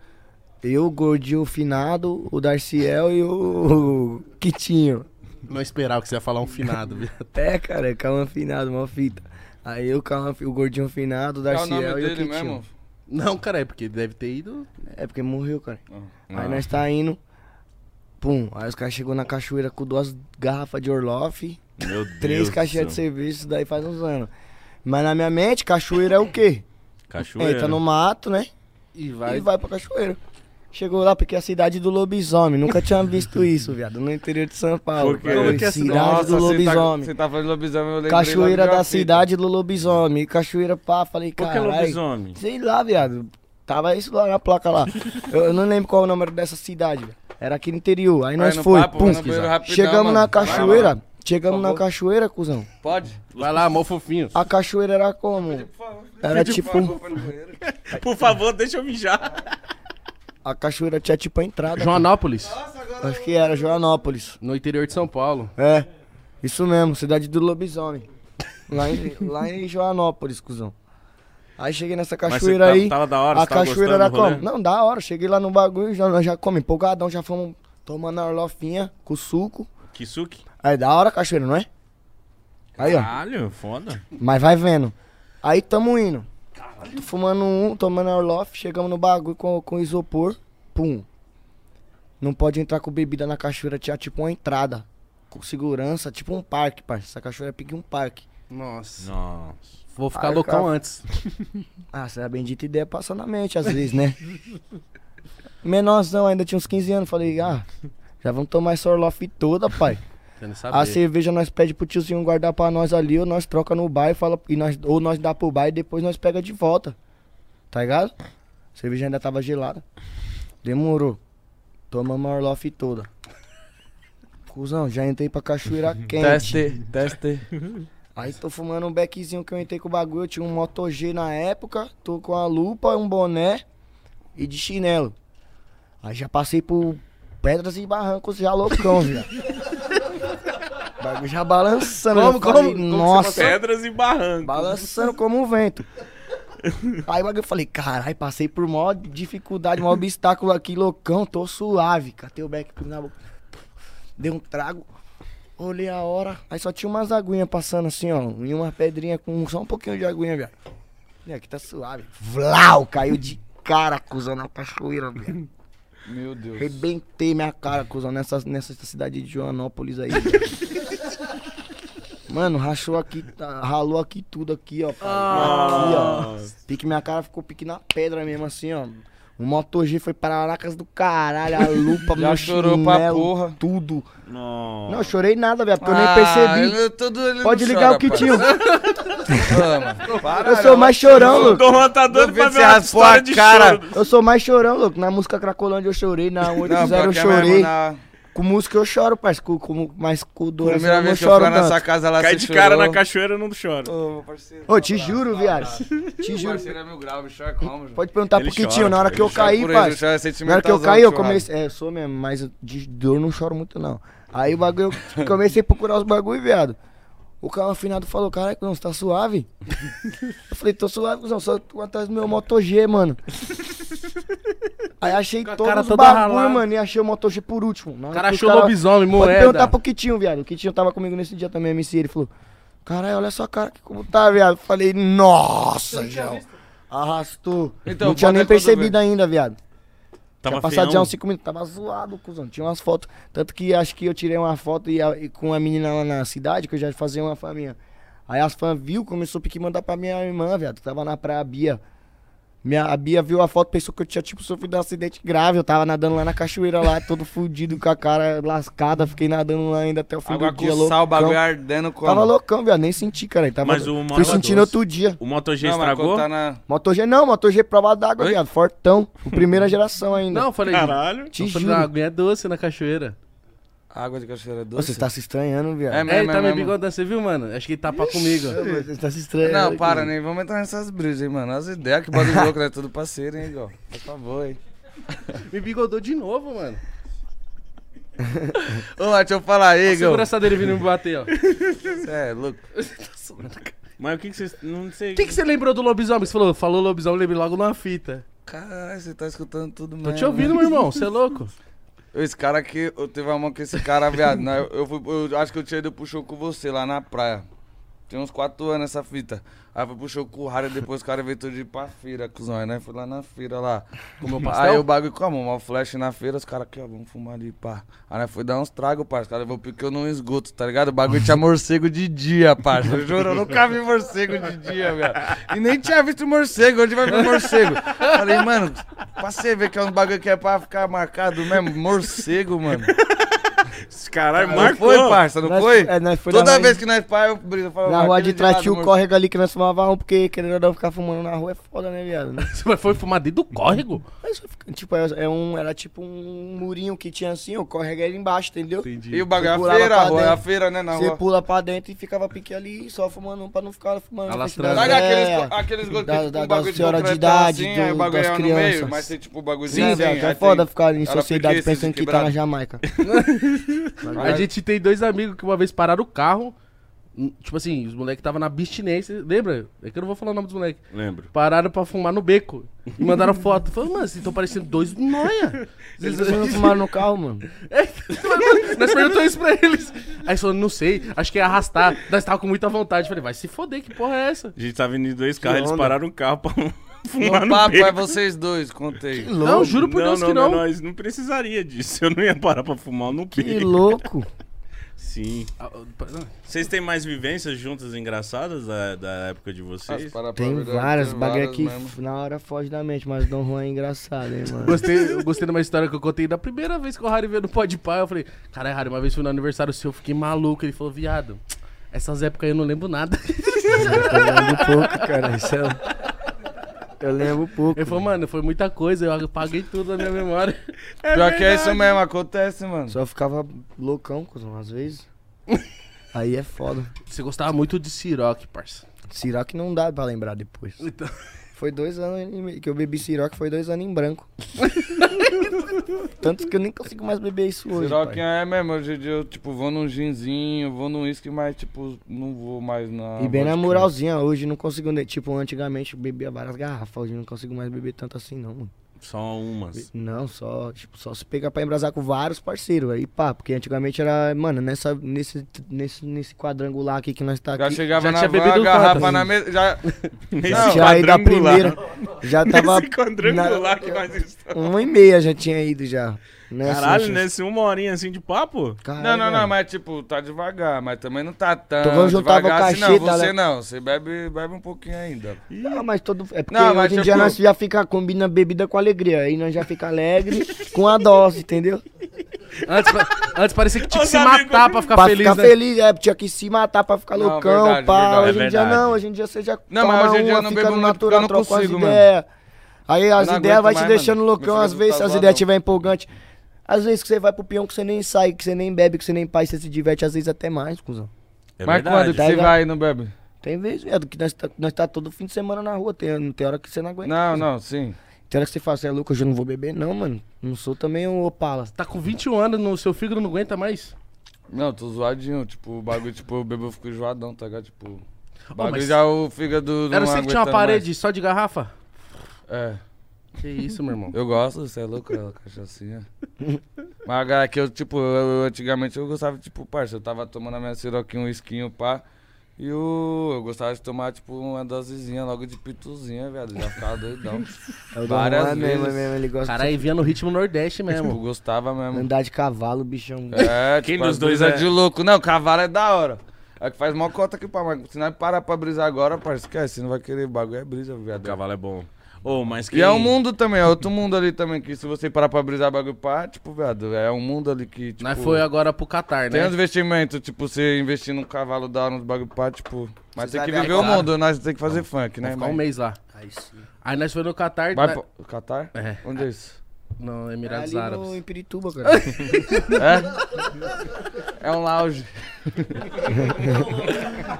C: eu, o Gordinho o Finado, o Darciel e o, o Quitinho.
A: Não esperava que você ia falar um finado, viu?
C: É, cara, Calma Finado, mó fita. Aí eu, Calma, o Gordinho Finado, o
D: É o
C: Darciel
D: nome
C: e o
D: dele
C: Quitinho.
D: mesmo?
A: Não, cara, é porque deve ter ido.
C: É porque morreu, cara.
B: Ah.
C: Aí nós tá indo. Pum, aí os caras chegou na cachoeira com duas garrafas de Orloff,
B: Meu Deus.
C: três
B: do
C: caixinhas de
B: céu.
C: cerveja, isso daí faz uns anos. Mas na minha mente, cachoeira é o quê?
B: Cachoeira.
C: Entra no mato, né?
A: E vai.
C: E vai pra cachoeira. Chegou lá porque é a cidade do lobisomem. Nunca tinha visto isso, viado. No interior de São Paulo.
D: Por quê?
C: Falei,
A: Como que é a
C: cidade
D: Nossa,
C: do
D: você tá-
C: lobisomem.
D: Você tá falando de lobisomem, eu lembrei lá
C: Cachoeira
D: do
C: da
D: grafite.
C: cidade do lobisomem. Cachoeira, pá, falei,
B: Qual que é
C: caralho.
B: lobisomem?
C: Sei lá, viado. Tava isso lá na placa lá. Eu, eu não lembro qual o número dessa cidade, velho. Era aqui no interior. Aí
D: Vai
C: nós
D: no
C: foi,
D: papo,
C: pum.
D: vai no banheiro rapidão,
C: Chegamos na
D: mano. Vai lá,
C: cachoeira.
D: mano.
C: Chegamos
D: Por
C: na
D: favor.
C: cachoeira, cuzão.
D: Pode?
A: Vai lá, mó fofinho.
C: A cachoeira era como? Era tipo. um-
B: Por favor, deixa eu mijar.
C: A cachoeira tinha tipo a entrada.
A: Joanópolis,
C: Acho que era Joanópolis.
A: no interior de São Paulo.
C: É. Isso mesmo, cidade do lobisomem. Lá em, lá em Joanópolis, cuzão. Aí cheguei nessa
B: Mas você
C: cachoeira
B: tá-
C: aí.
B: tava da hora,
C: a
B: você tava
C: cachoeira
B: gostando
C: era
B: do rolê?
C: como? Não, da hora. Cheguei lá no bagulho, já, nós já comemos empolgadão, já fomos tomando a orlofinha com suco.
B: Kisuki?
C: Aí da hora a cachoeira, não é? Aí, ó.
B: Caralho, foda.
C: Mas vai vendo. Aí tamo indo. Fumando um, tomando Orloff, chegamos no bagulho com, com isopor. Pum. Não pode entrar com bebida na cachoeira, tinha tipo uma entrada. Com segurança, tipo um parque, parça. Essa cachoeira pique um parque.
A: Nossa.
B: Nossa.
A: Vou ficar
C: Ai,
A: loucão
C: cara.
A: antes.
C: Ah, essa bendita ideia passou na mente às vezes, né? Menorzão, ainda tinha uns 15 anos. Falei, ah, já vamos tomar essa Orloff toda, pai.
A: Quero
C: A
A: saber.
C: cerveja nós pede pro tiozinho guardar pra nós ali, ou nós troca no bar e fala, e nós, ou nós dá pro bar e depois nós pega de volta. Tá ligado? A cerveja ainda tava gelada. Demorou. Tomamos a Orloff toda. Cusão, já entrei pra cachoeira quente.
D: Teste, teste.
C: Aí tô fumando um beckzinho que eu entrei com o bagulho. Eu tinha um Moto G na época, tô com a lupa, um boné e de chinelo. Aí já passei por pedras e barrancos já loucão, viado. O bagulho já balançando.
A: Como,
C: eu
A: como? Como
C: falei,
A: que você
C: Nossa,
B: Pedras e barranco.
C: balançando como um vento. Aí o bagulho eu falei, caralho, passei por maior dificuldade, maior obstáculo aqui, loucão, tô suave. Catei o beck na boca. Dei um trago, olhei a hora, aí só tinha umas aguinhas passando assim, ó, e uma pedrinha com só um pouquinho de aguinha, velho. Falei, Aqui tá suave. Vlau, caiu de cara, cuzão, na cachoeira, velho.
D: Meu Deus.
C: Rebentei minha cara, cuzão, nessa, nessa cidade de Joanópolis aí. velho. Mano, rachou aqui, tá- ralou aqui tudo aqui, ó. pai. Aqui, ó. Pique minha cara ficou pique na pedra mesmo, assim, ó. O Moto G foi Pararacas do caralho, a lupa,
D: Já
C: meu
D: chorou pra
C: chinelo,
D: porra.
C: tudo. Não, eu
B: Nossa.
C: chorei nada, velho, porque eu nem
D: Ah,
C: percebi.
D: ele- todo- ele
C: Pode
D: não
C: ligar
D: chora,
C: o que
D: pai.
C: tinha.
D: Ah, mano, para,
C: Eu sou
D: não.
C: mais chorão,
B: O
C: louco.
B: Dom tá doido
D: Duvido
B: pra
D: você
B: ver uma
D: raspou a
B: história de
D: cara.
B: choro.
C: Eu sou mais chorão, louco. Na música Cracolândia eu chorei, na 8-0 eu
D: porque a minha
C: chorei.
D: irmã,
C: Com música eu choro, parceiro. Com, com, mas com o
D: na
C: Dora
D: primeira
C: eu não
D: vez que eu
C: choro
D: fui lá nessa
C: tanto.
D: casa, ela
B: Cai
D: se
B: de cara
D: chorou.
B: na cachoeira, não chora.
D: Ô, meu parceiro.
C: Ô, te juro, viado. Te
D: Meu
C: juro.
D: parceiro é mil graus, bicho, é como, João?
C: Pode perguntar
B: Ele
C: pro Kitinho.
B: chora,
C: Na hora que eu
D: Chora
C: caí,
D: por ele,
C: parceiro.
D: chora
C: Na hora que eu
D: sentimentalzão,
C: caí, eu
D: churrasco.
C: comecei. É, eu sou mesmo, mas de dor eu não choro muito, não. Aí o bagulho, eu comecei a procurar os bagulho, viado. O cara afinado falou, caraca, não, você tá suave? eu falei, tô suave, cuzão, só tô atrás do meu Moto G, mano. Aí achei
A: Com a
C: todos
A: cara
C: os
A: toda ralada.
C: bagulho, mano, e achei o Moto G por último. Na
A: O
C: hora
A: cara
C: que os
A: achou lobisomem,
C: Pode
A: moeda.
C: perguntar pro Kitinho, viado. O Kitinho tava comigo nesse dia também, MC, ele falou, caralho, olha só a cara que como tá, viado. Eu falei, nossa, João. Arrastou.
D: Então,
C: não tinha
D: bota
C: nem
D: aí quando
C: percebido ainda, viado.
B: Tava
C: Tinha passado já
B: feião.
C: uns 5 minutos. Tava zoado, cuzão. Tinha umas fotos. Tanto que acho que eu tirei uma foto e, a- e com a menina lá na cidade, que eu já fazia uma fã minha. Aí as fãs viu, começou a pique mandar pra minha irmã, viado. que Tava na praia, a Bia. Minha, a Bia viu a foto, pensou que eu tinha, tipo, sofrido um acidente grave. Eu tava nadando lá na cachoeira lá, todo fudido, com a cara lascada. Fiquei nadando lá ainda até o fim
D: Água
C: do dia,
D: com sal,
C: loucão.
D: o bagulho é ardendo com
C: Tava loucão, viado. Nem senti, cara. Tava...
B: Mas o
C: Fui
B: Moto-
C: sentindo outro dia.
B: O Moto G
D: Não, mas
B: estragou?
D: quando tá na...
C: Moto G não, Moto G é prova d'água,
D: Oi?
C: viado. Fortão. O primeira geração ainda.
A: Não, eu falei.
B: Caralho.
C: Te
A: eu falei,
C: juro.
A: "Ah, aguinha doce na cachoeira.
D: Água de cachoeira é
C: Ô,
D: doce.
C: Você tá se estranhando, viado.
D: É
A: É, ele
D: mesmo,
A: tá
D: é
A: meio
D: mesmo.
A: bigodão, você viu, mano? Acho que ele tapa comigo.
C: Não, Você tá se estranhando.
D: Não,
C: aqui.
D: para, né? nem vamos entrar nessas brisas, hein, mano. As ideias que bagulho louco, né? Tudo parceiro, hein, Igor. Por favor, hein.
A: Me bigodou de novo, mano.
D: Ô, mas deixa eu falar aí,
A: Segura
D: Igor.
A: essa dele vindo me bater, ó. O
D: Você é louco.
B: Mas o que que vocês... Não sei.
A: que, que você lembrou do lobisomem? Você falou, falou lobisomem, lembrei logo numa fita.
D: Caralho, você tá escutando tudo mesmo.
A: Tô te ouvindo,
C: né?
A: meu irmão. Você é louco?
D: Esse cara aqui, eu teve uma mão com esse cara, viado. né? Eu, fui- eu acho que eu tinha ido pro show com você lá na praia. Tinha uns quatro anos essa fita. Aí foi pro show com o Harry, depois o cara inventou de ir pra feira, cuzão, né? Fui lá na feira lá.
A: Comeu
D: Aí
A: pastel?
D: o bagulho como? Uma flash na feira, os caras aqui, ó, vamos fumar ali, pá. Aí nós foi dar uns tragos, parça. Os caras levou pique eu num esgoto, tá ligado? O bagulho tinha morcego de dia, parça. Eu juro, eu nunca vi morcego de dia, velho. E nem tinha visto morcego, onde vai ver morcego? Falei, mano, pra você ver que é um bagulho que é pra ficar marcado mesmo, morcego, mano.
B: Caralho,
D: Não
B: marcou.
D: foi, parça, não
C: Nós-
D: foi?
C: é, nós foi na
D: Toda
C: rua-
D: vez que nós pai, eu brisa, falava,
C: Na rua de
D: "Aquele
C: trás
D: lado,
C: tinha o
D: morcego."
C: córrego ali que nós fumava um, porque querendo ou não ficar fumando na rua é foda, né, viado?
A: Você foi fumar dentro do córrego?
C: Mas, tipo, é é um, era tipo um murinho que tinha assim, o córrego era embaixo, entendeu?
A: Entendi.
D: E o bagulho,
C: Você
D: a feira,
C: pulava pra
D: a rua,
C: dentro.
D: a feira, né, na
C: Você
D: rua.
C: pula pra dentro e ficava pique ali, só fumando, um pra não ficar fumando. na frente
A: Alastrando.
C: das
D: Sabe
C: velhas.
D: aqueles, aqueles gols
C: da-
D: que
C: da-
D: tipo, um
C: da
D: bagulho de
C: senhora de
D: concretão
C: idade,
D: assim, aí
C: do-
D: o bagulho
C: das
D: é no
C: crianças.
D: meio, mas tem tipo o bagulhozinho
C: Né,
D: assim,
C: velho? Que
D: aí
C: é
D: tem-
C: foda ficar em
D: era
C: sociedade
D: pique esse
C: pensando que tá
D: quebrado.
C: na Jamaica.
A: A gente tem dois amigos que uma vez pararam o carro. hum, Tipo assim, os moleques estavam na abstinência. Lembra? É que eu não vou falar o nome dos moleques.
B: Lembro.
A: Pararam pra fumar no beco. E mandaram foto. Falei, mano, vocês estão parecendo dois noia. É,
C: Eles não fumaram no carro, mano.
A: Nós perguntamos isso pra eles. Aí falou, não sei, acho que é arrastar. Nós tava com muita vontade. Falei, vai se foder, que porra é essa?
B: A gente tava indo em dois carros, eles
A: onda.
B: pararam o carro pra fumar
D: No
B: no,
D: papo
B: beco.
D: é vocês dois, contei.
A: Não, juro por
B: não,
A: Deus
B: não,
A: que não.
B: Nós não precisaria disso. Eu não ia parar pra fumar no
C: Que
B: beco.
C: louco.
B: Sim.
A: Ah, ah,
B: Vocês têm mais vivências juntas engraçadas da, da época de vocês?
C: Tem várias, bagulho que f- na hora foge da mente, mas Dom Juan é engraçado, hein, mano.
A: Gostei, eu gostei de uma história que eu contei da primeira vez que o Harry veio no Pode Pai. Eu falei, caralho, Harry, uma vez fui no aniversário seu, eu fiquei maluco. Ele falou, viado, essas épocas aí eu não lembro nada.
C: Eu lembro pouco, cara. Isso é... Eu lembro pouco.
A: Ele falou, mano, foi muita coisa, eu apaguei tudo na minha memória.
D: Pior que é isso mesmo, acontece, mano.
C: Só ficava loucão, cuzão, às vezes. Aí é foda.
A: Você gostava muito de Ciroc, parça.
C: Ciroc não dá pra lembrar depois.
A: Então,
C: Foi dois anos e meio que eu bebi Ciroc, foi dois anos em branco. Tanto que eu nem consigo mais beber isso hoje.
D: Será
C: pai.
D: que é mesmo? Hoje em dia eu, tipo, vou num ginzinho, vou num uísque, mas, tipo, não vou mais na...
C: E bem na
D: vodka.
C: muralzinha, hoje não consigo, nem- tipo, antigamente eu bebia várias garrafas, hoje eu não consigo mais beber tanto assim, não. mano.
B: Só umas.
C: Não, só, tipo, só se pegar pra embrasar com vários parceiros, aí pá, porque antigamente era, mano, nessa, nesse, nesse, nesse quadrangular aqui que nós tá
D: Já
C: aqui,
D: chegava
A: Já
D: na
A: tinha
D: van,
A: bebido
C: um
D: garrafa
C: né?
A: quantas?
D: na mesa, já...
B: Nesse
D: Não,
C: já aí da
B: quadrangular.
C: primeira, já tava
B: Nesse quadrangular
C: na-
B: que nós estamos.
C: uma e meia já tinha ido já. né, Nessa,
B: Caralho, nesse uma horinha assim de papo?
C: Caralho,
D: né? Não, não, não,
C: mano.
D: mas tipo, tá devagar, mas também não tá tão
C: Então vamos juntar
D: devagar assim, não.
C: abacaxi, tá,
D: Você
C: né?
D: não, você bebe, bebe um pouquinho ainda.
C: Não, mas todo. É porque
D: Não, mas
C: hoje em dia
D: tipo-
C: nós já fica combina bebida com alegria. Aí nós já fica alegre com a dose, entendeu?
A: antes, pa- antes parecia que tinha que
B: Os
A: se
B: amigos-
A: matar pra ficar
C: pra
A: feliz,
C: ficar
A: né?
C: feliz, é, tinha que se matar pra ficar
D: Não,
C: loucão,
D: verdade,
C: pá. hoje
D: verdade.
C: em
B: É
C: dia
B: verdade.
C: não, hoje em dia você já
D: Não, mas
C: toma
D: hoje em dia eu
C: uma,
D: não
C: fica
D: bebo
C: no
D: muito porque
C: natural,
D: eu não
C: troca as
D: consigo, mano.
C: ideias. Aí as
D: Eu não
C: ideias
D: aguento
C: vai te
D: mais,
C: deixando
D: mano.
C: loucão,
D: Meu
C: às
D: fígado
C: vezes,
D: tá
C: se as
D: zoadão.
C: ideias tiver empolgante. Às vezes que você vai pro peão que você nem sai, que você nem bebe, que você nem pai, você se diverte, às vezes até mais, cuzão.
B: É
D: mas quando que
B: verdade.
D: você
C: Daí já-
D: vai e não bebe?
C: Tem vezes, viado, que nós tá, nós tá todo fim de semana na rua, tem, tem hora que você não aguenta.
D: Não, não, sim.
C: Tem hora que você fala, você é louco, hoje eu não vou beber, não, mano. Não sou também um Opala.
A: Tá com 21 anos, no seu fígado não aguenta mais.
D: Não, tô zoadinho, tipo, o bagulho, tipo, eu bebo, eu fico joadão, tá ligado? Tipo, o
A: Ô,
D: bagulho
A: mas
D: já o fígado não
A: Era você que tinha uma
D: aguentando
A: parede só de garrafa?
D: mais. É,
A: Que isso, meu irmão.
D: eu gosto, você é louco, ela cachaçinha. mas agora que eu, tipo, eu, eu- antigamente eu gostava, tipo, parça, eu tava tomando a minha siroquinha, um esquinho, pá. E o, eu gostava de tomar, tipo, uma dosezinha logo de pituzinha, velho, já ficava doidão. Tipo,
C: É o
D: Várias
C: Várias mesmo,
D: vezes.
C: mesmo, ele gosta
A: Caralho, vinha no ritmo nordeste
D: tipo,
A: mesmo.
D: gostava
C: de
D: mesmo.
C: andar de cavalo, bichão.
D: É,
B: Quem
D: tipo,
B: dos
D: as
B: dois
D: brisa
B: é?
D: de louco. Não, cavalo é da hora. É que faz mó cota aqui, pá, mas se nós parar pra brisar agora, parça, esquece, você não vai querer bagulho, é brisa, viado.
B: Cavalo é bom. Ô, mas quem...
D: E é um mundo também, é outro mundo ali também, que se você parar pra brisar bagulho, pá, tipo, viado, é um mundo ali que, tipo...
A: Nós foi agora pro Catar,
D: Tem
A: né?
D: uns investimentos, tipo, você investir num cavalo da hora, nos bagulho, pá, tipo... Mas
C: Você
D: tem que
C: sabe,
D: viver
C: é
D: o
C: claro.
D: mundo, nós tem que fazer funk, né,
A: Ficar um
D: mãe?
A: mês lá.
C: Aí sim.
A: Aí nós foi no Catar,
D: Vai
A: na-
D: pro Catar?
A: É.
D: Onde né? é isso?
A: no
C: É ali
A: Emirados Árabes.
C: no, em Pirituba, cara.
D: É? É um lounge.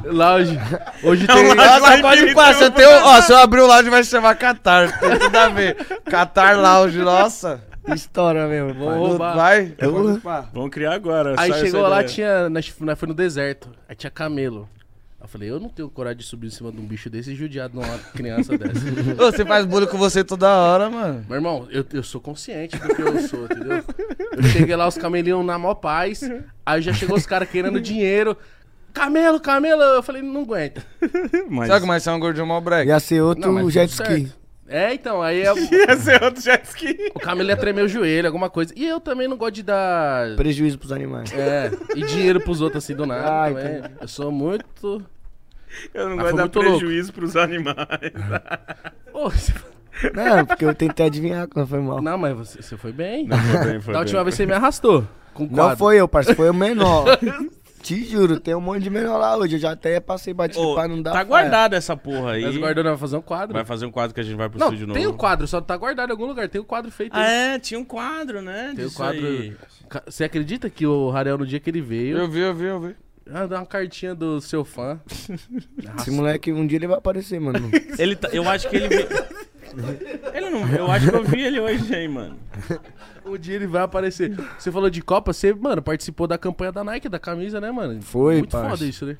A: Lounge. Hoje
B: um
A: tem.
B: lounge. Nossa,
D: Nossa,
B: pode
D: pode
B: pá,
D: passar. Tem um, ó, se eu abrir o lounge, vai se chamar Qatar. Tem tudo a ver. Qatar Lounge, nossa.
C: Estoura mesmo.
A: Vou
C: pai.
A: roubar.
D: Vai.
C: Eu-
D: Pode pá.
B: Vamos criar agora.
A: Aí
B: sai
A: chegou
B: essa
A: lá,
B: ideia.
A: tinha. Nós, nós foi no deserto. Aí tinha camelo. Eu falei, eu não tenho coragem de subir em cima de um bicho desse e judiado numa criança dessa.
D: Ô, Você faz bullying com você toda hora, mano.
A: Meu irmão, eu, eu sou consciente do que eu sou, entendeu? Eu cheguei lá, os camelinhos na mó paz. Aí já chegou os caras querendo dinheiro. Camelo, Camelo. Eu falei, não aguenta.
B: Mas...
D: Sabe como é que é um gordinho mal break?
C: Ia ser outro
A: Não, mas
C: jet
A: tudo certo.
C: ski.
A: É, então, aí é-
B: Ia ser outro jet ski.
A: o Camelo ia tremer o joelho, alguma coisa. E eu também não gosto de dar.
C: Prejuízo pros animais.
A: É, e dinheiro pros outros assim do nada.
C: Ah,
A: também. Eu sou muito.
B: Eu não
A: Mas foi
B: gosto de dar
A: muito louco.
B: prejuízo pros animais.
A: Ô, você-
C: Não, É, porque eu tentei adivinhar quando foi mal. Não,
A: Não, mas você, você foi bem.
B: foi bem, foi
A: da última
B: bem.
A: vez você me arrastou. Com quadro.
C: foi eu, parceiro, foi o menor. Te juro, tem um monte de menor lá hoje. Eu já até passei batido
B: Ô,
C: pra não dar.
B: tá
C: faia.
B: guardada essa porra aí.
A: Mas o guardou vai fazer um quadro.
B: Vai fazer um quadro que a gente vai pro
A: não,
B: estúdio
A: tem o
B: novo.
A: quadro, só tá guardado em algum lugar. Tem o quadro feito.
B: Ah, é, tinha um quadro, né?
A: Tem o
B: disso
A: quadro.
B: aí.
A: Ca- Você acredita que o Rarel, no dia que ele veio,
D: Eu vi, eu vi, eu vi.
A: ah, dá uma cartinha do seu fã.
C: Esse moleque, um dia ele vai aparecer, mano.
B: Ele tá- eu acho que ele. ele não, eu acho que eu vi ele hoje aí, mano.
A: Um dia ele vai aparecer. Você falou de Copa, você, mano, participou da campanha da Nike, da camisa, né, mano?
C: Foi,
A: Muito
C: parça.
A: foda isso, né?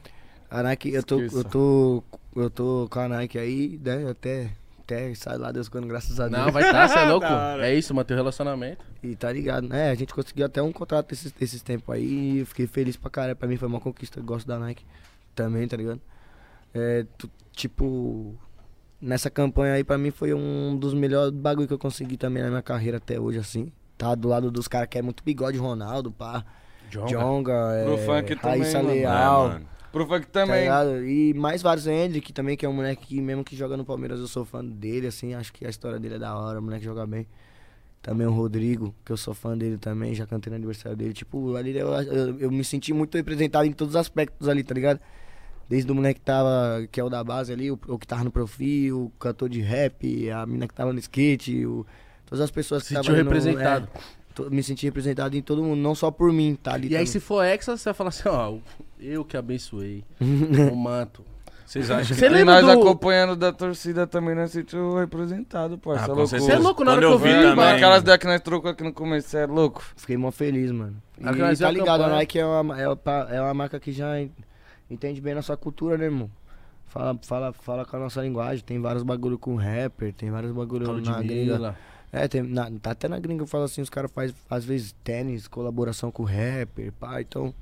C: A Nike, eu tô, eu
D: Esqueça.
C: tô. Eu tô com a Nike aí, né? Até, até sai lá Deus quando, graças a Deus.
A: Não, vai tá, você é louco?
B: Da hora.
A: É isso, manter o relacionamento.
C: E tá ligado, né? A gente conseguiu até um contrato esses, esses tempos aí. eu Fiquei feliz pra caralho. Pra mim foi uma conquista. Eu gosto da Nike também, tá ligado? É, tu- tipo, nessa campanha aí, pra mim foi um dos melhores bagulho que eu consegui também na minha carreira até hoje, assim. Tá do lado dos caras que é muito bigode, Ronaldo, pá.
A: John.
C: Jonga,
D: Pro
C: é,
D: funk também,
C: Raíssa
D: mano.
B: É,
C: Leal.
D: Pro funk
C: Tá
D: também.
C: ligado? E mais vários Hendrick também, que é um moleque que mesmo que joga no Palmeiras, eu sou fã dele, assim, acho que a história dele é da hora, o moleque joga bem. Também o Rodrigo, que eu sou fã dele também, já cantei no aniversário dele. Tipo, ali eu, eu, eu me senti muito representado em todos os aspectos ali, tá ligado? Desde o moleque que tava, que é o da base ali, o, o que tava no perfil, o cantor de rap, a mina que tava no skate, o, todas as pessoas que
A: Sentiu
C: tava ali no-
A: representado.
C: é, to- me senti representado em todo mundo, não só por mim, tá ali.
A: E aí,
C: também.
A: se for Hexa, você vai falar assim, ó, eu que abençoei o manto.
B: Vocês acham que.
A: Você
D: E
A: lembra
D: nós
A: do...
D: acompanhando da torcida também, né? nós sentimos é representado, pô.
B: Ah,
D: Você é
B: com
D: louco.
B: certeza.
A: Você é louco, na hora
B: Quando
A: que eu
B: eu
A: vi,
B: vi
A: mano.
B: também.
D: Aquelas ideias que nós trocamos aqui no começo, você é louco.
C: Fiquei mó feliz, mano. E
A: Aquelas
C: tá
A: é a
C: ligado,
A: campanha.
C: a Nike é uma, é, uma, é uma marca que já en- entende bem a nossa cultura, né, irmão? Fala, fala, fala com a nossa linguagem. Tem vários bagulho com rapper, tem vários bagulho
A: Paulo de
C: na gringa.
A: Mila.
C: É, tem, na, tá até na gringa eu falo assim, os caras fazem, às vezes, tênis, colaboração com rapper, pá. Então,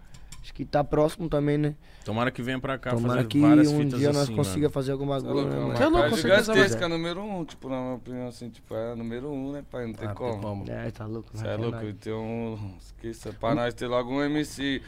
C: acho que tá próximo também, né?
B: Tomara que venha pra cá
C: Tomara
B: fazer
C: que
B: várias
C: um
B: fitas
C: dia
B: assim,
C: nós consiga
B: mano.
C: fazer algum
D: Você é
C: bagulho,
D: louco,
C: né,
D: é uma
A: Você é louco,
D: marca
A: com certeza,
D: gigantesca, número um, tipo, na minha opinião, assim, tipo, é número um, né, pai? Não tem
A: Ah,
D: como.
A: tem como.
C: mano? É, tá louco.
D: Você
C: vai
D: é
C: ter
D: louco,
C: nada.
D: então esqueça. Pra nós ter logo um MC,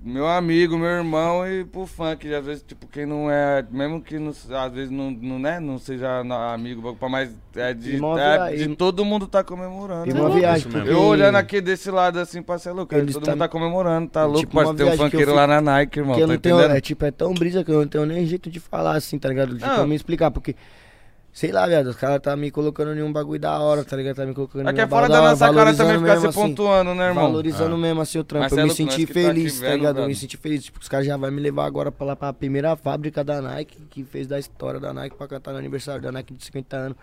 D: meu amigo, meu irmão e pro funk. E às vezes, tipo, quem não é, mesmo que não, às vezes não, não, né, não seja na- amigo, bagulho, pá, mas é de,
C: E move
D: é
C: a-
D: de
C: e-
D: todo mundo tá comemorando.
C: E
D: né?
C: uma viagem,
B: isso mesmo.
C: porque...
D: Eu olhando aqui desse lado assim, parceiro louco,
C: Eles
D: todo
C: tá-
D: mundo tá comemorando, tá
C: Tipo,
D: louco, parceiro.
C: uma
D: Tem um
C: viagem que eu
D: funkeiro lá na Nike, irmão,
C: Porque eu
D: tá
C: não tenho,
D: entendendo?
C: é, tipo, é tão brisa que eu não tenho nem jeito de falar assim, tá ligado? De
D: Ah.
C: como me explicar, porque. Sei lá, viado, os caras tá me colocando em um bagulho da hora, tá ligado? Tá me colocando
D: Aqui
C: em
D: é
C: um bagulho
D: fora da nossa cara
C: valorizando
D: também ficar se
C: mesmo, assim,
D: pontuando, né, irmão?
C: Valorizando mesmo assim o trampo.
D: Mas
C: Eu
D: é
C: me
D: louco, nós
C: senti
D: que tá aqui
C: feliz, tá
D: vendo,
C: ligado? Eu me
D: velho.
C: senti feliz. Tipo, os caras já vão me levar agora pra lá pra primeira fábrica da Nike, que fez da história da Nike pra cantar no aniversário da Nike de 50 anos.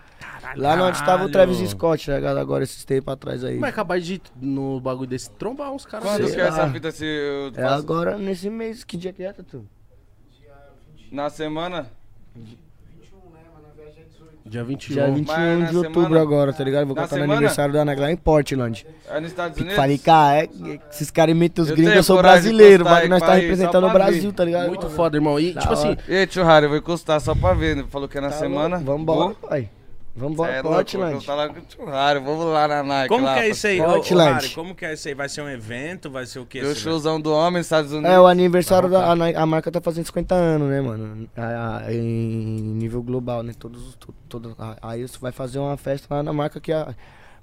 C: Lá onde estava o Travis
B: Caralho.
C: Scott, tá ligado? Agora esses tempos atrás aí.
A: Mas acabar é de, no bagulho desse, trombar uns caras.
D: Quando
A: desse.
D: que
C: lá.
D: é essa fita se eu
C: ah, É
D: faço?
C: agora nesse mês, que dia que é, Tatu?
D: Na semana? é?
A: Dia 21.
C: Dia
D: Mas
C: 21
D: na
C: de outubro
D: semana-
C: agora, tá ligado? Eu Vou
D: Na
C: cantar no
D: semana?
C: aniversário da Nike lá em Portland.
D: É nos Estados Unidos?
C: Falei, cara, é, que esses caras imitam os
D: Eu
C: gringos,
D: tenho
C: eu sou
D: coragem de
C: brasileiro,
D: postar
C: mas nós
D: aí
C: tá
D: pra ir,
C: representando
D: só
C: o
D: pra
C: Brasil,
D: vir.
C: tá ligado?
A: Muito foda, irmão. E,
C: Da
A: tipo assim,
C: hora.
D: E aí, tio Harry, eu vou encostar só pra ver. Ele falou que é na
C: Tá
D: semana.
C: louco, Vambora,
D: Vou.
C: pai.
D: Cê
C: Vambora,
D: é louco, vou
C: Portland.
D: encostar lá com o tio Harry. Vamos lá na Nike.
B: Como
D: lá,
B: que é
D: pra-
B: isso aí? Ô, ô,
C: Outland.
B: Mari, como que é isso aí? Vai ser um evento? Vai ser o quê?
D: Deu
B: esse né? evento?
D: showzão do homem nos Estados Unidos.
C: É, o aniversário da a, Nike- a marca tá fazendo 50 anos, né, mano? A- a- em nível global, né? Todos, os- to- todo, a- aí você vai fazer uma festa lá na marca que a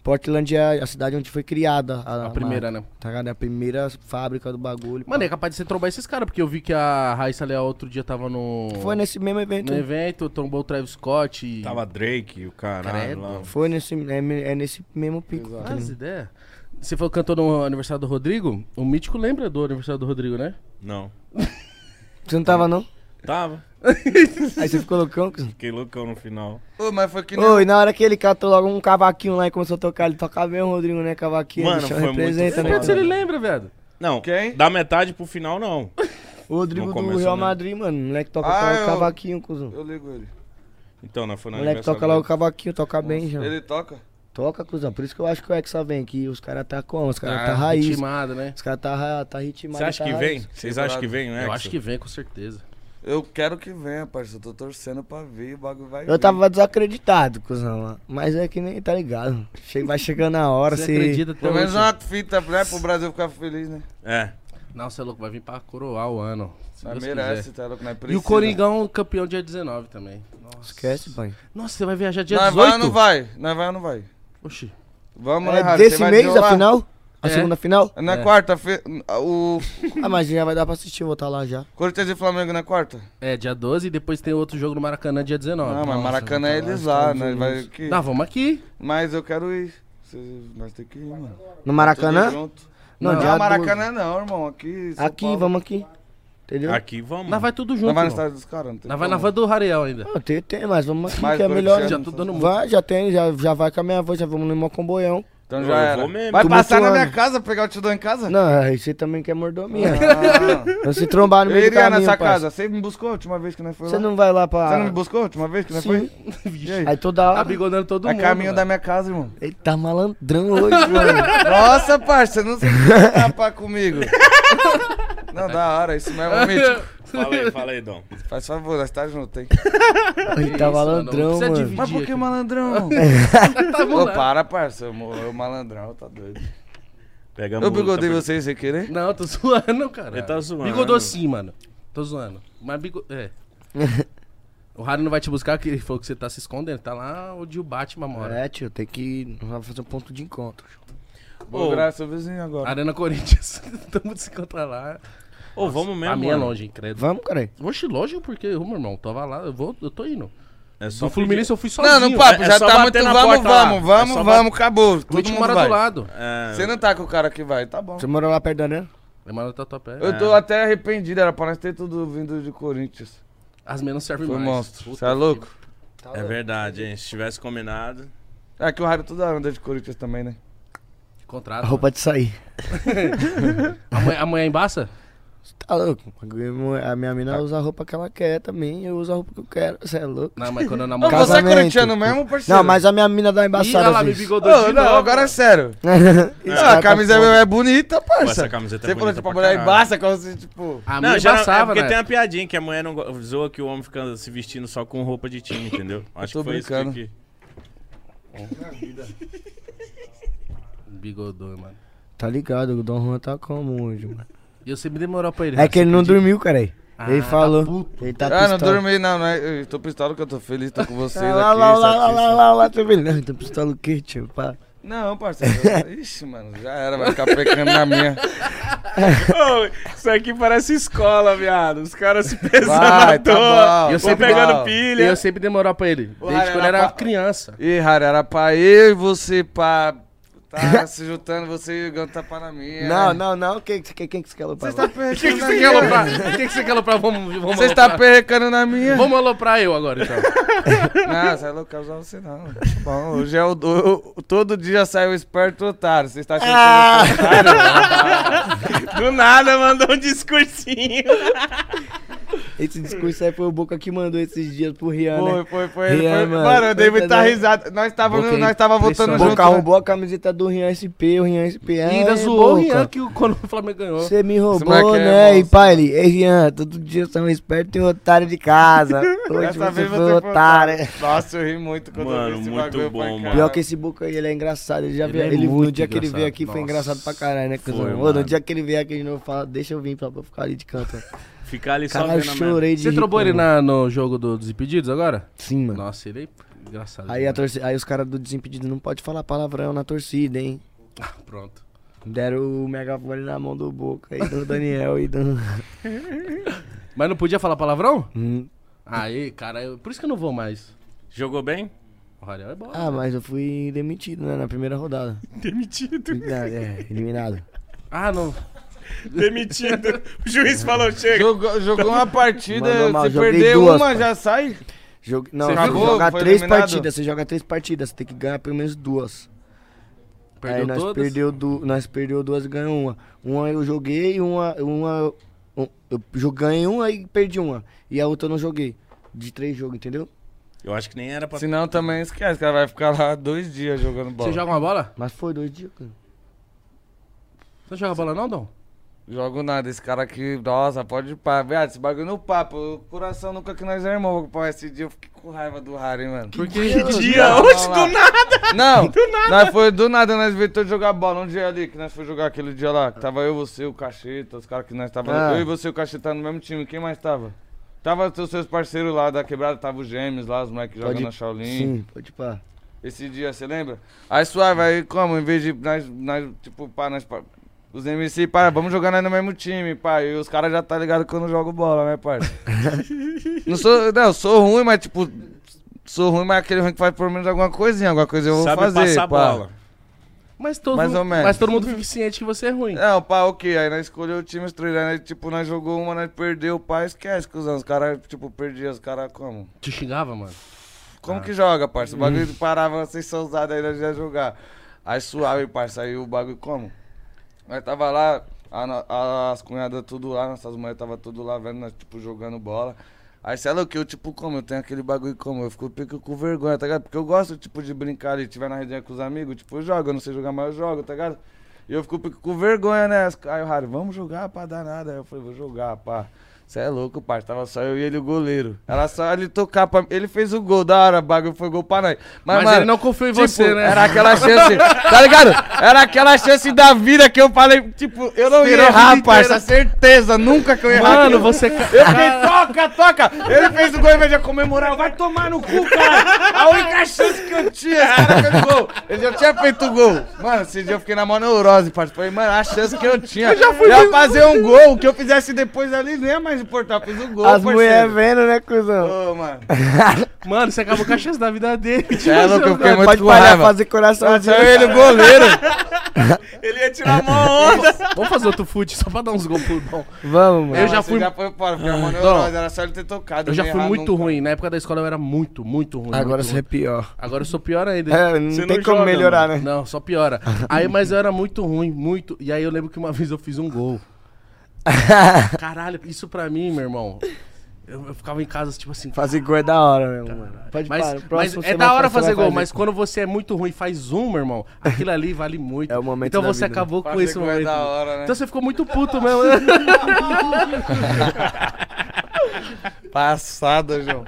C: Portland é a, a cidade onde foi criada a,
A: a primeira,
C: marca,
A: né?
C: Tá ligado? É a primeira fábrica do bagulho.
A: Mano,
C: pá.
A: é capaz de você trombar esses caras, porque eu vi que a Raíssa Leal outro dia tava no.
C: foi nesse mesmo evento.
A: no evento, trombou o Travis Scott e.
B: Tava Drake, o caralho
A: Credo.
B: lá.
C: Foi nesse, é, me- é nesse mesmo pico. tá
A: Ah, as
C: ligado?
A: ideias. Você falou que cantou no aniversário do Rodrigo? O Mítico lembra do aniversário do Rodrigo, né?
B: Não.
C: Você não tava, não?
B: Tava.
C: Aí você ficou loucão, cuzão.
B: Fiquei loucão no final.
D: Ô, mas foi que nem...
C: Ô, e na hora que ele catou logo um cavaquinho lá e começou a tocar, ele toca bem o Rodrigo, né? Cavaquinho,
B: Mano,
C: ele chama-
B: foi muito
C: representa,
A: De
B: foda.
C: né?
A: repente ele
C: cara?
A: lembra, viado.
B: Não,
D: Quem?
B: da metade pro final, não.
C: O Rodrigo
B: Não
C: do
B: começou,
C: Real
B: né?
C: Madrid, mano. O moleque toca
D: Ah,
C: logo o
D: eu-
C: cavaquinho, cuzão.
D: Eu ligo ele.
B: Então, não foi
C: O
B: na
C: moleque toca logo o cavaquinho, toca bem já.
D: Ele toca?
C: Toca, cuzão. Por isso que eu acho que o Hexa vem aqui. Os caras tá como? Os caras
A: Ah,
C: tá raiz.
A: Intimado, né?
C: Os caras tá, ra- tá ritmado.
B: Você acha
C: tá
B: que
C: raiz.
B: vem? Vocês acham que vem, né?
A: Eu acho que vem, com certeza.
D: Eu quero que venha, parceiro. Eu tô torcendo pra vir, o bagulho vai
C: Eu
D: vir.
C: tava desacreditado, cuzão. Mas é que nem tá ligado. Che- Vai chegando a hora,
A: Você
C: se.
A: acredita até
D: Pelo menos
A: hoje?
D: uma fita, né? Pro Brasil ficar feliz, né?
B: É.
A: Não, você é louco, vai vir pra coroar o ano. se
D: Nós
A: Deus
D: merece,
A: quiser.
D: tá louco? Nós
A: E
D: precisa.
A: o Coringão campeão dia 19 também. Nossa,
C: Esquece, pai.
A: Nossa, você vai viajar dia
D: Nós
A: 18?
D: vai ou não vai? Nós vai ou não vai?
A: Oxi.
D: Vamos, né,
C: É
D: Harry? Você
C: desse
D: vai
C: mês
D: de
C: a
D: lá?
C: final? A
A: É.
C: segunda final?
D: Na
A: É.
D: quarta-feira. O
C: Ah, mas já vai dar pra assistir, eu vou estar lá já.
D: Corinthians e Flamengo na quarta?
A: É, dia 12 e depois tem outro jogo no Maracanã dia 19.
D: não, mas
A: Nossa,
D: Maracanã é
A: vai tá
D: eles
A: Estados
D: lá, né?
A: Unidos.
D: Vai que...
A: Não, vamos aqui.
D: Mas eu quero ir. Cê- Nós temos que ir, mano.
C: No Maracanã?
D: Junto.
C: Não,
D: Não,
C: dia
D: Maracanã não, irmão. Aqui. em São
C: Aqui,
D: Paulo.
C: vamos aqui. Entendeu?
B: Aqui vamos.
A: Nós vai tudo junto.
D: Nós vai no
A: irmão.
D: estádio dos caras, Hum. não tem
A: Nós vai na
D: como.
A: van do Rariel ainda.
C: Não, tem, tem, mas vamos aqui
D: Mais
C: que é
D: corintiano.
C: melhor.
A: Já tô dando muito.
C: Vai, já tem, já, já vai com a minha avó, já vamos no meu comboião.
D: Então
B: Eu
D: já era.
B: vou mesmo.
D: Vai
C: Tô
D: passar na minha
C: mutuando.
D: casa, pegar o Tidão em casa?
C: Não, aí você também quer mordomia.
D: Ah,
C: Então se trombar no
D: eu
C: meio do
D: iria
C: caminho,
D: nessa
C: parça.
D: casa. Você me buscou a última vez que nós foi
C: Você
D: lá?
C: não vai lá pra...
A: Ah.
D: Você não me buscou a última vez que nós
C: Sim.
D: foi? E aí?
C: Aí toda
A: Tá
C: hora...
A: bigodando todo
D: É
A: mundo.
D: caminho da
A: velho.
D: minha casa, irmão.
C: Ele tá malandrão hoje, mano.
D: Nossa, parça, você não se tapar comigo. Não, da hora, isso mesmo, é mítico.
B: Fala aí, fala aí, Dom.
D: Faz favor, nós tá junto, hein?
C: Ele tá
A: Isso,
C: malandrão,
A: mano, não precisa
C: mano.
A: dividir.
D: Mas por que
A: aqui.
D: malandrão?
A: Tá bom,
D: Ô,
A: né?
D: para, parça, eu, mo- eu malandrão, tá doido.
B: Pega a
D: Eu
B: multa,
D: bigodei
B: porque-
D: vocês sem querer?
A: Não, tô zoando, cara.
B: Ele tá zoando.
A: Bigodou sim, mano. Tô zoando. Mas bigo... É. o Harry não vai te buscar, que ele falou que você tá se escondendo. Tá lá onde o Batman mora.
C: É, tio, tem que... Vai fazer um ponto de encontro.
D: Vou virar seu vizinho
B: Ah,
D: agora.
A: Arena Corinthians. Todo mundo se encontra lá.
B: Ô, vamos mesmo.
A: a minha é
B: mano.
A: longe, hein, credo.
C: Vamos, cara.
A: Oxe, longe porque, ô, meu irmão, tava lá, eu, vou, eu tô indo.
B: É só
A: No Fluminense eu fui sozinho.
D: Não, não papo,
B: É- é
D: já
B: só
D: tá muito.
B: bater na
D: Vamos,
B: porta lá.
D: vamos,
B: É
D: vamos,
B: só
D: vamos, acabou.
A: O
D: Todo
A: Vitinho
D: mundo
A: mora
D: vai.
A: do lado.
B: É,
D: Você não tá com o cara que vai, tá bom.
C: Você morou lá perto da Arena?
A: Ele mora no Tatuapé.
B: É.
D: Eu tô até arrependido, era pra nós ter tudo vindo de Corinthians.
A: As minhas não servem
D: Foi
A: mais.
D: monstro.
A: Puta
D: Você é louco?
B: é verdade, hein? Se tivesse combinado.
D: É que o Rádio toda hora anda de Corinthians também, né?
A: que
C: A
A: Contrato.
C: roupa de sair.
A: mano. Amanhã, amanhã embaça?
C: Você tá louco? A minha mina usa a roupa que ela quer também, eu uso a roupa que eu quero. Você é louco?
A: Não, mas quando eu
D: Ô,
A: namoro.
C: Casa-
D: você é
C: Casamento.
D: corintiano mesmo, parceiro?
C: Não, mas a minha mina dá uma
A: Ih, olha
C: embaçada
A: lá,
C: às
A: me
C: vezes.
A: bigodou
D: Ô,
A: de
D: não,
A: novo. né?
D: agora é sério.
C: Esse
D: Ah,
C: cara
D: a
C: tá
D: camisa
C: foda.
D: é bonita, parça.
B: Essa camiseta é
D: Você falou
B: bonita
D: tipo, a
B: pra
D: mulher
B: caralho.
D: embaça, como se, tipo...
A: A minha
B: Não, já não, é
A: embaçava,
B: porque
A: né?
B: tem uma piadinha que a mulher não go- zoa que o homem fica se vestindo só com roupa de time, entendeu? Acho
D: tô
B: que foi
D: brincando.
B: isso que- que.
A: Bigodou, mano.
C: Tá ligado, o Dom Juan tá como hoje, mano?
A: E eu sempre demorou pra ele.
C: É que ele não
A: acredita?
C: dormiu, cara. aí.
A: Ah,
C: ele
A: tá
C: falou.
A: puto.
C: ele tá
D: Ah, não
C: pistola.
D: dormi, não, não é... Eu tô pistola que eu tô feliz, tô com vocês aqui.
C: Lá, lá, lá, lá, lá,
D: satisfeito.
C: lá, lá, lá, tá vendo? Não, tá pistola o quê, tio? Pá.
D: Não, parceiro. Ixi, mano, já era, vai ficar pecando na minha.
B: Ô, isso aqui parece escola, viado. Os caras se pesando
D: Vai,
B: à
D: tá
B: toa.
D: bom.
A: Eu
B: Vão
A: sempre-
B: pegando
D: Tá.
A: E
B: pilha.
A: eu sempre demorou pra ele. Desde
D: Harry
A: quando eu
D: era
A: era
D: pa-
A: criança.
D: Ih, Rara, era pra eu e você, pá... Tá se juntando, você e o Gão tá para mim.
C: Não, não, não. Quem, quem, quem que você quer lutar?
D: Você tá
A: O que
D: perrecando
A: que
D: na
A: você quer aloprar?
D: minha.
A: O que que você quer aloprar? Vamos, vamos
D: Você tá
A: aloprar.
D: perrecando na minha.
A: Vamos aloprar eu agora, então.
D: Não, você é louco, eu não sei não. Tá Bom, hoje é o, o- o- Todo dia sai o esperto otário. Você está achando
C: Ah!
D: que eu sou otário?
B: Do nada mandou um discursinho.
C: Esse discurso aí foi o Boca que mandou esses dias pro Rian,
D: Foi,
C: né?
D: foi, foi.
C: Rian,
D: foi.
C: mano,
D: Mano, o
C: coisa
D: David tá
C: da-
D: risado. Nós tava,
A: Boca
D: no- nós tava votando
A: impressionante.
D: junto.
C: Boca
D: né?
C: arrombou a camiseta do Rian SP, o Rian é SP.
A: E ainda
C: Ai,
A: zoou o
C: Boca,
A: Rian que o- quando o Flamengo ganhou.
C: Você me roubou,
D: moleque é
C: né? e
D: monstro.
C: pai, ele, ei, Rian, todo dia são esperto e um otário de casa. Hoje
D: Dessa
C: tipo, você
D: vez
C: foi um
D: você foi um
C: otário.
D: otário. Nossa, eu ri muito quando eu
B: Mano,
D: vi esse
B: muito
D: bagulho. eu
B: bom,
D: falei,
B: mano.
D: cara,
C: Pior que esse Boca aí, ele é engraçado. Ele já
A: Ele
C: veio,
A: é
C: ele, no
A: muito
C: dia que ele veio
A: engraçado,
C: aqui foi
A: nossa.
C: engraçado pra caralho, né,
B: Foi,
C: cuzão? Ô,
B: mano.
C: No dia que ele veio aqui, ele não fala, deixa eu vir pra pra ficar ali de canto. ó.
B: Ficar ali só
C: Caralho, eu
B: vendo a merda.
C: chorei de.
A: Você
C: rir,
A: trombou ele
C: mano.
A: na- no jogo do- dos impedidos agora?
C: Sim, mano.
A: Nossa, ele é engraçado.
C: Aí, a
A: demais.
C: torcida, aí os caras do Desimpedido não pode falar palavrão na torcida, hein?
A: Pronto.
C: Deram o megafone na mão do Boca e do Daniel e do.
A: Mas não podia falar palavrão?
C: Hum.
A: Aí, cara, eu- por isso que eu não vou mais.
B: Jogou bem?
A: O Rariel é bom.
C: Ah, mas eu fui demitido, né? Na primeira rodada.
B: Demitido.
C: Eliminado, é, eliminado.
A: Ah, não.
B: Demitido. O juiz falou, chega.
D: Jogou, jogou uma partida,
C: Mandou mal,
D: se
C: joguei
D: perder
C: duas,
D: uma,
C: pai.
D: já sai.
C: Jogue... Não,
A: Você
C: você
A: acabou?
C: joga
D: Foi
C: três
D: eliminado?
C: partidas, você joga três partidas, você tem que ganhar pelo menos duas.
A: Perdeu
C: Aí nós
A: todas?
C: Perdeu du... Nós perdeu duas e ganhou uma. Uma eu joguei e uma. uma... um- Eu jo- ganhei uma e perdi uma. E a outra eu não joguei. De três jogos, entendeu?
B: Eu acho que nem era pra.
D: Senão também esquece, cara vai ficar lá dois dias jogando bola.
A: Você joga uma bola?
C: Mas foi dois dias, cara.
A: Você não joga bola não, Dom?
D: Jogo nada, esse cara aqui, nossa, pode pá. Viado, esse bagulho no papo, o coração nunca que nós é irmão, pô, esse dia eu fiquei com raiva do Harry, mano.
A: Porque
D: dia hoje, do nada! Não, do nada! Nós foi do nada, nós inventou de jogar bola um dia ali, que nós foi jogar aquele dia lá, que tava eu, você, o Cacheta, os caras que nós tava.
C: Ah.
D: Eu e você, o Cacheta, no mesmo time, quem mais tava? Tava os seus parceiros lá da quebrada, tava os gêmeos lá, os moleques jogando na Shaolin.
C: Sim, pode pá.
D: Esse dia, você lembra? Aí suave, aí como? Em vez de nós, nós tipo, pá, nós. pá, os MC, pá, vamos jogar nós no mesmo time, pá. E os caras já tá ligado que eu não jogo bola, né, parça? não sou. Não, eu sou ruim, mas tipo. Sou ruim, mas aquele ruim que faz pelo menos alguma coisinha, alguma coisa eu vou
B: Sabe
D: fazer.
B: passar
D: pá.
B: bola.
A: Mas todo,
D: Mais
A: mundo,
D: ou menos.
A: mas todo mundo fica ciente que você é ruim.
D: Não, pá, ok. Aí nós escolheu o time, os três. Aí, nós, tipo, nós jogou uma, nós perdeu, pá, esquece, cuzão. Os caras, tipo, perdia, os caras como?
A: Te xingava, mano.
D: Como
B: Ah.
D: que joga, parça? O bagulho parava, vocês são usados aí, nós já jogar. Aí suave, parça, aí o bagulho como? Nós tava lá, a no- a- as cunhadas tudo lá, nossas mulheres tava tudo lá vendo, nós, tipo, jogando bola. Aí, sei lá o que, eu, tipo, como? Eu tenho aquele bagulho como? Eu fico pico com vergonha, tá ligado? Porque eu gosto, tipo, de brincar ali, tiver na resenha com os amigos, tipo, eu jogo, eu não sei jogar, mas eu jogo, tá ligado? E eu fico pico com vergonha, né? Aí o Harry, vamos jogar, pá, danada. Aí eu falei, vou jogar, pá. Você é louco, parça. Tava só eu e ele, o goleiro. Era só ele tocar pra... Ele fez o gol da hora, bagulho, foi gol pra nós. Mas,
A: Mas
D: mano,
A: ele não confiou em
D: tipo,
A: você, né?
D: Era aquela chance, tá ligado? Era aquela chance da vida que eu falei, tipo, eu não
A: Esperou
D: ia
A: a vida
D: errar,
A: inteira.
D: parça. Certeza, nunca que eu ia errar.
A: Mano,
D: aquilo.
A: você ca-
D: Eu fiquei, toca, toca! Ele fez o gol em vez de eu comemorar. eu, Vai tomar no cu, cara! A única chance que eu tinha, esse cara fez o gol. Ele já tinha feito o gol. Mano, esse dia eu fiquei na maior neurose, parceiro. Falei, mano, a chance que eu tinha. Eu já fui fazer um gol, o que eu fizesse depois ali não ia mais importar. Eu Fiz o gol,
C: As
D: parceiro.
C: mulheres vendo, né, cuzão?
D: Ô, mano.
A: Mano, você acabou com a chance da vida dele.
D: É louco, eu fiquei muito
C: Pode
D: com
C: parar,
D: raiva.
C: fazer coraçãozinho.
D: Saiu ele, o goleiro.
B: Ele ia tirar a mão onda.
A: Vamos fazer outro fute só pra dar uns gols pro Dom.
C: Vamos, mano.
A: Eu
D: Não,
A: já
D: mas
A: fui-
D: você Já foi fora, porque a maior
A: Dom,
D: neurose era só ele ter tocado.
A: Eu já
D: não ia
A: fui
D: errar
A: muito
D: nunca.
A: ruim. Na época da escola eu era muito, muito ruim.
C: Agora
A: muito
C: você é
A: ruim.
C: pior.
A: Agora eu sou pior ainda.
C: É, não
B: Você
C: tem
B: não
C: como
B: joga,
C: melhorar, né?
A: Não, só piora. Aí, mas eu era muito ruim, muito. E aí eu lembro que uma vez eu fiz um gol. Caralho, isso pra mim, meu irmão. Eu, eu ficava em casa, tipo assim.
C: Fazer gol é da hora mesmo, mano. Pode
A: Mas,
C: parar.
A: mas
C: próximo
A: é
C: você
A: da
C: vai
A: hora
C: você vai
A: fazer gol, mas quando você é muito ruim e faz um, meu irmão, aquilo ali vale muito.
C: É o momento
A: Então
C: da
A: você
C: vida, né?
A: acabou com
D: Fazer
A: esse
D: gol é
A: momento.
D: da hora, né?
A: Então você ficou muito puto mesmo. né?
D: Passada, João.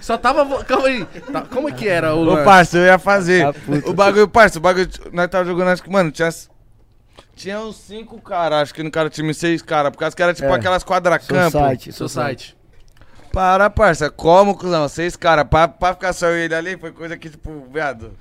A: Só tava. vo- Calma aí. Tá, como é que era o.
D: Ô,
A: lance?
D: parça, eu ia fazer.
C: Tá puto.
D: o bagulho, parça, o bagulho. Nós tava jogando, acho que, mano, tinha. Tinha uns cinco caras, acho que no cara time seis caras, porque as caras, tipo,
C: É.
D: aquelas quadracampo.
C: Society,
A: Seu
C: society.
A: site.
D: Para, parça, como, cuzão? Seis caras, pra, pra ficar só eu e ele ali, foi coisa que, tipo, viado.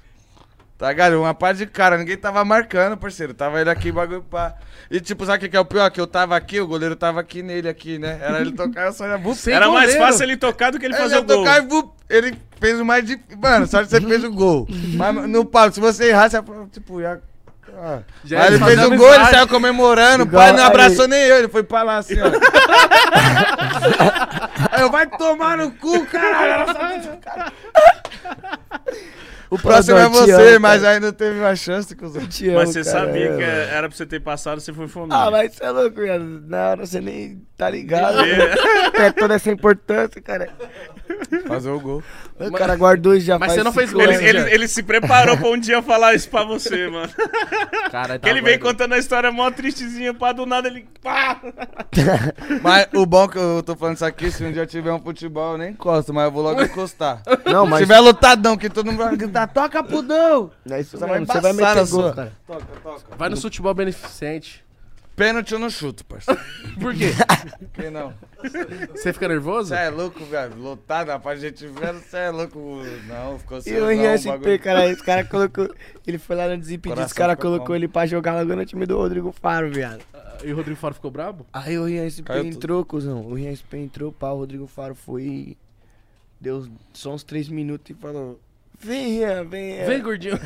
D: Tá ligado? Uma parte de cara, ninguém tava marcando, parceiro. Tava ele aqui, bagulho pá. E, tipo, sabe o que que é o pior? Que eu tava aqui, o goleiro tava aqui nele, aqui, né? Era ele tocar, eu só ia. Bup,
A: Sem
B: Era mais
A: goleiro.
B: fácil ele tocar do que ele fazer
D: ia
B: o gol.
D: tocar e vup, ele fez o mais difícil. Mano, só que você fez o gol. Mas no Paulo, se você errasse, ia- tipo, ia. Ah.
A: Já ia
D: Mas ele
A: fazer
D: fez o gol,
A: amizade.
D: ele saiu comemorando, o
C: Igual
D: pai não
C: aí.
D: abraçou nem eu, ele foi pra lá assim, ó. Aí eu, vai tomar no cu, caralho. ela só me- O próximo é
C: Pô, Dom, te
D: você,
C: amo,
D: mas é
C: cara.
D: ainda teve uma chance, cuzão.
C: Te amo,
B: Mas você
C: cara,
B: sabia
C: é,
B: que
C: mano.
B: era pra você ter passado, você foi fome.
C: Ah, mas você é louco, viado. Na hora você nem tá ligado. É toda essa importância, cara.
D: Fazer o gol.
C: O cara guardou e já
A: Mas
C: faz
A: você não fez
C: cinco
A: gol,
C: anos.
A: hein?
B: Ele, ele- ele se preparou pra um dia falar isso pra você, mano.
A: Cara,
B: Que ele vem contando a história mó tristezinha, pá, do nada ele. Pá!
D: Mas o bom que eu tô falando isso aqui, se um dia tiver um futebol, eu nem encosto, mas eu vou logo encostar.
C: Não,
D: Se
C: mas
D: tiver lotadão, que todo mundo vai gritar, toca pro Dão!
C: não é isso
D: Você
C: mesmo.
D: vai
C: Você vai
D: embaçar
C: meter
D: na
C: gol,
D: sua.
C: cara.
D: Toca, toca.
A: Vai no futebol beneficente.
D: Pênalti eu não chuto, parceiro.
A: Por quê?
D: Quem não?
A: Você fica nervoso?
D: Cê é louco, velho. Lotado, rapaz, gente vendo, cê é louco. Não, ficou
C: E
D: sem
C: o é
D: não,
C: RSP,
D: bagulho.
C: cara, esse cara colocou. Ele foi lá no Desimpedidos,
D: Coração
C: esse cara
D: fica
C: colocou
D: como?
C: ele pra jogar logo no time do Rodrigo Faro, viado.
A: E o Rodrigo Faro ficou brabo?
C: Aí o RSP
D: Caiu tudo.
C: entrou, cuzão. O RSP entrou, pá, o Rodrigo Faro foi. e Deu só uns três minutos e falou: Venha, venha.
A: Vem, gordinho.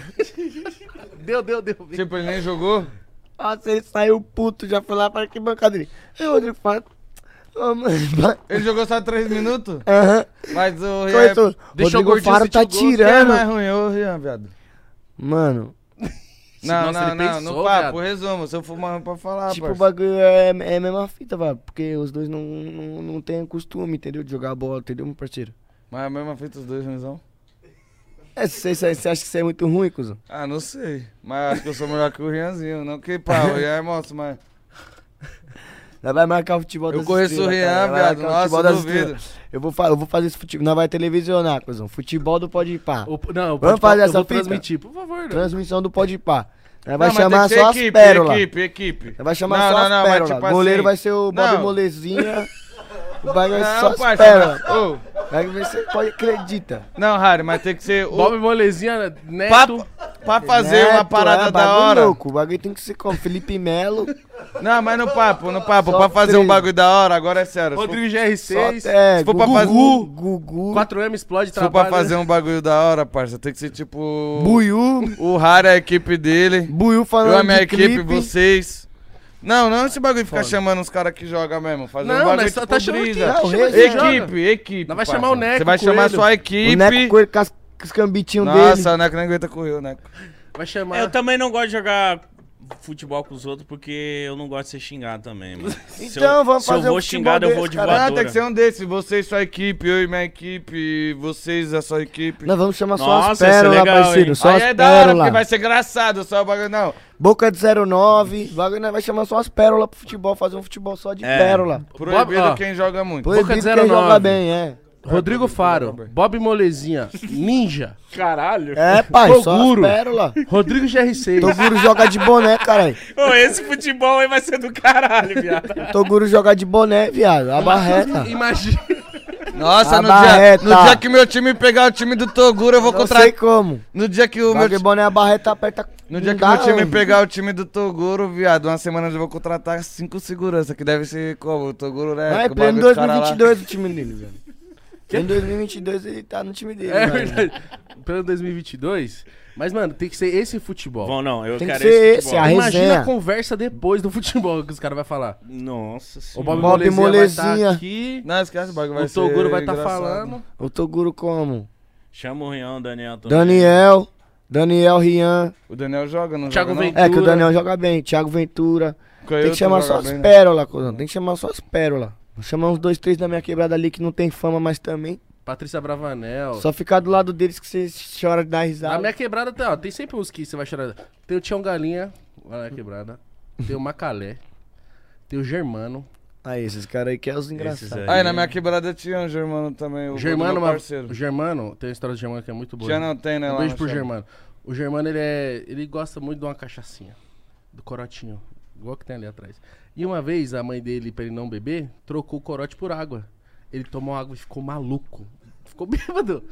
A: deu, deu, deu. vem.
D: É. Tipo, ele nem jogou?
C: Nossa, ele saiu puto, já foi lá pra arquibancada dele. Aí o Rodrigo Faro. Ô, mano. vai."
D: Ele jogou só 3 minutos?
C: Aham.
D: Mas É, o Rian.
C: Começou.
A: Deixa o
C: Rodrigo
A: gordinho
C: Faro
A: sentir o
C: tá
A: gosto. Quem é
D: Quem é mais
C: tirando.
D: ruim? Ô, Rian, viado.
C: Mano,
D: Não,
A: Nossa,
D: não,
A: ele
D: não,
A: pensou,
D: no papo,
A: viado.
D: resumo. Se eu for mais ruim pra falar,
C: tipo, o
D: Ah, parça.
C: bagulho é, é a mesma fita, vai. Porque os dois não, não, não têm costume, entendeu? De jogar bola, entendeu, meu parceiro?
D: Mas é a mesma feita os dois, Renizão?
C: É, você, você você acha que você é muito ruim, cuzão?
D: Ah, não sei. Mas acho que eu sou melhor que o Rianzinho. Não que pau, o Rian é monstro, mas.
C: Nós vai marcar o futebol
D: Eu
C: das
D: conheço o
C: estrelas,
D: Rian,
C: cara. Vai
D: viado.
C: marcar o
D: Nossa,
C: futebol das
D: duvido.
C: estrelas. Eu vou, fa- eu vou fazer esse futebol. Nós vai televisionar, cuzão. Futebol do Pode Pá.
A: O- não, pode,
C: Vamos fazer
A: eu
C: essa
A: vou
C: fita?
A: transmitir, por favor. né?
C: Transmissão do Pode Pá. Nós vai
D: Não, mas
C: chamar
D: tem que ser
C: só as
D: equipe,
C: pérolas.
D: Equipe, equipe.
C: Nós vai chamar
D: Não,
C: só
D: não,
C: as
D: não, mas
C: pérolas.
D: tipo
C: o goleiro
D: assim,
C: vai ser o Bob
D: não.
C: Molezinha. o pai vai ser só
D: Não,
C: as
D: parça.
C: pérolas.
D: mas- Ô,
C: Vai ver se pode acredita.
D: Não, Harry, mas tem que ser. O...
A: Bob Molezinha, Neto.
D: Pra, pra fazer
C: Neto,
D: uma parada
C: é,
D: da
C: bagulho
D: hora.
C: Louco. O bagulho tem que ser como Felipe Melo.
D: Não, mas no papo, no papo.
C: Só
D: pra fazer um
C: três.
D: bagulho da hora, agora é sério. Se for-
A: Rodrigo GR6.
C: só- é,
D: se for pra
C: Gugu,
D: fazer- um
C: Gugu,
A: 4M explode,
D: Se for
A: trabalho.
D: pra fazer um bagulho da hora, parça, tem que ser tipo.
C: Buiu.
D: O Harry, a equipe dele.
C: Buiu falando
D: Eu, a minha
C: de
D: equipe,
C: clipe.
D: vocês. Não, não esse bagulho de ficar chamando os caras que jogam mesmo. Fazer um
A: Não,
D: bagulho
A: nós só
D: tipo
A: tá chamando
D: brisa.
A: quem-
C: Não,
A: chama quem
C: rei, joga.
A: joga.
D: Equipe,
A: Nós
D: equipe.
A: vai
D: parça.
A: chamar o Neco
D: Você vai chamar
A: Coelho.
D: sua
C: O Neco
D: equipe.
C: Coelho com, as- com os cambitinhos dele.
D: Nossa, o Neco nem aguenta correr, o Neco.
A: Vai chamar.
B: Eu também não gosto de jogar futebol com os outros porque eu não gosto de ser xingado também, mano. Se
C: Então,
B: eu-
C: vamos
B: se eu
C: fazer um
B: vou
C: futebol
B: xingado, eu
C: desse,
B: vou de
C: cara.
D: Ah, tem
B: voadora.
D: que ser um desses. Vocês, sua equipe, eu e minha equipe. Vocês, a sua equipe.
C: Nós vamos chamar só as
B: Nossa, isso é
C: pérolas,
B: legal,
C: parceiro.
B: hein?
C: Só
D: Aí
C: as
D: é da hora,
C: pérolas.
D: porque vai ser engraçado só o bagulho. Não,
C: Boca de 09. Bagulho nós vai chamar só as pérolas pro futebol. Fazer um futebol só de
B: É.
C: pérola.
D: proibido
A: ó.
D: quem joga muito.
C: Proibido quem
A: 09.
C: joga bem, é.
A: Rodrigo Faro, Bob Molezinha, Ninja,
B: Caralho.
C: É, pai,
A: Toguro.
C: só as pérolas.
A: Rodrigo GR6.
C: Toguro joga de boné, caralho.
B: Ô, esse futebol aí vai ser do caralho, viado.
C: Toguro joga de boné, viado. A barreta.
A: Imagina.
D: Nossa,
C: A
D: no dia,
C: barreta.
D: no dia que meu time pegar o time do Toguro, eu vou
C: Não
D: contratar.
C: sei como.
D: No dia que o meu
C: Joga de
D: ti-
C: boné, a barreta aperta.
D: No dia
C: não
D: que meu
C: dá, né?
D: time
C: mano.
D: pegar o time do Toguro, viado, uma semana eu já vou contratar cinco segurança, que deve ser como? O Toguro, né?
C: Ah, é
D: com o
C: pleno
D: bagulho de cara lá.
C: 2022 o time dele, velho. Pleno 2022 ele tá no time dele.
A: É
C: velho.
A: verdade. Pelo 2022. Mas, mano, tem que ser esse futebol.
B: Bom, não, eu
C: Tem que
B: quero
C: ser
B: futebol.
C: esse, a
A: Imagina
C: resenha.
A: a conversa depois do futebol que os caras vão falar.
B: Nossa
A: O
B: senhora.
A: Bob,
C: Bob
A: Molezinha, vai
C: Molezinha.
A: tá aqui,
D: Não, esquece, o bagulho vai
A: o
D: ser
A: Toguro vai estar
D: engraçado.
A: falando.
C: O Toguro como?
B: Chama o Rião, Daniel. também.
C: Daniel. Daniel Rian.
D: O Daniel joga, não
A: Thiago
D: joga, não?
A: Ventura.
C: É, que o Daniel joga bem. Thiago Ventura.
D: Coyote
C: Tem que chamar
D: joga
C: só as
D: bem, né?
C: pérolas, cuzão. Tem que chamar só as pérolas. Vou chamar uns dois, três da minha quebrada ali que não tem fama, mas também.
A: Patrícia Bravanel.
C: Só ficar do lado deles que você chora de dar
A: Na
C: risada.
A: minha quebrada tem, ó, tem sempre uns que você vai chorar. Tem o Tião Galinha, lá na minha quebrada. Tem o Macalé. Tem o Germano.
C: Aí, esses caras aí que é os
B: Esses
C: engraçados.
D: Aí, na minha quebrada tinha o Germano também, o
A: O Germano, é
D: meu
A: uma-
D: parceiro.
A: o Germano, tem uma história do Germano que é muito boa.
D: Tinha não tem, né?
A: Um
D: lá
A: beijo
D: no
A: pro
D: chão.
A: Germano. O Germano, ele é. Ele gosta muito de uma cachaçinha. Do corotinho. Igual que tem ali atrás. E uma vez, a mãe dele, pra ele não beber, trocou o corote por água. Ele tomou água e ficou maluco. Ficou bêbado.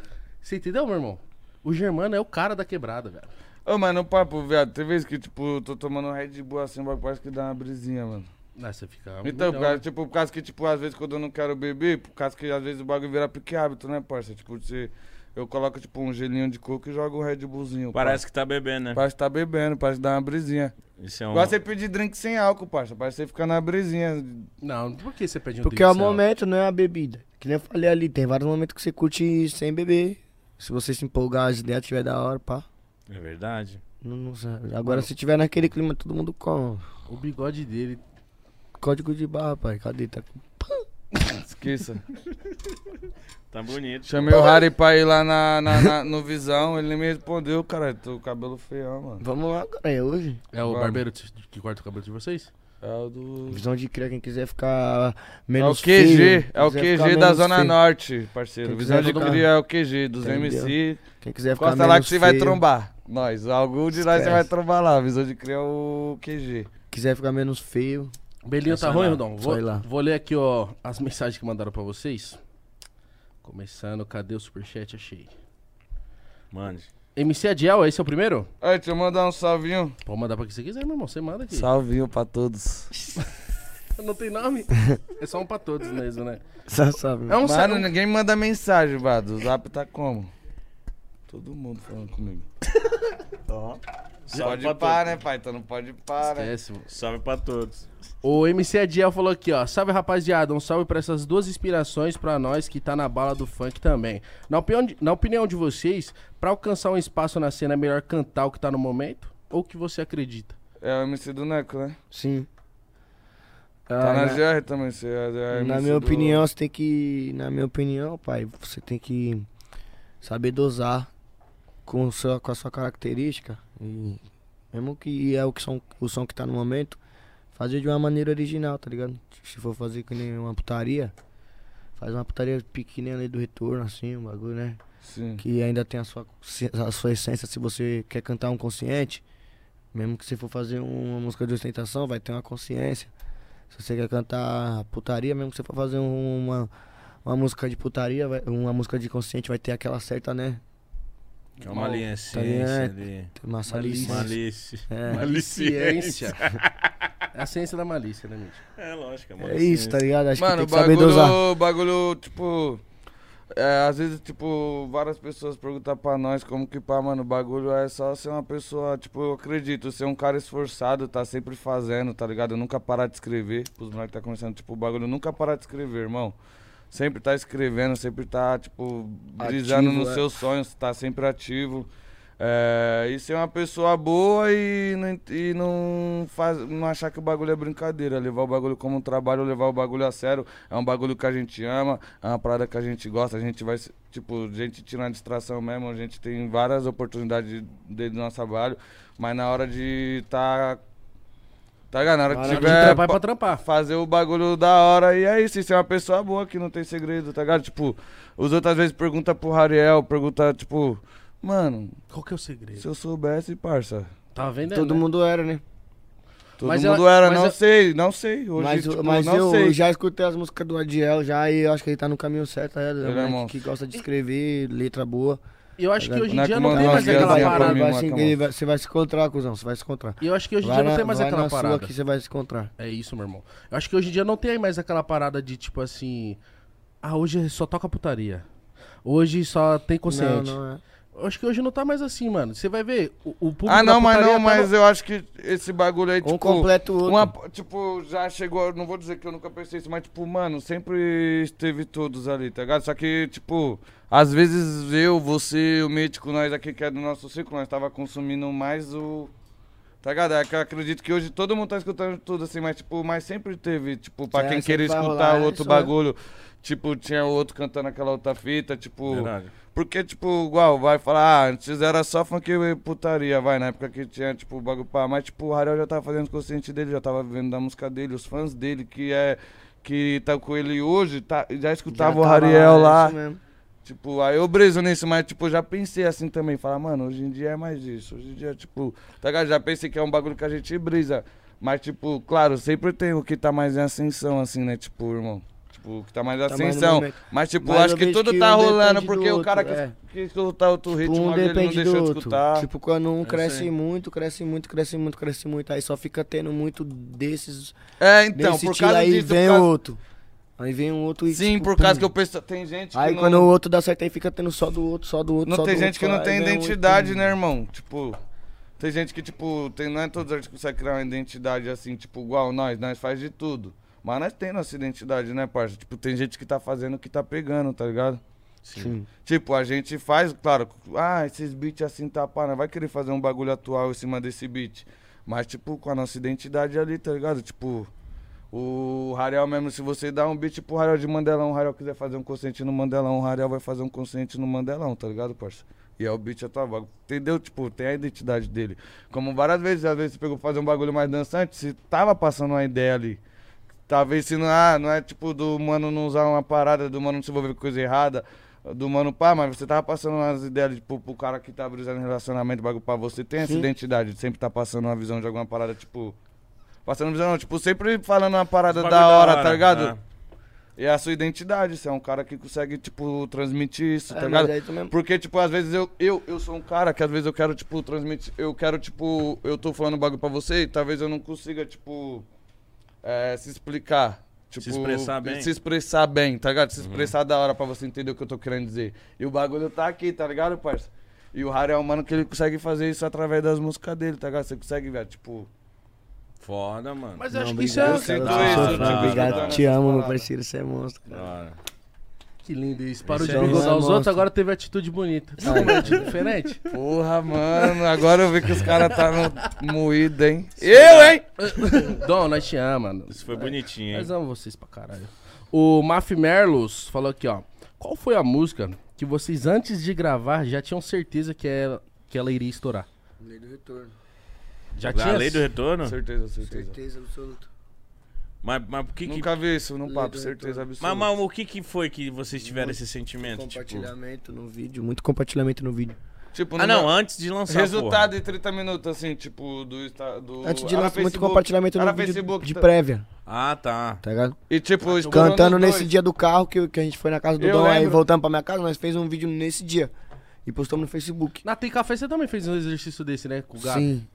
A: Você entendeu, meu irmão? O Germano é o cara da quebrada, velho.
D: Ô, mano, o papo, viado, tem vezes que, tipo, eu tô tomando um Red Bull assim, o bagulho parece que dá uma brisinha, mano.
A: Ah, você fica.
D: Então, por
A: doidão,
D: causa,
A: né?
D: tipo, por causa que, tipo, às vezes quando eu não quero beber, por causa que às vezes o bagulho vira pique hábito, né, parça? Tipo, você, eu coloco, tipo, um gelinho de coco e jogo um Red Bullzinho.
B: Parece que tá bebendo, né?
D: que... Parece que tá bebendo, parece que dá uma brisinha.
B: Isso é um...
D: Igual você pedir drink sem álcool, parça. Parece que você fica na brisinha.
A: Não, por que você pede um
C: Porque
A: drink
C: é o
A: sem álcool?
C: momento, não é a bebida. Que nem eu falei ali, tem vários momentos que você curte sem beber. Se você se empolgar, as ideias tiver da hora, pá.
B: É verdade.
C: Não, não sabe. Agora, se tiver naquele clima, todo mundo com.
A: O bigode dele.
C: Código de barra, pai. Cadê? Tá...
D: Esqueça.
B: Tá bonito.
D: Chamei o Harry pra ir lá na, na- na- no Visão, ele nem me respondeu, cara. Tô com o cabelo feião, mano.
C: Vamos lá, cara. É hoje.
A: É o
D: Vamos.
A: barbeiro t- que corta o cabelo de vocês?
D: É o do.
C: Visão de cria, quem quiser ficar
D: É o
C: menos
D: QG,
C: feio,
D: é o
C: quiser ficar
D: QG da
C: menos
D: Zona
C: feio,
D: Norte, parceiro.
C: Quem
D: Visão de
C: quiser jogar.
D: cria é o QG, dos
C: Entendeu?
D: MC.
C: Quem quiser ficar
D: Costa lá
C: menos
D: que você vai
C: feio,
D: trombar. Nós, algum de nós você
C: Esquece.
D: vai trombar lá. Visão de cria é o QG.
C: Quiser ficar menos feio.
A: Belinho
B: Essa
A: tá ruim,
B: lá.
A: Rodão?
C: Só
A: Vou,
C: ir lá.
A: vou ler aqui, ó, as mensagens que mandaram pra vocês. Começando, cadê o superchat? Achei.
B: Mano,
A: MC Adiel, esse é o primeiro?
D: Aí, deixa eu mandar um salvinho.
A: Pode mandar pra quem você quiser, meu irmão. Você manda aqui.
D: Salvinho pra todos.
A: Não tem nome. É só um pra todos mesmo, né?
C: Só sabe.
A: É um
D: Mano,
A: sério.
B: né?
D: ninguém manda mensagem, vado. O zap tá como? Todo mundo falando comigo.
B: salve
D: pode
B: pra
D: parar,
B: todos.
D: né, pai? Então não pode parar, né?
B: Salve pra todos.
A: um O MC Adiel falou aqui, ó. Salve, rapaziada. Um salve pra essas duas inspirações pra nós que tá na bala do funk também. Na opinião de, na opinião de vocês, pra alcançar um espaço na cena, é melhor cantar o que tá no momento ou o que você acredita?
D: É o MC do Neco, né?
C: Sim.
D: tá
C: Ah,
D: na
C: na-
D: GR também, você é, é
C: Na
D: MC
C: minha
D: do-
C: opinião, você tem que. Na minha opinião, pai, você tem que saber dosar com, o seu, com a sua característica. E mesmo que é o, que som, o som que tá no momento, fazer de uma maneira original, tá ligado? Se for fazer que nem uma putaria, faz uma putaria pequenininha ali do retorno, assim, um bagulho, né?
D: Sim.
C: que ainda tem a sua, consci- a sua essência, se você quer cantar um consciente, mesmo que você for fazer um, uma música de ostentação, vai ter uma consciência. Se você quer cantar putaria, mesmo que você for fazer um, uma, uma música de putaria, vai- uma música de consciente, vai ter aquela certa, né?
B: Que é uma aliança
C: Tá
B: ali.
C: Uma saliência.
B: Malícia.
C: É.
A: Maliciência. É a ciência da malícia, né, Mitch?
B: É, lógico, é
C: É isso, tá ligado? Acho
D: Mano, o
C: que tem que saber dosar.
D: bagulho, bagulho, tipo. é, às vezes, tipo, várias pessoas perguntam pra nós como que pá, mano, o bagulho é só ser uma pessoa, tipo, eu acredito, ser um cara esforçado, tá sempre fazendo, tá ligado? Nunca parar de escrever. Os moleques tá começando, tipo, o bagulho nunca parar de escrever, irmão. Sempre tá escrevendo, sempre tá, tipo, brisando
C: Ativo,
D: nos
C: é.
D: seus sonhos, tá sempre ativo. É, e ser uma pessoa boa e não, ent- e não, faz, não achar que o bagulho é brincadeira. Levar o bagulho como um trabalho, levar o bagulho a sério. É um bagulho que a gente ama, é uma parada que a gente gosta. A gente vai, se- tipo, a gente tira uma distração mesmo. A gente tem várias oportunidades de- dentro do nosso trabalho. Mas na hora de tá. Tá ligado? Na hora que
A: Para de
D: tiver.
A: trampar é
D: pa-
A: pra trampar.
D: fazer o bagulho da hora e é isso, e ser uma pessoa boa que não tem segredo, tá ligado? Tipo, os outros às vezes pergunta pro Rariel, pergunta, tipo, mano,
A: Qual que é o segredo?
D: se eu soubesse, parça.
A: Tá vendo?
C: Todo
A: né?
C: mundo era, né?
D: Todo
A: Mas
D: mundo
A: eu-
D: era,
A: mas
D: não
A: eu-
D: sei, não sei. Hoje,
C: mas
D: tipo,
C: mas
D: não
C: eu
D: sei.
C: já escutei as músicas do Adiel já e eu acho que ele tá no caminho certo, né? É um
D: Ele é
C: moleque
D: monstro.
C: que gosta de escrever, letra boa.
A: E eu acho que
C: Né,
A: hoje
D: que
A: em dia não
D: mandou
A: tem
D: umas
A: mais aquela
D: viazinha pra
A: parada.
D: mim.
C: vai
D: mano,
C: se-
D: acabou.
C: ele vai- assim, Você vai se encontrar, cuzão. Você vai se encontrar.
A: E eu acho que hoje em
C: Vai
A: dia não
C: na-
A: tem mais
C: vai
A: aquela
C: na sua
A: parada.
C: que você vai se encontrar.
A: É isso, meu irmão. Eu acho que hoje em dia não tem mais aquela parada de tipo assim. Ah, hoje só toca putaria. Hoje só tem consciente.
C: Não, não é.
A: Eu acho que hoje não tá mais assim, mano. Você vai ver, o, o público.
D: Ah,
A: da
D: não, mas
A: putaria
D: não,
A: tá
D: mas
A: no-
D: eu acho que esse bagulho aí,
C: Um
D: tipo.
C: completa o outro.
D: uma- tipo, já chegou. Não vou dizer que eu nunca pensei isso, mas, tipo, mano, sempre esteve todos ali, tá ligado? Só que, tipo, às vezes eu, você, o mítico, nós aqui que é do nosso ciclo, nós tava consumindo mais o. Tá ligado? É que eu acredito que hoje todo mundo tá escutando tudo assim, mas tipo, mas sempre teve, tipo, pra
C: É,
D: quem
C: sempre
D: queria
C: vai
D: escutar
C: rolar, é
D: outro
C: isso, né?
D: bagulho, tipo, tinha outro cantando aquela outra fita, tipo,
B: Verdade.
D: porque, tipo, igual, vai falar, ah, antes era só funk e putaria, vai, na época que tinha, tipo, bagulho pá, mas, tipo, o Harel já tava fazendo o consciente dele, já tava vivendo da música dele, os fãs dele, que é, que tá com ele hoje, tá, já escutava o
C: Já
D: Hariel
C: é
D: lá,
C: isso mesmo.
D: tipo, aí eu briso nisso, mas, tipo, já pensei assim também, falar, mano, hoje em dia é mais disso, hoje em dia, tipo, tá ligado? Já pensei que é um bagulho que a gente brisa, mas, tipo, claro, sempre tem o que tá mais em ascensão, assim, né, tipo, irmão. Tipo, o que tá mais em
C: Tá mais no
D: ascensão.
C: momento.
D: Mas, tipo,
C: Mas
D: acho
C: eu
D: que
C: vejo
D: tudo
C: que
D: tá
C: um
D: rolando,
C: depende do
D: porque o cara que,
C: outro, é.
D: que escutar outro
C: Tipo,
D: ritmo
C: um
D: dele não
C: depende
D: deixou
C: do
D: de
C: outro.
D: escutar.
C: Tipo, quando um
B: isso
C: cresce
B: aí.
C: muito, cresce muito, cresce muito, cresce muito. Aí só fica tendo muito desses.
D: é, então,
C: desse
D: por
C: tiro,
D: causa
C: aí
D: disso.
C: vem
D: por causa-
C: outro. Aí vem um outro e.
D: Sim,
C: tipo,
D: por causa
C: pum.
D: que eu penso. Tem gente
C: Aí
D: que
C: quando
D: não.
C: o outro dá certo, aí fica tendo só do outro, só do outro.
D: Não
C: só
D: tem
C: do
D: gente
C: outro,
D: que
C: só-
D: não
C: aí
D: tem
C: vem um e
D: identidade,
C: pum.
D: né, irmão? Tipo. Tem gente que, tipo, tem, não é todos os artistas que conseguem criar uma identidade assim, tipo, igual nós, nós faz de tudo. Mas nós tem nossa identidade, né, parça? Tipo, tem gente que tá fazendo o que tá pegando, tá ligado?
C: Sim.
D: Tipo, a gente faz, claro, ah, esses beats assim tá pá, não vai querer fazer um bagulho atual em cima desse beat. Mas, tipo, com a nossa identidade ali, tá ligado? Tipo, o Rariel mesmo, se você dá um beat pro Rariel de Mandelão, o Rariel quiser fazer um consciente no Mandelão, o Rariel vai fazer um consciente no Mandelão, tá ligado, parça? E é o beat atual, bagulho, entendeu? Tipo, tem a identidade dele. Como várias vezes, às vezes você pegou pra fazer um bagulho mais dançante, você tava passando uma ideia ali. Talvez se não, ah, não é tipo do mano não usar uma parada, do mano não se envolver com coisa errada, do mano pá, mas você tava passando umas ideias, tipo, pro cara que tá brisando em relacionamento, bagulho pra você, tem essa
C: Sim.
D: identidade, de sempre tá passando uma visão de alguma parada, tipo. Passando visão, não, tipo, sempre falando uma parada
B: Bagulho
D: da hora, tá ligado?
B: Ah,
D: E é a sua identidade, você é um cara que consegue, tipo, transmitir isso,
C: É,
D: tá
C: mas
D: ligado?
C: aí tu mesmo-
D: Porque, tipo, às vezes eu, eu, eu sou um cara que às vezes eu quero, tipo, transmitir. Eu quero, tipo, eu tô falando um bagulho pra você e talvez eu não consiga, tipo, é, se explicar. Tipo,
B: expressar bem. Uhum.
D: Se expressar bem, tá ligado? Se expressar da hora pra você entender o que eu tô querendo dizer. E o bagulho tá aqui, tá ligado, parça? E o Harry é um mano que ele consegue fazer isso através das músicas dele, tá ligado? Você consegue, velho, tipo.
B: Foda, mano.
A: Mas eu
C: Não,
A: acho que isso
C: obrigado,
A: é.
D: sinto
C: cara.
D: isso,
C: Obrigado,
B: tipo,
C: Te amo, meu
D: parada.
C: parceiro. Você é monstro, cara.
B: Da hora.
A: Que lindo isso. Parou
B: Isso
A: de
B: aí,
A: bigodar
C: isso.
A: os outros, agora teve atitude bonita. Diferente, diferente.
D: Porra, mano, agora eu vi que os caras tá no moído, hein? Eu, hein?
A: Dom, nós te amamos, mano.
B: Isso foi bonitinho, hein?
A: Nós amamos vocês pra caralho. O Maf Merlos falou aqui, ó. Qual foi a música que vocês, antes de gravar, já tinham certeza que ela, que ela iria estourar?
C: Lei do retorno.
A: Já
B: A
A: tinha?
B: lei do retorno?
D: Certeza, certeza.
C: Certeza absoluta.
B: Mas, mas o que que...
D: Nunca vi isso no papo,
C: Lei do
D: certeza
C: retorno.
D: absoluta.
B: Mas, mas o que que foi que vocês tiveram esse sentimento? Tipo...
C: Compartilhamento no vídeo, muito compartilhamento no vídeo.
D: Tipo,
B: Ah, não, antes de lançar,
D: Resultado em 30 minutos, assim, tipo, do... esta- do
C: Antes de
D: era
C: lançar muito
D: Facebook,
C: compartilhamento
D: era
C: no vídeo
D: Facebook,
C: de
D: tá-
C: prévia,
B: porra. Ah, tá.
C: tá ligado?
D: E, tipo, estourou
C: Cantando
D: nos
C: nesse
D: dois.
C: dia do carro que, que a gente foi na casa do
D: Eu
C: Dom aí
D: lembro.
C: voltando pra minha casa, nós fez um vídeo nesse dia. E postamos no Facebook.
A: Na Tem Café você também fez um exercício desse, né? Com o gato.
C: Sim.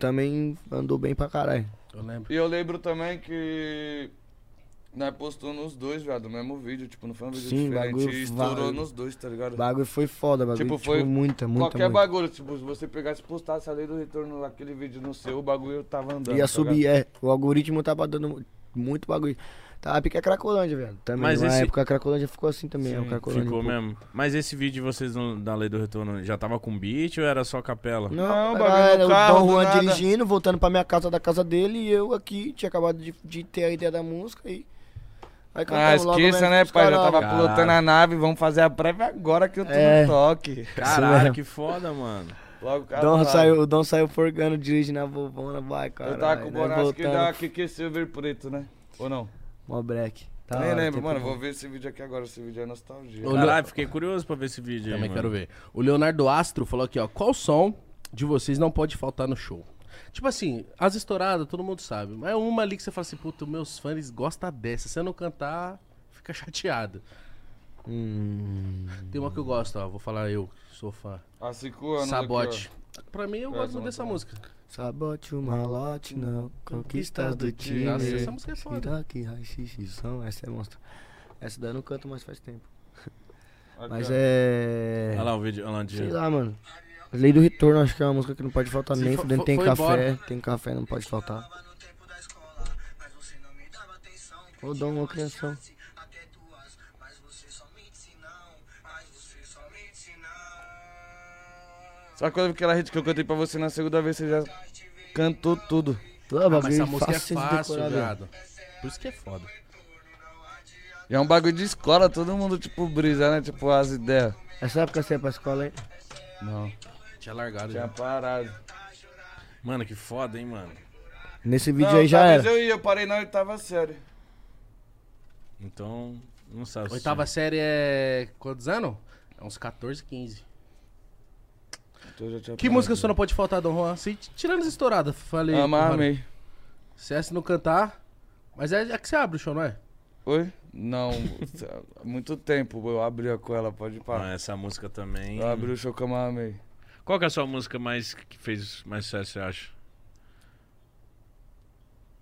C: Também andou bem pra caralho.
A: Eu lembro.
D: E eu lembro também que. Nós postou nos dois, viado, o mesmo vídeo, tipo, não foi um vídeo
C: Sim,
D: diferente.
C: bagulho
D: e estourou
C: vai-
D: nos dois, tá ligado?
C: O bagulho foi foda, bagulho.
D: Tipo,
C: Tipo,
D: foi
C: muita, muita,
D: Qualquer
C: muita.
D: bagulho, tipo, se você pegasse e postasse a lei do retorno aquele vídeo no seu, o bagulho tava andando.
C: Ia
D: tá
C: subir, é. O algoritmo tava dando muito bagulho. Tava pique a Cracolândia, velho. Também,
B: Mas
C: na
B: esse-
C: época a Cracolândia ficou assim também. é, o Cracolândia
B: Ficou
C: um pouco.
B: mesmo. Mas esse vídeo vocês não- da Lei do Retorno já tava com beat ou era só capela?
D: Não,
C: Não,
D: o
C: não
D: bagulho no
C: era o
D: carro,
C: Dom
D: do
C: Juan
D: nada.
C: dirigindo, voltando pra minha casa da casa dele e eu aqui, tinha acabado de, de ter a ideia da música e. Aí
D: Ah,
C: cantamos logo
D: esqueça,
C: mesmo
D: né,
C: com os
D: pai? Já
C: caras.
D: tava
B: Caralho.
D: pilotando a nave, vamos fazer a prévia agora que eu tô
C: É.
D: no toque.
B: Caralho,
C: mesmo.
B: que foda, mano.
D: Logo, cara.
C: Dom
D: sabe.
C: saiu, o Dom saiu forgando, dirigindo a vovona, vai, né? cara.
D: Eu tava tá com o boné que da QQ Silver preto, né? Ou não?
C: Mó break. Tá
D: Nem
C: hora,
D: lembro,
C: tempo
D: mano.
C: bom.
D: Vou ver esse vídeo aqui agora. Esse vídeo é nostalgia.
A: Ô,
B: Caralho, fiquei curioso pra ver esse vídeo aí,
A: Também
B: mano.
A: quero ver. O Leonardo Astro falou aqui, ó. Qual som de vocês não pode faltar no show? Tipo assim, as estouradas, todo mundo sabe. Mas é uma ali que você fala assim, puta, meus fãs gostam dessa. Se eu não cantar, fica chateado.
C: Hum.
A: Tem uma que eu gosto, ó. Vou falar eu, que sou fã.
D: Há cinco anos.
A: Sabote. Pra mim, eu
D: É,
A: gosto
D: bom,
A: dessa
D: bom.
A: música. Ah,
C: Sabote o malote, não. Conquistas do time.
A: Nossa, essa música é foda.
C: Será que raio xixi são? Essa é monstro. Essa daí eu não canto mais faz tempo.
D: Aqui, ó.
C: Mas
D: Aqui, ó.
C: é.
B: Olha lá o vídeo, olha lá o
C: Sei
B: dia.
C: lá, mano. Lei do Retorno, acho que é uma música que não pode faltar
A: Se
C: nem
A: fo-
C: fudendo.
A: fo-
C: Tem
A: foi
C: café,
A: embora.
C: tem café, não pode
D: Ah,
C: faltar.
F: Tava no tempo da escola, mas você não me dava atenção.
C: Ô, Dom, uma
F: Pedi
C: criação.
F: chance, Até duas, mas você só me disse não. Mas você só me disse
E: é-
F: não.
D: Só que aquela hit que eu cantei pra você na segunda vez, você já cantou tudo.
C: Ah,
A: Ah, mas essa música é
C: fácil de
A: fácil,
C: decorar, velho.
A: viado. Por isso que é foda.
D: E é um bagulho de escola, todo mundo, tipo, brisa, né? Tipo, as ideias.
C: Essa época você ia pra escola, hein?
D: Não.
A: Tinha largado né?
D: Tinha
A: já.
D: parado.
B: Mano, que foda, hein, mano.
C: Nesse vídeo
D: Não,
C: aí já
D: talvez
C: era.
D: eu ia, eu parei na oitava série.
B: Então, não sabe. se-
A: Oitava série é. Quantos anos? É uns 14, 15.
D: Então eu já tinha
A: Que
D: parado.
A: música só não pode faltar, Dom Juan? Se- Tirando as estouradas, falei. com o
D: Amar,
A: Rony.
D: amei.
A: Se essa não cantar. Mas é, é que você abre o show, não é?
D: Oi? Não, há muito tempo eu abria com ela, pode
B: Ah,
D: parar.
B: essa música também.
D: Eu abri o show com a Amar, amei.
B: Qual que é a sua música mais que fez mais sucesso, você acha?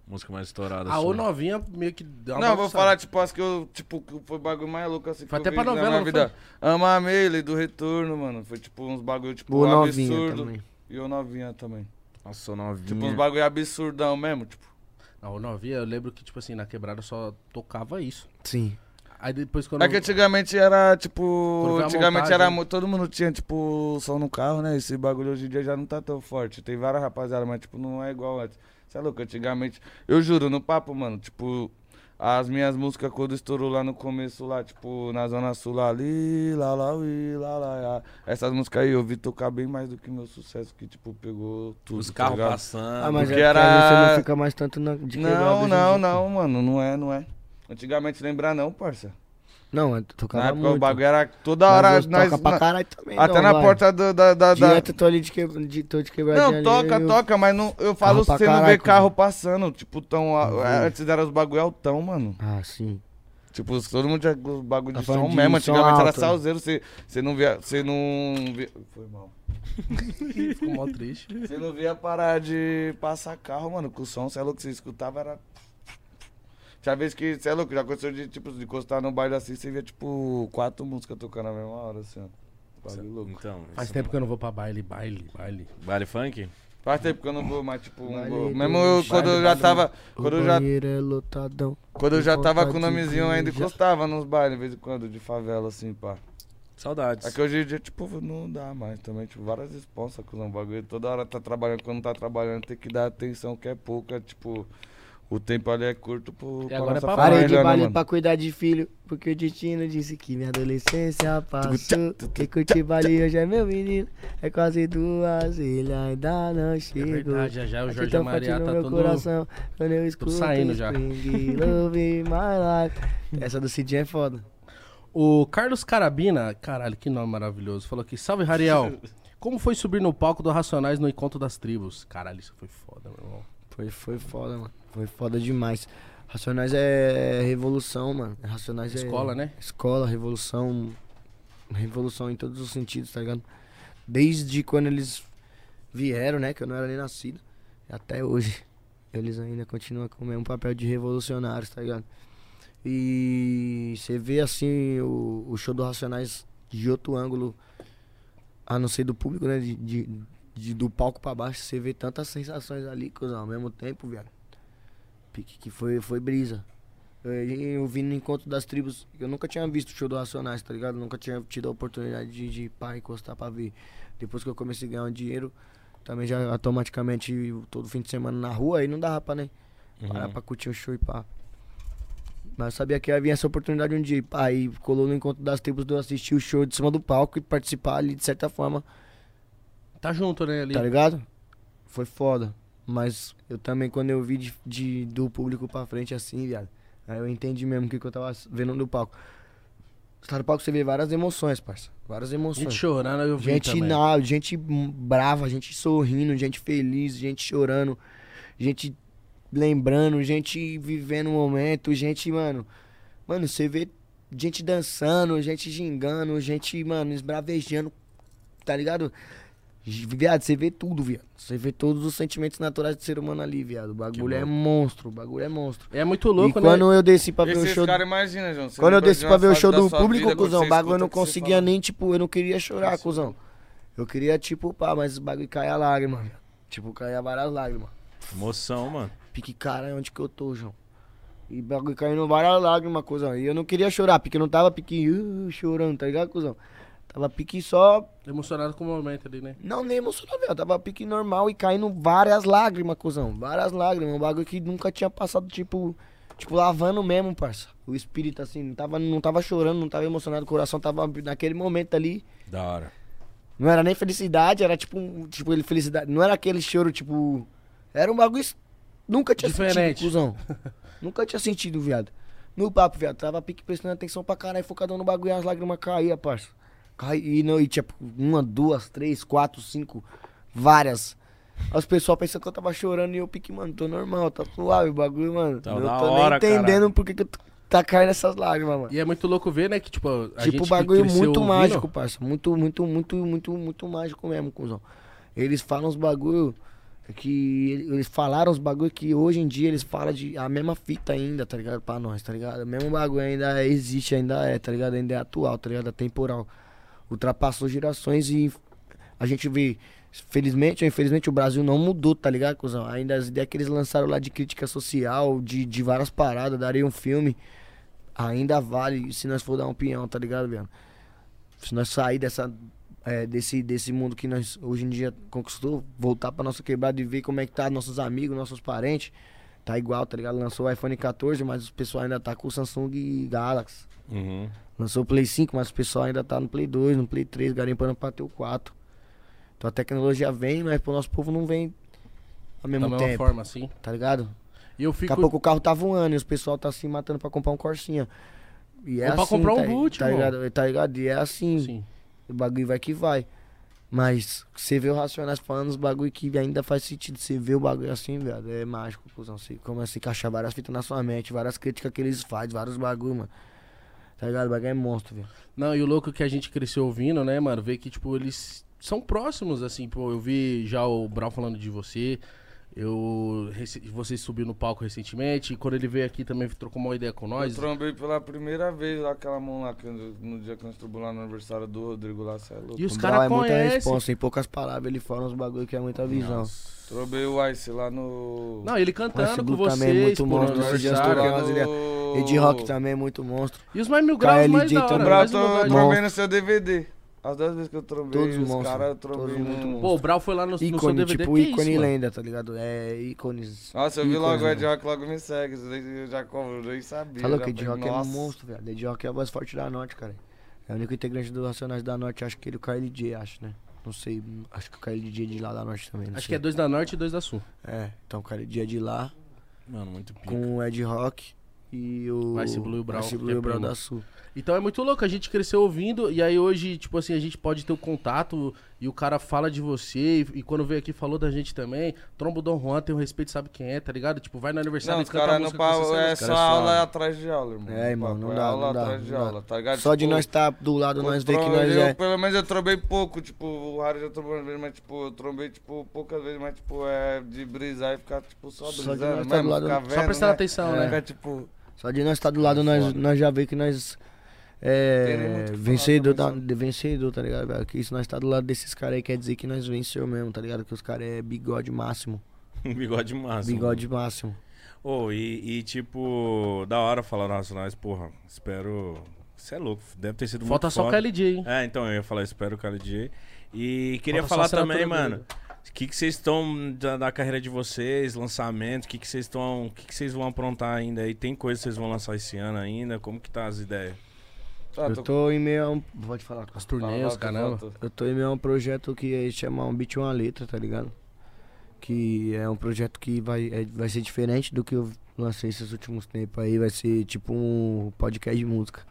B: Música mais estourada. assim, né?
A: A
B: sua.
A: Ah, O novinha meio que dá uma
D: Não, eu vou
A: bagunçada.
D: falar, tipo, acho que eu, tipo, que foi o bagulho mais louco assim
A: Foi
D: que
A: até
D: eu
A: pra
D: vi na
A: novela,
D: minha
A: não
D: vida. Ama a Meile do retorno, mano. Foi tipo uns bagulho, tipo,
C: Boa novinha
D: absurdo.
C: também.
D: E o novinha também.
B: Nossa, o novinha.
D: Tipo, uns bagulho absurdão mesmo, tipo.
A: Não, o novinha, eu lembro que, tipo assim, na quebrada só tocava isso.
C: Sim.
A: Aí depois quando.
D: É que antigamente era, tipo.
A: Quando vê a
D: Antigamente
A: montagem,
D: era.
A: né?
D: mu- Todo mundo tinha, tipo, som no carro, né? Esse bagulho hoje em dia já não tá tão forte. Tem várias rapaziadas, mas, tipo, não é igual antes. Você é louco, antigamente. Eu juro, no papo, mano, tipo. As minhas músicas, quando estourou lá no começo, lá, tipo, na Zona Sul, lá, ali, lá, lá, ui, lá, lá, lá. Essas músicas aí eu vi tocar bem mais do que meu sucesso, que, tipo, pegou tudo.
B: Os
D: tá
B: carros
D: ligado?
B: passando.
C: Ah, mas
D: porque
C: é que aí
D: era-
C: você não fica mais tanto na, de quebrada
D: Não,
C: hoje em
D: não,
C: dia.
D: não, mano, não é, não é. Antigamente lembrar, não, parça.
C: Não, eu
D: Na
C: tocava
D: época o
C: muito.
D: bagulho era toda
C: Mas
D: hora.
C: hoje
D: Nós,
C: toca pra
D: na-
C: caralho também,
D: até
C: não,
D: na
C: Então, vai.
D: porta do- da. da, da-
C: Direto tô ali de, que... de, tô de quebradinha
D: Não,
C: ali,
D: toca,
C: eu-
D: toca, mas não, eu falo se
C: pra
D: você não vê
C: caraca,
D: carro
C: mano.
D: passando. Tipo, tão.
C: Uhum.
D: a- Antes era os bagulho altão, mano.
C: Ah, sim.
D: Tipo, todo mundo tinha os bagulho
C: Tá
D: de
C: falando
D: som
C: de
D: mesmo.
C: som
D: Antigamente era
C: alto.
D: salzeiro, você, você não via. Você não via. Foi mal.
A: Ficou mó triste.
D: Você não via parar de passar carro, mano. Com o som, sei lá, o que você escutava era. Tinha vez que, sei lá, já aconteceu de, tipo, de encostar no baile assim, você via, tipo, quatro músicas tocando na mesma hora, assim, ó. Bagulho louco.
B: Então,
A: Faz tempo que eu não vou pra baile, baile, baile.
B: Vale funk?
D: Faz tempo que eu não vou mais, tipo, um
C: Vale
D: gol.
C: do
D: Mesmo eu,
C: Vale
D: quando eu
C: do
D: já
C: Padrão.
D: tava.
C: O
D: Quando eu já,
C: banheiro é lotadão.
D: quando eu já
C: tem
D: tava
C: vontade
D: com o
C: de
D: nomezinho, eu ainda
C: beijar.
D: encostava nos bailes, de vez em quando, de favela, assim, pá.
B: Saudades.
D: É que hoje em dia, tipo, não dá mais também, tipo, várias respostas com o bagulho. Toda hora tá trabalhando, quando tá trabalhando, tem que dar atenção que é pouca, tipo, o tempo ali é curto pro, pra
A: agora é
D: nossa
A: pra
D: família,
C: Parei de
D: né,
C: baile
D: mano?
C: pra cuidar de filho, porque o destino disse que minha adolescência passou. Quem curte baile hoje é meu menino, é quase duas, ele ainda não chegou.
A: É verdade, já já o
C: Aqui
A: Jorge
C: tão
A: Amariá
C: forte no
A: tá
C: meu
A: todo-
C: coração, quando eu escuto
A: saindo já.
C: Spring Love My Life. Essa do Cidinho é foda.
A: O Carlos Carabina, caralho, que nome maravilhoso, falou aqui: Salve, Rariel. Como foi subir no palco do Racionais no Encontro das Tribos? Caralho, isso foi foda, meu irmão.
C: Foi, foi foda, mano. Foi foda demais. Racionais é revolução, mano. Racionais é-
A: Escola, né?
C: Escola, revolução. Revolução em todos os sentidos, tá ligado? Desde quando eles vieram, né? Que eu não era nem nascido. Até hoje. Eles ainda continuam com o mesmo papel de revolucionários, tá ligado? E você vê assim o, o show do Racionais de outro ângulo, a não ser do público, né? De, de- de- do palco pra baixo, você vê tantas sensações ali, cuzão, ao mesmo tempo, viado. Pique que foi, foi brisa. Eh, Eu vi no encontro das tribos, eu nunca tinha visto o show do Racionais, tá ligado? Nunca tinha tido a oportunidade de, de pá, encostar pra ver. Depois que eu comecei a ganhar um dinheiro, também já automaticamente todo fim de semana na rua, aí não dava pra, né? Parar pra curtir o show e pá. Mas eu sabia que ia vir essa oportunidade um dia. e pá, Aí colou no encontro das tribos de eu assistir o show de cima do palco e participar ali de certa forma,
A: Tá junto, né, ali?
C: tá ligado? Foi foda. Mas eu também, quando eu vi de, de- do público pra frente assim, viado, aí eu entendi mesmo o que, que eu tava vendo no palco. Você tá no palco, você vê várias emoções, parça. Várias emoções.
A: gente chorando, eu vi
C: Gente
A: também.
C: na, gente brava, gente sorrindo, gente feliz, gente chorando, gente lembrando, gente vivendo o momento, gente, mano. Mano, você vê gente dançando, gente gingando, gente, mano, esbravejando, tá ligado? Gi- Viado, você vê tudo, viado. Você vê todos os sentimentos naturais do ser humano ali, viado. O bagulho é monstro, o bagulho é monstro.
A: É muito
C: E
A: louco, né?
C: quando eu desci pra ver o
D: Esses
C: show. do-
D: caras, imagina, João. você
C: quando eu
D: lembrou
C: desci
D: de
C: pra
D: uma
C: ver o
D: fase
C: show
D: da
C: do
D: sua
C: público,
D: vida, quando
C: cuzão,
D: você
C: o bagulho eu
D: escuta
C: não
D: o que você
C: conseguia
D: fala.
C: nem, tipo, eu não queria chorar, cuzão. Eu queria, tipo, pá, mas esse bagulho caia a lágrima, velho. Tipo, caia várias lágrimas.
B: Emoção, mano.
C: Pique, caralho, onde que eu tô, João? E bagulho caindo várias lágrimas, cuzão. E eu não queria chorar, porque eu não tava pique uh, chorando, tá ligado, cuzão? Tava pique só.
A: Emocionado com o momento ali, né?
C: Não, nem emocionado, velho. Tava pique normal e caindo várias lágrimas, cuzão. Várias lágrimas. Um bagulho que nunca tinha passado, tipo. Tipo, lavando mesmo, parça. O espírito, assim, não tava, não tava chorando, não tava emocionado, o coração tava naquele momento ali.
B: Da hora.
C: Não era nem felicidade, era tipo um. Tipo, ele felicidade. Não era aquele choro, tipo. Era um bagulho. es- Nunca tinha
A: Diferente.
C: sentido, cuzão. Nunca tinha sentido, viado. No papo, viado. Tava pique prestando atenção pra caralho, focadão no bagulho e as lágrimas caíam, parça. Cai, e, não, e tipo, uma, duas, três, quatro, cinco, várias. Aí Os pessoal pensando que eu tava chorando e eu pique, mano, tô normal, tá suave o bagulho, mano.
B: Tá
C: eu
B: da
C: tô
B: hora,
C: nem entendendo
B: caralho.
C: por que, que eu t- tá caindo essas lágrimas, mano.
A: E é muito louco ver, né? Que, tipo, a gente
C: Tipo,
A: que
C: bagulho
A: cresceu
C: muito
A: ouvindo-
C: mágico, parça. Muito, muito, muito, muito, muito mágico mesmo, cuzão. Eles falam os bagulho que. Eles falaram os bagulho que hoje em dia eles falam de a mesma fita ainda, tá ligado? Pra nós, tá ligado? O mesmo bagulho ainda existe, ainda é, tá ligado? Ainda é atual, tá ligado? É temporal. Ultrapassou gerações e a gente vê. Felizmente ou infelizmente o Brasil não mudou, tá ligado, cuzão? Ainda as ideias que eles lançaram lá de crítica social, de, de várias paradas, daria um filme ainda vale se nós for dar um pinhão, tá ligado, Biano? Se nós sair dessa, é, desse, desse mundo que nós hoje em dia conquistou, voltar pra nossa quebrada e ver como é que tá nossos amigos, nossos parentes, tá igual, tá ligado? Lançou o iPhone 14, mas o pessoal ainda tá com o Samsung Galaxy.
B: Uhum.
C: Lançou o Play 5, mas o pessoal ainda tá no Play 2, no Play 3, garimpando pra ter o 4. Então a tecnologia vem, mas pro nosso povo não vem ao
A: Da
C: mesmo
A: mesma
C: tempo,
A: forma, assim.
C: tá ligado?
A: E eu
C: Daqui a
A: fico.
C: pouco o carro tá voando e os pessoal tá se matando pra comprar um Corsinha. E é
A: Ou pra
C: assim,
A: comprar um
C: tá,
A: boot,
C: tá
A: irmão.
C: ligado? Tá ligado? E é assim,
A: Sim.
C: o bagulho vai que vai. Mas você vê o Racionais falando os bagulho que ainda faz sentido. Você vê o bagulho assim, velho, é mágico, cuzão. Você começa a encaixar várias fitas na sua mente, várias críticas que eles fazem, vários bagulho, mano. Tá ligado? O bagulho é monstro, velho.
A: Não, e o louco que a gente cresceu ouvindo, né, mano? Ver que, tipo, eles são próximos, assim. Pô, eu vi já o Brau falando de você. Eu, rece- vocês subiu no palco recentemente, e quando ele veio aqui também trocou uma ideia com
D: Eu
A: nós.
D: trombei pela primeira vez lá, aquela mão lá, que no, no dia que nós trubamos lá no aniversário do Rodrigo lá, cê é louco.
A: E os
C: O
A: caras
C: Brau é muita
A: conhecem.
C: responsa, em poucas palavras ele fala uns bagulho que é muita visão.
D: Trombei o Ice lá no...
A: Não, ele
C: O Ice
A: cantando com
C: Blue também é
A: vocês,
C: muito
A: pô, no
C: monstro, esse dia
A: aniversário.
C: estourou. umas E de rock também é muito monstro.
A: E os mais mil graus, mais
C: KLJ
A: da hora,
C: também.
A: mais
D: Brato, eu
A: humildade.
C: Monstro.
D: trombei no seu DVD. As duas vezes que eu trombei,
C: Todos
D: os
C: monstros,
D: caras eu trombei
C: todos
D: no...
C: muito
A: Pô, o Brau foi lá no, no seu
C: Ícone,
A: DVD,
C: tipo
A: que é
C: ícone e
A: isso, mano?
C: lenda, tá ligado? É ícones.
D: Nossa, eu vi
C: ícones,
D: logo o Ed
C: mano.
D: Rock, logo me segue. Eu já eu nem sabia.
C: Falou
D: já
C: que Ed
D: falei,
C: Rock é um
D: nossa.
C: monstro, velho. Ed Rock é a voz forte da Norte, cara. É o único integrante do Racionais da Norte, acho que ele, o KLJ, acho, né? Não sei, acho que o KLJ é de lá da Norte também. não
A: Acho que
C: sei.
A: é dois da Norte e dois da Sul.
C: É, então o KLJ é de lá,
B: Mano, muito pica.
C: com o Ed Rock e o.
A: Ice Blue e o Brau,
C: Ice
A: que
C: Blue
A: é
C: e o Brau
A: primo.
C: da Sul.
A: Então é muito louco, a gente cresceu ouvindo e aí hoje, tipo assim, a gente pode ter o contato e o cara fala de você e, e quando veio aqui falou da gente também. Trombo Dom Juan tem o respeito, sabe quem é, tá ligado? Tipo, vai no
D: Não,
A: aniversário
D: os
A: e canta a
D: caras não
A: música que
D: pau,
A: você né?
D: é
A: sabe.
D: só
B: caras são-
D: aula atrás de aula, irmão.
C: É, irmão, não
D: Papo, é
C: dá,
D: aula
C: não dá,
D: atrás de
C: não dá.
D: aula, tá ligado?
C: Só de
D: Tipo,
C: nós estar do lado, nós ver que
D: eu
C: nós
D: trom- eu,
C: é.
D: Pelo menos eu trombei pouco, tipo, o Harry já trombou uma vez, mas tipo, eu trombei, tipo, poucas vezes, mas tipo, é de brisar e ficar, tipo, só
C: Só de
D: brisando.
C: nós tá
D: mesmo,
C: do lado-
D: ficar
C: só
A: Só
D: vendo,
A: prestando atenção,
D: É,
A: né?
D: Fica, tipo,
C: Só de nós estar do lado, nós, nós já vê que nós
D: É Tem muito o
C: é
D: que falar
C: vencedor,
D: também,
C: da, de vencedor, tá ligado, velho? Que isso nós tá do lado desses caras aí quer dizer que nós venceu mesmo, tá ligado? Que os caras é bigode máximo.
B: Um bigode massa.
C: Bigode máximo.
B: Ô, e, e, tipo, da hora falar Racionais, porra, espero. Você é louco, deve ter sido
A: Falta
B: muito
A: só o
B: foda.
A: KLJ, hein?
B: É, então eu ia falar, espero o KLJ. E queria
A: Falta só
B: falar
A: a assinatura
B: também,
A: do
B: mano.
A: Igor.
B: O que, que vocês estão da, da carreira de vocês, lançamento, o que, que vocês estão. O que, que vocês vão aprontar ainda aí? Tem coisa que vocês vão lançar esse ano ainda? Como que tá as ideias?
D: ah,
C: Eu tô em meio a um. Pode falar.
A: As
D: fala,
A: turnês,
D: fala,
A: caramba.
D: fala, tu.
C: Eu tô em meio a um projeto que é chama Um Beat e Uma Letra, tá ligado? Que é um projeto que vai, é- vai ser diferente do que eu lancei esses últimos tempos aí. Vai ser tipo um podcast de música,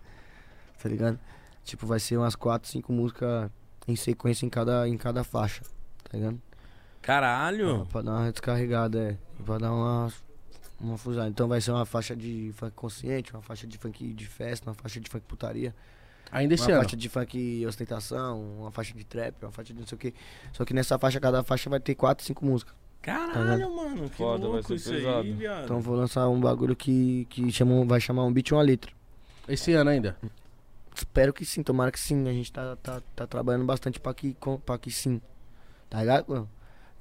C: tá ligado? Tipo, vai ser umas 4, 5 músicas em sequência em cada, em cada faixa, tá ligado?
A: Ah.
B: Caralho!
C: Pra dar uma descarregada, é. E Pra dar uma, uma fusada. Então vai ser uma faixa de funk consciente, uma faixa de funk de festa, uma faixa de funk putaria
A: Ainda esse
C: uma
A: ano.
C: faixa de funk ostentação, uma faixa de trap, uma faixa de não sei o que. Só que nessa faixa, cada faixa vai ter quatro, cinco músicas.
B: Caralho, mano, que
D: Foda, vai
B: louco
D: ser
B: isso aí,
D: pesado.
B: viado.
A: Uhum.
C: Então vou lançar um bagulho que, que chama, vai chamar um beat e uma letra.
A: Esse ano ainda.
C: Espero que sim, tomara que sim. A gente tá, tá, tá trabalhando bastante pra que, com- pra que sim. Tá ligado? mano?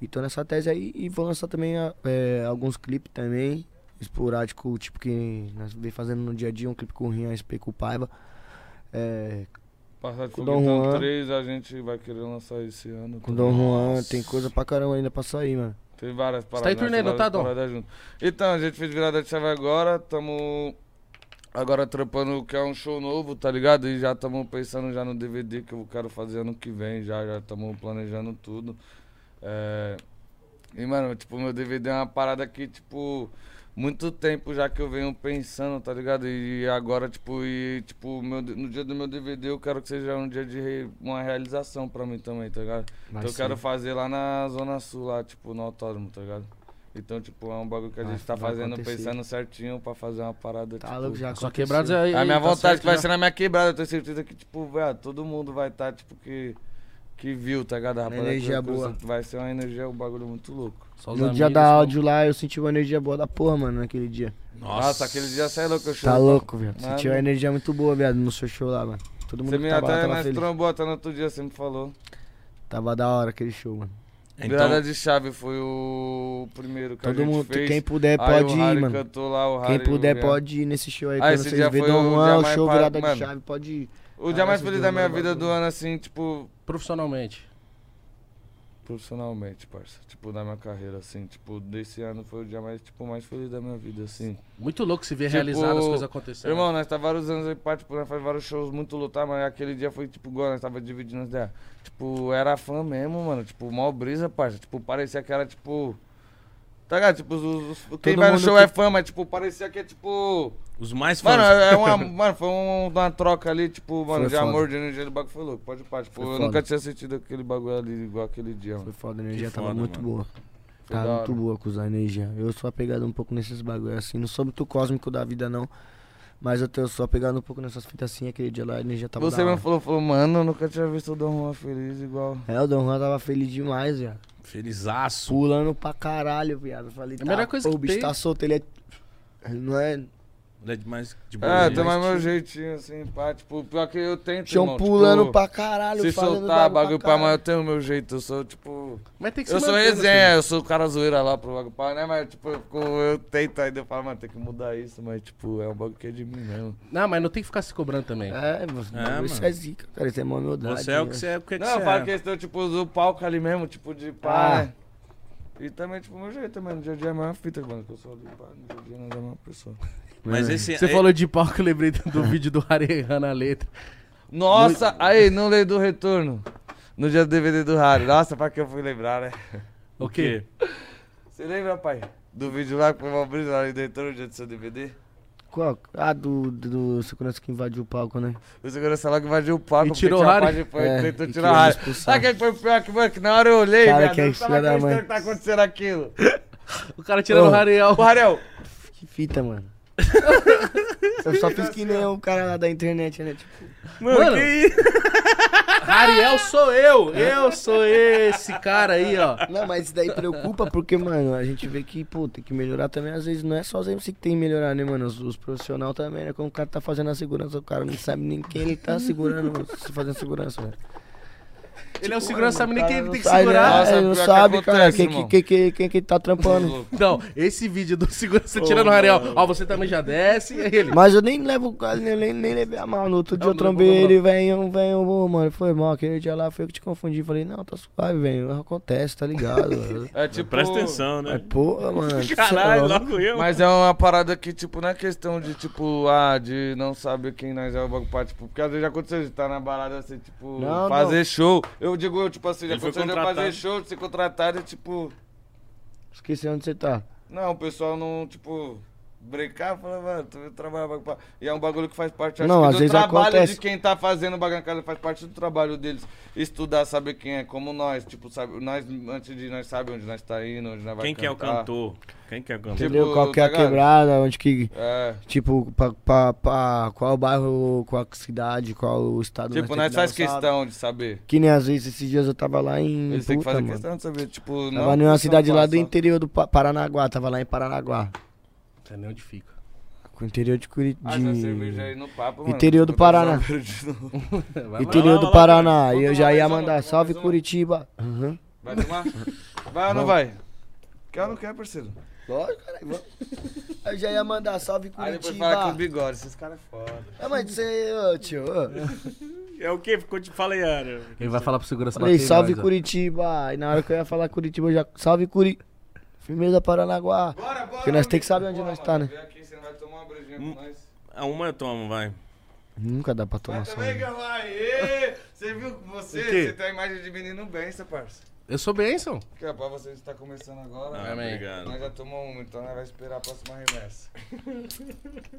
C: E tô nessa tese aí e vou lançar também a- é, alguns clipes também. Esporádico, tipo que nós vem fazendo no dia a dia, um clipe com o Rian, SP com o Paiva. É,
D: Passar de
C: Com Dom
D: Foguetão
C: Juan.
D: 3 a gente vai querer lançar esse ano.
C: com o
D: também.
C: Dom Juan, tem coisa pra caramba ainda pra sair, mano.
D: Tem várias
A: tá
D: paradas.
A: em turnê,
D: tem
A: não
D: várias
A: tá, Dom?
D: paradas junto. Então, a gente fez virada de chave agora, tamo agora trampando o que é um show novo, tá ligado? E já estamos pensando já no DVD que eu quero fazer ano que vem, já já estamos planejando tudo. É, E, mano, tipo, meu DVD é uma parada que, tipo, muito tempo já que eu venho pensando, tá ligado? E agora, tipo, e, tipo meu, no dia do meu DVD eu quero que seja um dia de re- uma realização pra mim também, tá ligado? então eu quero fazer lá na Zona Sul, lá, tipo, no autódromo, tá ligado? Então, tipo, é um bagulho que a
C: Vai-
D: gente tá
C: vai
D: fazendo,
C: acontecer.
D: pensando certinho pra fazer uma parada,
C: Tá
D: tipo...
C: louco, já
A: Só
C: aconteceu.
A: quebrados aí.
D: A minha
A: tá
D: vontade
A: certo
D: que vai
A: já.
D: ser na minha quebrada, eu tenho certeza que, tipo, velho, todo mundo vai estar, tipo, que, que viu, tá ligado? A rapaziada que
C: energia
D: vai cruzar,
C: boa.
D: Vai ser uma energia, um bagulho muito louco.
A: Só os
C: No dia
A: amigos,
C: da
A: pô.
C: áudio lá, eu senti uma energia boa da porra, mano, naquele dia.
D: Nossa, aquele dia saiu louco, eu
C: Tá
D: chorei.
C: louco, viado.
D: Mano.
C: Senti uma energia muito boa, viado, no seu show lá, mano. Todo mundo
D: Você
C: que
D: me
C: tava lá
D: até
C: tava
D: nós
C: tá feliz.
D: trombou até no outro dia, você me falou.
C: Tava da hora aquele show, mano.
B: Então,
D: Virada de chave foi o primeiro que a
C: Todo
D: gente
C: mundo,
D: fez.
C: quem puder
D: Aí
C: pode
D: o Harry
C: ir, mano.
D: cantou lá, o
C: Quem
D: Harry,
C: puder
D: o-
C: pode ir nesse show aí.
D: Ah,
C: Quando
D: esse
C: vocês
D: dia
C: verem
D: foi
C: Dom
D: o
C: Juan,
D: dia
C: o
D: mais
C: show
D: par-
C: virada de
D: mano.
C: chave, pode ir.
D: O dia
C: Ah,
D: mais
C: esses
D: feliz
C: dois
D: da minha
C: bagulho.
D: vida do ano, assim, tipo,
A: Profissionalmente.
D: profissionalmente, parça. Tipo, da minha carreira, assim, tipo, desse ano foi o dia mais, tipo, mais feliz da minha vida, assim.
A: Muito louco se ver
D: Tipo,
A: realizado as coisas acontecendo.
D: Irmão, nós tá vários anos aí, pá, tipo, nós faz vários shows muito lutar, mas aquele dia foi, tipo, igual, nós tava dividindo as ideias. Tipo, era fã mesmo, mano, tipo, mó brisa, parça. Tipo, parecia que era, tipo... Tá ligado? Tipo, os, os- quem
C: Todo
D: vai no
C: mundo
D: show
C: que-
D: é fã, mas, tipo, parecia que é, tipo...
B: os mais fãs.
D: Mano, é uma, mano, foi um- uma troca ali, tipo, mano,
C: Foi
D: de
C: foda.
D: amor, de energia, do bagulho foi louco, pode pá. Tipo,
C: Foi
D: eu
C: foda.
D: nunca tinha sentido aquele bagulho ali igual aquele dia,
C: Foi
D: mano.
C: foda, a energia tava
B: foda,
C: muito
B: mano.
C: boa.
D: Foi da
C: Tava
D: hora.
C: muito boa com a energia. Eu sou apegado um pouco nesses bagulho assim. Não sou muito cósmico da vida, não. Mas eu tô só pegando um pouco nessas fitas assim, aquele dia lá, a energia tava
D: Você
C: da
D: mesmo
C: hora.
D: falou, falou, mano, eu nunca tinha visto o Dom Juan feliz igual.
C: É, o Don Juan tava feliz demais, viado.
B: Felizaço.
C: Pulando pra caralho, viado. Eu falei,
A: É a melhor
C: tá,
A: coisa
C: pô,
A: que
C: o bicho
A: tem.
C: tá solto, ele é... Ele não é...
B: É demais de boa. né?
D: É,
B: gente.
D: também meu jeitinho, assim, pá. Tipo, pior que eu tento,
C: Chão
D: irmão,
C: um pulando
D: tipo,
C: pra caralho,
D: Se
C: fazendo
D: soltar bagulho
C: bagulho
D: pra mãe, eu
C: caralho.
D: tenho o meu jeito. Eu sou, tipo...
A: Mas tem que
D: Eu
A: se
D: sou
A: manter, né,
D: resenha, eu sou o cara zoeira lá pro bagulho pra né? Mas, tipo, eu, fico- eu tento ainda, eu falo, mano, tem que mudar isso. Mas, tipo, é um bagulho que é de mim mesmo.
A: filho? Não, mas não tem que ficar se cobrando também.
C: É, mano,
B: É,
C: bagulho, isso
B: mano.
C: é zica, cara, isso é mó humildade.
B: Você é o que
C: né?
B: você é, o que, que
D: Não, eu
B: você
D: falo
B: é.
D: questão, tipo, do palco ali mesmo, tipo, de
C: Ah.
D: pá. E também, tipo, meu jeito, mano. No dia a dia é a mesma fita, mano. Que eu sou do pá, no dia a dia nós é a mesma pessoa. Hum.
B: Mas esse...
A: Você
B: é-
A: falou de palco, eu lembrei do vídeo do Harry errando a letra.
D: Nossa, aí, não lei do retorno. No dia do DVD do Rari. Nossa, pra que eu fui lembrar, né?
A: O quê?
D: Você lembra, pai? Do vídeo lá que foi uma brisa lá do retorno no dia do seu DVD?
C: Qual? Ah, do, do, do segurança que invadiu o palco, né?
D: O segurança lá que invadiu o palco.
A: E
D: porque
A: tirou
D: tinha uma
A: o Rari.
D: parte de pano,
C: É,
D: tentou
C: e
D: tirar o
C: queria
D: Rari.
C: expulsar.
D: Sabe quem foi o pior que, mano? Que na hora eu olhei,
C: Cara,
D: viado,
C: que é
D: eu tava
C: filha da
D: acreditando
C: mãe.
D: que tá acontecendo aquilo.
A: O cara tirando
C: Ô.
A: o Harry ao...
D: O Rariel,
C: Que fita, mano. eu só fiz que nem o cara lá da internet, né? Tipo,
D: mano,
A: Mano.
D: que isso?
A: Ariel sou eu! Eu sou esse cara aí, ó.
C: Não, mas isso daí preocupa porque, mano, a gente vê que, pô, tem que melhorar também. Às vezes não é só os MC que tem que melhorar, né, mano? Os, os profissionais também, né? Quando o cara tá fazendo a segurança, o cara não sabe nem quem ele tá segurando, se fazendo segurança, velho.
A: Ele é o segurança, sabe nem
C: O
A: quem ele
C: cara não
A: tem que
C: sabe,
A: segurar.
C: né?
D: Nossa,
C: Ele não
D: pior que
C: sabe, cara,
D: acontece,
C: quem,
D: irmão.
C: quem, quem, quem, quem que tá trampando.
A: Não, esse vídeo do segurança tirando o Ariel. Ó, você também já desce. E aí ele.
C: Mas eu nem levo, eu nem, nem levei a mal. No outro dia
A: Não,
C: eu
A: não
C: trombei
A: levou, não.
C: ele, venho, venho, um, ô, mano, foi mal. Aquele dia lá foi eu que te confundi. Falei, não, tá suave, velho. Acontece, tá ligado?
D: É tipo...
B: Presta atenção, né?
C: Mas, porra, mano. que
B: Caralho,
C: céu.
B: logo eu.
D: Mas é uma parada que, tipo, não é questão de, tipo, ah, de não saber quem nós é o bagulho, pá, tipo, porque às vezes já aconteceu de estar na balada, assim, tipo,
C: Não,
D: fazer show. Eu digo, eu, tipo assim, já
B: Ele foi
D: aconteceu de eu
B: contratado.
D: fazer show, de ser contratado e, tipo,
C: Esqueci onde você tá.
D: não, o pessoal não, tipo, brincar, fala, mano, tu veio trabalhar, bagulho, pá. E é um bagulho que faz parte, acho
C: Não,
D: que,
C: às
D: do
C: vezes
D: trabalho
C: acontece.
D: de quem tá fazendo o bagulho na casa, faz parte do trabalho deles. Estudar, saber quem é, como nós, tipo, sabe, nós, antes de nós saber onde nós tá indo, onde nós vai
B: Quem que é o
D: cantar.
B: cantor? Quem que é o cantor?
D: Tipo,
C: Entendeu? Qual que é a
D: tá ligado?
C: quebrada, onde que.
D: É.
C: Tipo, pra, pra, pra qual bairro, qual cidade, qual o estado
D: Tipo,
C: tem
D: nós
C: que dar
D: faz
C: alçada.
D: questão de saber.
C: Que nem às vezes esses dias eu tava lá em.
D: Eles têm que
C: puta,
D: fazer
C: mano.
D: questão de saber, tipo, não.
C: Tava numa
D: não
C: cidade lá do
D: passa.
C: interior do Pa- Paranaguá, tava lá em Paranaguá.
A: Não sei nem onde fica.
C: Com o interior de Curitiba.
D: Ah, essa cerveja aí no papo, mano.
C: Interior do
D: Eu tô
C: Paraná.
D: precisando de novo.
A: Vai lá.
C: Interior
B: lá, vai
C: do
B: lá,
C: Paraná.
D: vai.
C: E eu
D: Vamos
C: já
D: mais
C: ia
D: uma,
C: mandar
D: vamos
C: salve
D: mais uma.
C: Curitiba. Aham.
D: Vai tomar? Vai ou não vai? Quer ou não quer, parceiro?
C: Lógico, caralho. vamos. Eu já ia mandar salve
D: Aí depois fala que o
C: Curitiba.
D: bigode, esses caras é foda.
C: Ah, mas você, ô, tio. ô.
B: É o quê? Ficou de fala aí, Ana.
A: Ele vai falar pro segurança
C: Falei,
A: bater em
C: salve
A: nós, ó.
C: Curitiba. E na hora que eu ia falar Curitiba, eu já. Salve Curi. Firmeza Paranaguá.
D: Bora, bora.
C: Porque nós tem que saber onde nós tá, né?
D: Vem aqui, você não vai tomar uma brejinha com nós.
B: Ah, Uma eu tomo, vai.
C: Nunca dá pra tomar
D: Mas
C: só.
A: um.
C: um.
D: também, Gama, aê! Você viu que você,
A: O quê?
D: você tem a imagem de menino benção, parça.
A: Eu sou bênção.
D: Que é pra você que tá começando agora.
B: Ah,
A: Amém.
B: obrigado.
D: Nós já tomamos uma, então nós vai esperar a próxima remessa.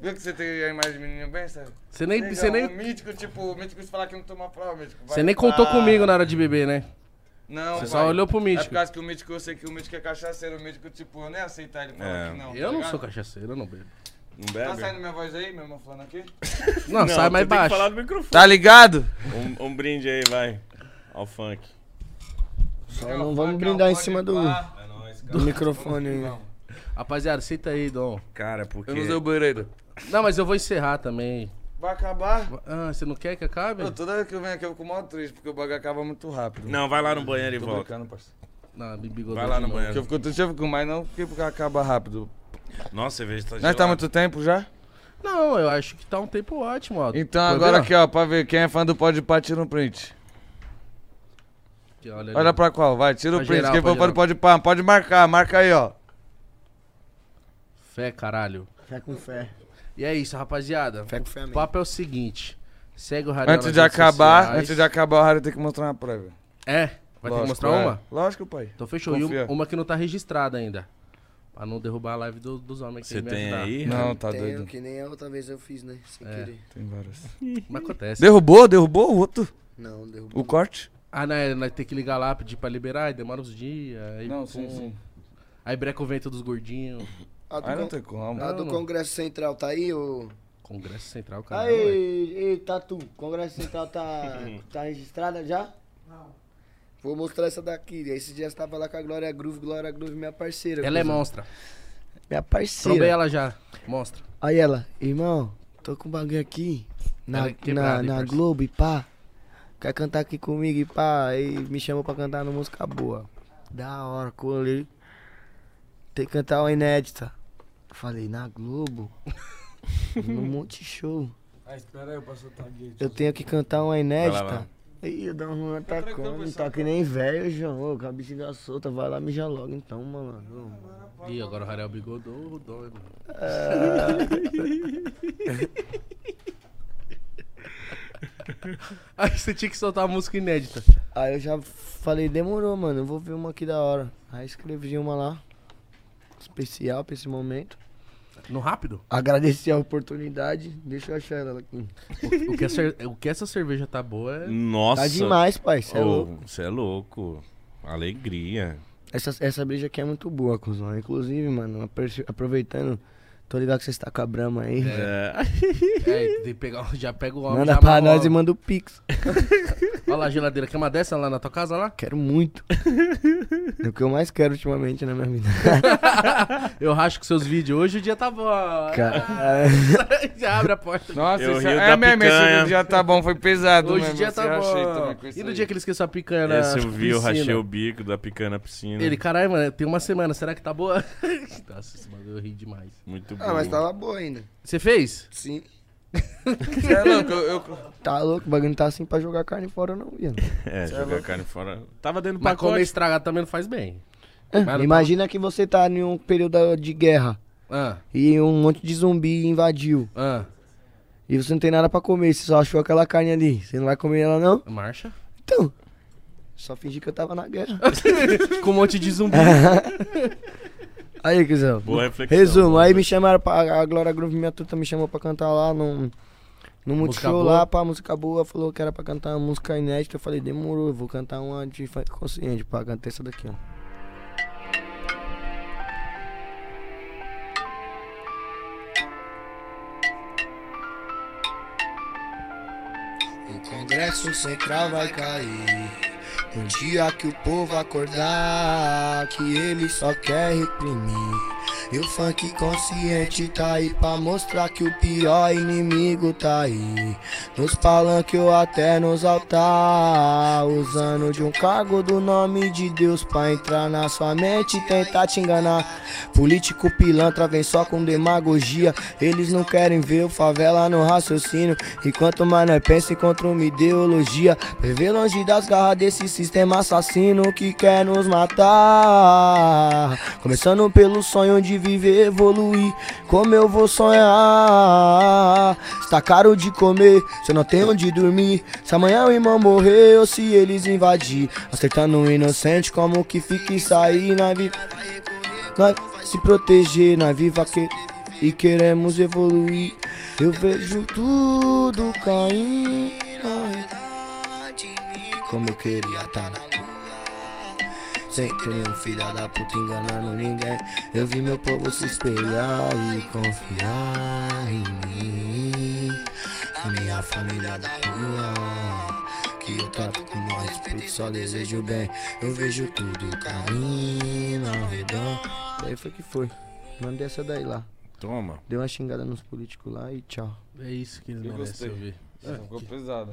D: Viu que você tem a imagem de menino bem, sabe?
A: Você nem,
D: Legal,
A: você
D: O
A: nem,
D: mítico, tipo, o mítico se falar que não toma prova, o mítico. vai
A: você nem contou
D: lá.
A: comigo na hora de beber, né?
D: Não,
A: Você
D: pai.
A: só olhou pro
D: É
A: mítico.
D: por causa que o mítico, eu sei que o mítico é cachaceiro, o mítico, tipo, eu nem aceitar ele falar
B: É.
D: que não. tá
A: Eu não
D: ligado?
A: sou cachaceiro, eu não bebo.
B: Não
D: Tá
B: Um bebe?
D: saindo minha voz aí, meu irmão falando aqui?
A: Não, sai mais
B: tu tem que
A: baixo.
B: falar no microfone.
D: Tá ligado?
B: Um, um brinde aí, vai. Ao funk.
C: Só Então não vamos brindar em cima do, um.
B: É nóis,
C: do microfone aí.
A: Rapaziada, senta aí, Dom.
B: cara. porque...
D: Eu não usei o banheiro ainda.
A: Não, mas eu vou encerrar também.
D: Vai acabar?
A: Ah, você não quer que acabe?
D: Pô, toda vez que eu venho aqui eu fico mó triste, porque o bagulho acaba muito rápido.
B: Não, vai lá no banheiro e
D: Tô
B: volta.
D: brincando, parceiro.
A: Não, me bigodou
B: Vai lá
A: de
B: no
A: novo.
D: Porque eu
B: banheiro.
D: fico triste, eu fico mais não, porque porque acaba rápido.
B: Nossa, a cerveja tá
D: Nós tá há
B: gelada.
D: muito tempo já?
A: Não, eu acho que tá um tempo ótimo, ó.
D: Então
A: Quer
D: agora
A: ver, ó?
D: aqui, ó, pra ver quem é fã do Pode Pá, tira um print.
A: Aqui, olha ali.
D: Olha pra qual, vai, tira o
A: Pra
D: print.
A: geral,
D: quem
A: pra
D: for fã
A: geral.
D: do Pode Pá, pode marcar, marca aí, ó.
A: Fé, caralho.
C: Fé com fé.
A: E é isso, rapaziada.
C: Fé com fé
A: O
C: mesmo.
A: papo é o seguinte. Segue o Radial
D: Antes de acabar, antes de acabar, o Harry tem que mostrar uma prévia.
A: É? Vai ter que mostrar
D: é.
A: uma?
D: Lógico, pai.
A: Então fechou. E um-
D: Confia.
A: uma que não tá registrada ainda. Pra não derrubar a live do- dos homens que
B: Você
A: me
B: tem
A: ajudar.
B: aí?
D: Não, tá
C: Tenho,
D: doido.
C: que nem a outra vez eu fiz, né? Sem querer.
D: Tem várias.
A: Mas acontece.
D: Derrubou, derrubou o outro?
C: Não, derrubou.
D: O corte?
A: Ah, né? Nós tem que ligar lá, pedir pra liberar, e demora uns dias. Aí, um- pum. Aí breca o vento dos gordinhos.
C: A
D: Aí Ah, não
C: do, con-
D: tem como.
C: a do Congresso Central tá aí, ô?
A: Congresso Central, cara. ué.
C: Aí, e, Tatu, Congresso Central tá, tá registrada já? Não. Vou mostrar essa daqui. Esse dia você tava lá com a Glória Groove, Glória Groove, minha parceira.
A: Ela é
C: cuzão.
A: monstra. Trombei
C: Minha parceira.
A: ela já. Mostra.
C: Aí ela, irmão, tô com um bagulho aqui na,
A: Ela é quebrada,
C: na,
A: hein,
C: na
A: parceiro?
C: Globo e pá. Quer cantar aqui comigo e pá. Aí me chamou pra cantar no Música Boa. Da hora, colei. Tem que cantar uma inédita. Falei, na Globo? no Monte Show.
G: Ah, espera aí, eu passo o target.
C: Eu tenho que cantar uma inédita.
B: Vai lá, vai lá.
C: Ih, o Dom Juan tá
G: tranquilo,
C: como?
G: pessoal,
C: Tá que nem velho, João. Ô, Com a bexiga solta. Vai lá mijar logo então, mano.
A: Ih, agora o Rarel bigodou o dói, mano. Ah. Aí você tinha que soltar a música inédita.
C: Aí eu já falei, demorou, mano, eu vou ver uma aqui da hora. Aí escrevi uma lá, especial pra esse momento.
A: No rápido?
C: Agradeci a oportunidade, deixa eu achar ela aqui.
A: O, o que, a cer- o que essa cerveja tá boa é.
B: Nossa.
C: Tá demais, pai, cê é louco.
B: Você é louco. Alegria.
C: Essa, essa breja aqui é muito boa, cuzão. Inclusive, mano, apre- aproveitando, tô ligado que você está com a Brahma aí.
B: É.
A: É, tem que pegar, já pega o homem.
C: Manda
A: já
C: pra
A: amarra
C: nós e
A: logo.
C: manda o Pix.
A: Olha lá a geladeira. Quer uma dessa lá na tua casa lá?
C: Quero muito. é o que eu mais quero ultimamente na minha vida.
A: Eu racho com seus vídeos. Hoje o dia tá bom.
C: Cara,
A: já abre a porta.
D: Nossa,
B: Eu
D: isso
B: rio
D: é
B: da
D: mesmo,
B: picanha.
D: esse dia tá bom, foi pesado
A: Hoje o
D: mesmo.
A: dia
D: assim,
A: tá
D: eu achei também
A: bom.
D: com isso
A: E no
D: aí.
A: dia que ele esqueceu a picanha na
B: Esse eu vi, eu
A: piscina?
B: rachei o bico né? da picanha na piscina.
A: Ele, caralho, mano, tem uma semana, será que tá boa? Nossa, esse bagulho eu ri demais.
B: Muito bom.
C: ah, mas tava boa ainda.
A: Você fez?
C: Sim.
D: Cê é louco, eu- eu-
C: Tá louco, o bagulho não tá assim pra jogar carne fora não, viado.
B: É, jogar a carne fora. Tava dentro do
A: Mas comer
B: pacote.
A: estragado também não faz bem.
C: Ah, Imagina que você tá em um período de guerra
A: Ah,
C: e um monte de zumbi invadiu.
A: ah,
C: E você não tem nada pra comer, você só achou aquela carne ali. Você não vai comer ela, não?
A: marcha.
C: Então. Só fingi que eu tava na guerra.
A: Com um monte de zumbi.
C: aí, Cusão.
B: Boa reflexão.
C: Resumo,
B: boa
A: né?
C: aí me
B: reflexão.
C: chamaram pra. A Glória Groove, minha truta, me chamou pra cantar lá num. No
A: Música
C: Multishow
A: boa.
C: lá, pra música boa, falou que era pra cantar uma música inédita. Eu falei, demorou, eu vou cantar uma de funk consciente, pá, cantei essa daqui, ó. O Congresso Central vai cair. Um dia que o povo acordar, que ele só quer reprimir. E o funk consciente tá aí pra mostrar que o pior inimigo tá aí. Nos palanques ou até nos altar. Usando de um cargo do nome de Deus pra entrar na sua mente e tentar te enganar. Político pilantra vem só com demagogia. Eles não querem ver o favela no raciocínio. E quanto mais nós pensa, encontra uma ideologia. Viver longe das garras desse sistema assassino que quer nos matar. Começando pelo sonho de viver, evoluir. Como eu vou sonhar? Está caro de comer, se eu não tenho onde dormir. Se amanhã o irmão morrer ou se eles invadir. Acertando o inocente, como que fica e sair na vida? Nós se proteger, nós viva que e queremos evoluir. Eu vejo tudo cair na realidade, como eu queria estar na lua. Sem ter nenhum um filho da puta enganando ninguém. Eu vi meu povo se espelhar e confiar em mim. A minha família da rua. Que eu trato com maior respeito, só desejo bem. Eu vejo tudo caindo ao redor. Daí foi que foi. Mandei essa daí lá.
B: Toma.
C: Deu uma xingada nos políticos lá e tchau.
A: É isso que eles
D: Eu
A: merecem
D: gostei.
A: ouvir.
D: Essa Ficou pesado.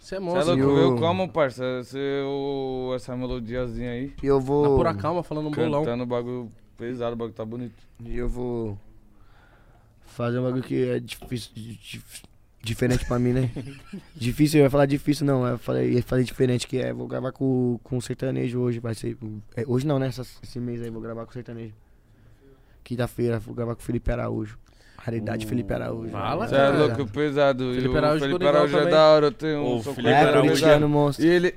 A: Você é
D: Cê é
A: monstro.
D: louco,
C: eu-
D: eu como, parça, seu, essa melodiazinha aí,
C: E eu
A: Tá
C: vou.
A: por acalma falando um bolão.
D: cantando o bagulho pesado, o bagulho tá bonito.
C: E eu vou. Fazer um bagulho que é difícil. di- dif- Diferente pra mim, né? difícil, eu ia falar difícil, não. Eu falei, eu falei diferente, que é. Vou gravar com, com o sertanejo hoje, vai ser. é, hoje não, né? Essa- esse mês aí, vou gravar com o sertanejo. Quinta-feira, vou gravar com o Felipe Araújo. Raridade Felipe Araújo.
A: fala,
D: Você
A: Ah,
D: é
A: cara.
D: louco, pesado. E
A: Felipe
D: o
A: Araújo
D: Felipe
A: Coringão
D: Araújo é
A: também.
D: da hora, eu tenho
B: Ô,
D: um som
B: Felipe
D: com ele,
C: É,
B: Araújo
C: corintiano
D: pesado.
C: monstro.
D: E ele,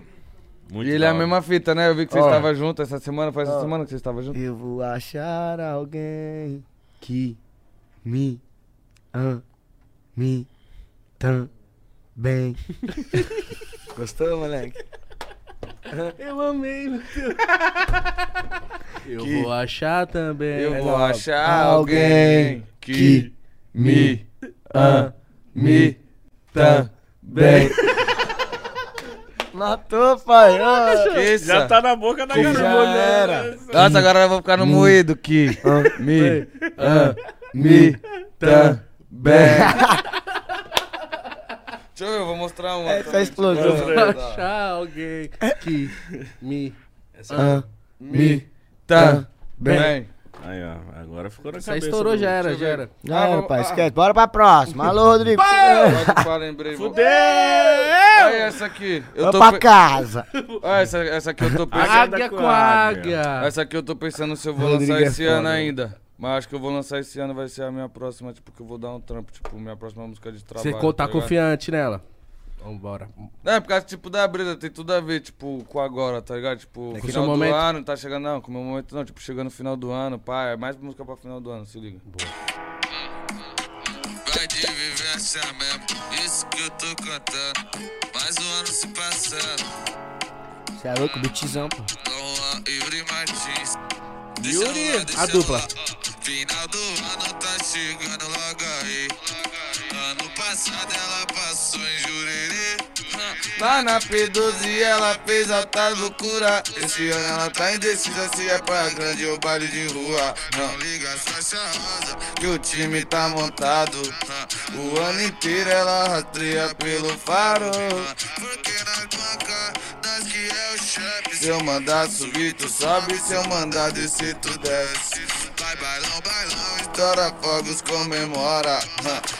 B: Muito
D: e ele é a
B: da hora.
D: mesma fita, né? Eu vi que vocês
C: Ó.
D: estavam juntos essa semana, foi essa
C: Ó.
D: semana que vocês estavam juntos.
C: Eu vou achar alguém que me ame também. Gostou, moleque?
A: Eu amei, meu Deus. Eu vou achar também.
D: Eu
C: é
D: vou
C: da hora.
D: achar alguém
C: que
D: que me
C: ame
D: me também.
C: Matou, pai. ó.
D: Esqueça.
B: Já tá na boca da
D: Já
B: garota. né?
D: era. Nossa, agora eu vou ficar no moído que me ah, me também. Deixa eu ver, eu vou mostrar uma.
C: Essa explosão.
D: Tá.
A: Achar alguém que me.
C: Ah,
D: Me Tá. também.
B: Aí, ó. Agora ficou na
A: Já
B: cabeça.
A: estourou,
B: do-
A: já era,
D: Deixa
A: já
D: eu
A: era.
C: Já
D: Ah,
C: era,
D: vamos-
C: pai.
D: ah.
C: É, Esquece. Bora pra próxima. Alô, Rodrigo.
D: Pode parar, lembrei. vou-
B: Fudeu!
A: É,
D: Olha essa aqui.
C: Vamos
D: Eu tô
C: pra
D: pe-
C: casa.
D: Olha essa, essa aqui eu tô pensando.
A: Águia
B: com
A: com
B: águia.
A: águia.
D: Essa aqui eu tô pensando se eu vou
C: Ah. Rodrigo
D: lançar
C: é
D: esse
C: foda,
D: ano
C: mano.
D: ainda. Mas acho que eu vou lançar esse ano, vai ser a minha próxima, tipo, que eu vou dar um trampo, tipo, minha próxima música de trabalho.
A: Você co- tá
D: ligado?
A: confiante nela? Vambora.
D: É, por causa, tipo, da brisa, tem tudo a ver, tipo, com agora, tá ligado? Tipo,
A: É que seu
D: final do
A: momento-
D: ano, tá chegando, não, com o meu momento não, tipo, chegando no final do ano, pá, é mais música pra final do ano, se liga.
F: Vai de vivência mesmo, isso que eu tô cantando. Mais um ano se passando,
C: Você é louco, bitizão, pô.
F: Dom Juan e Yuri Martins. Deixa
A: Yuri,
F: rolar, deixa
A: a dupla.
F: rolar. Final do ano tá chegando logo aí. Ano passado ela passou em Jurerê.
D: Lá Tá na P12 ela fez a tal loucura. Esse ano ela tá indecisa se é pra grande ou baile de rua.
F: Não liga as faixa rosa,
D: que o time tá montado. O ano inteiro ela rastreia pelo faro.
F: porque nós banca, nós que é o chefe.
D: Se eu mandar subir, tu sobe. Se eu mandar descer, tu desce.
F: Vai bailão, bailão,
D: Estoura fogos, comemora.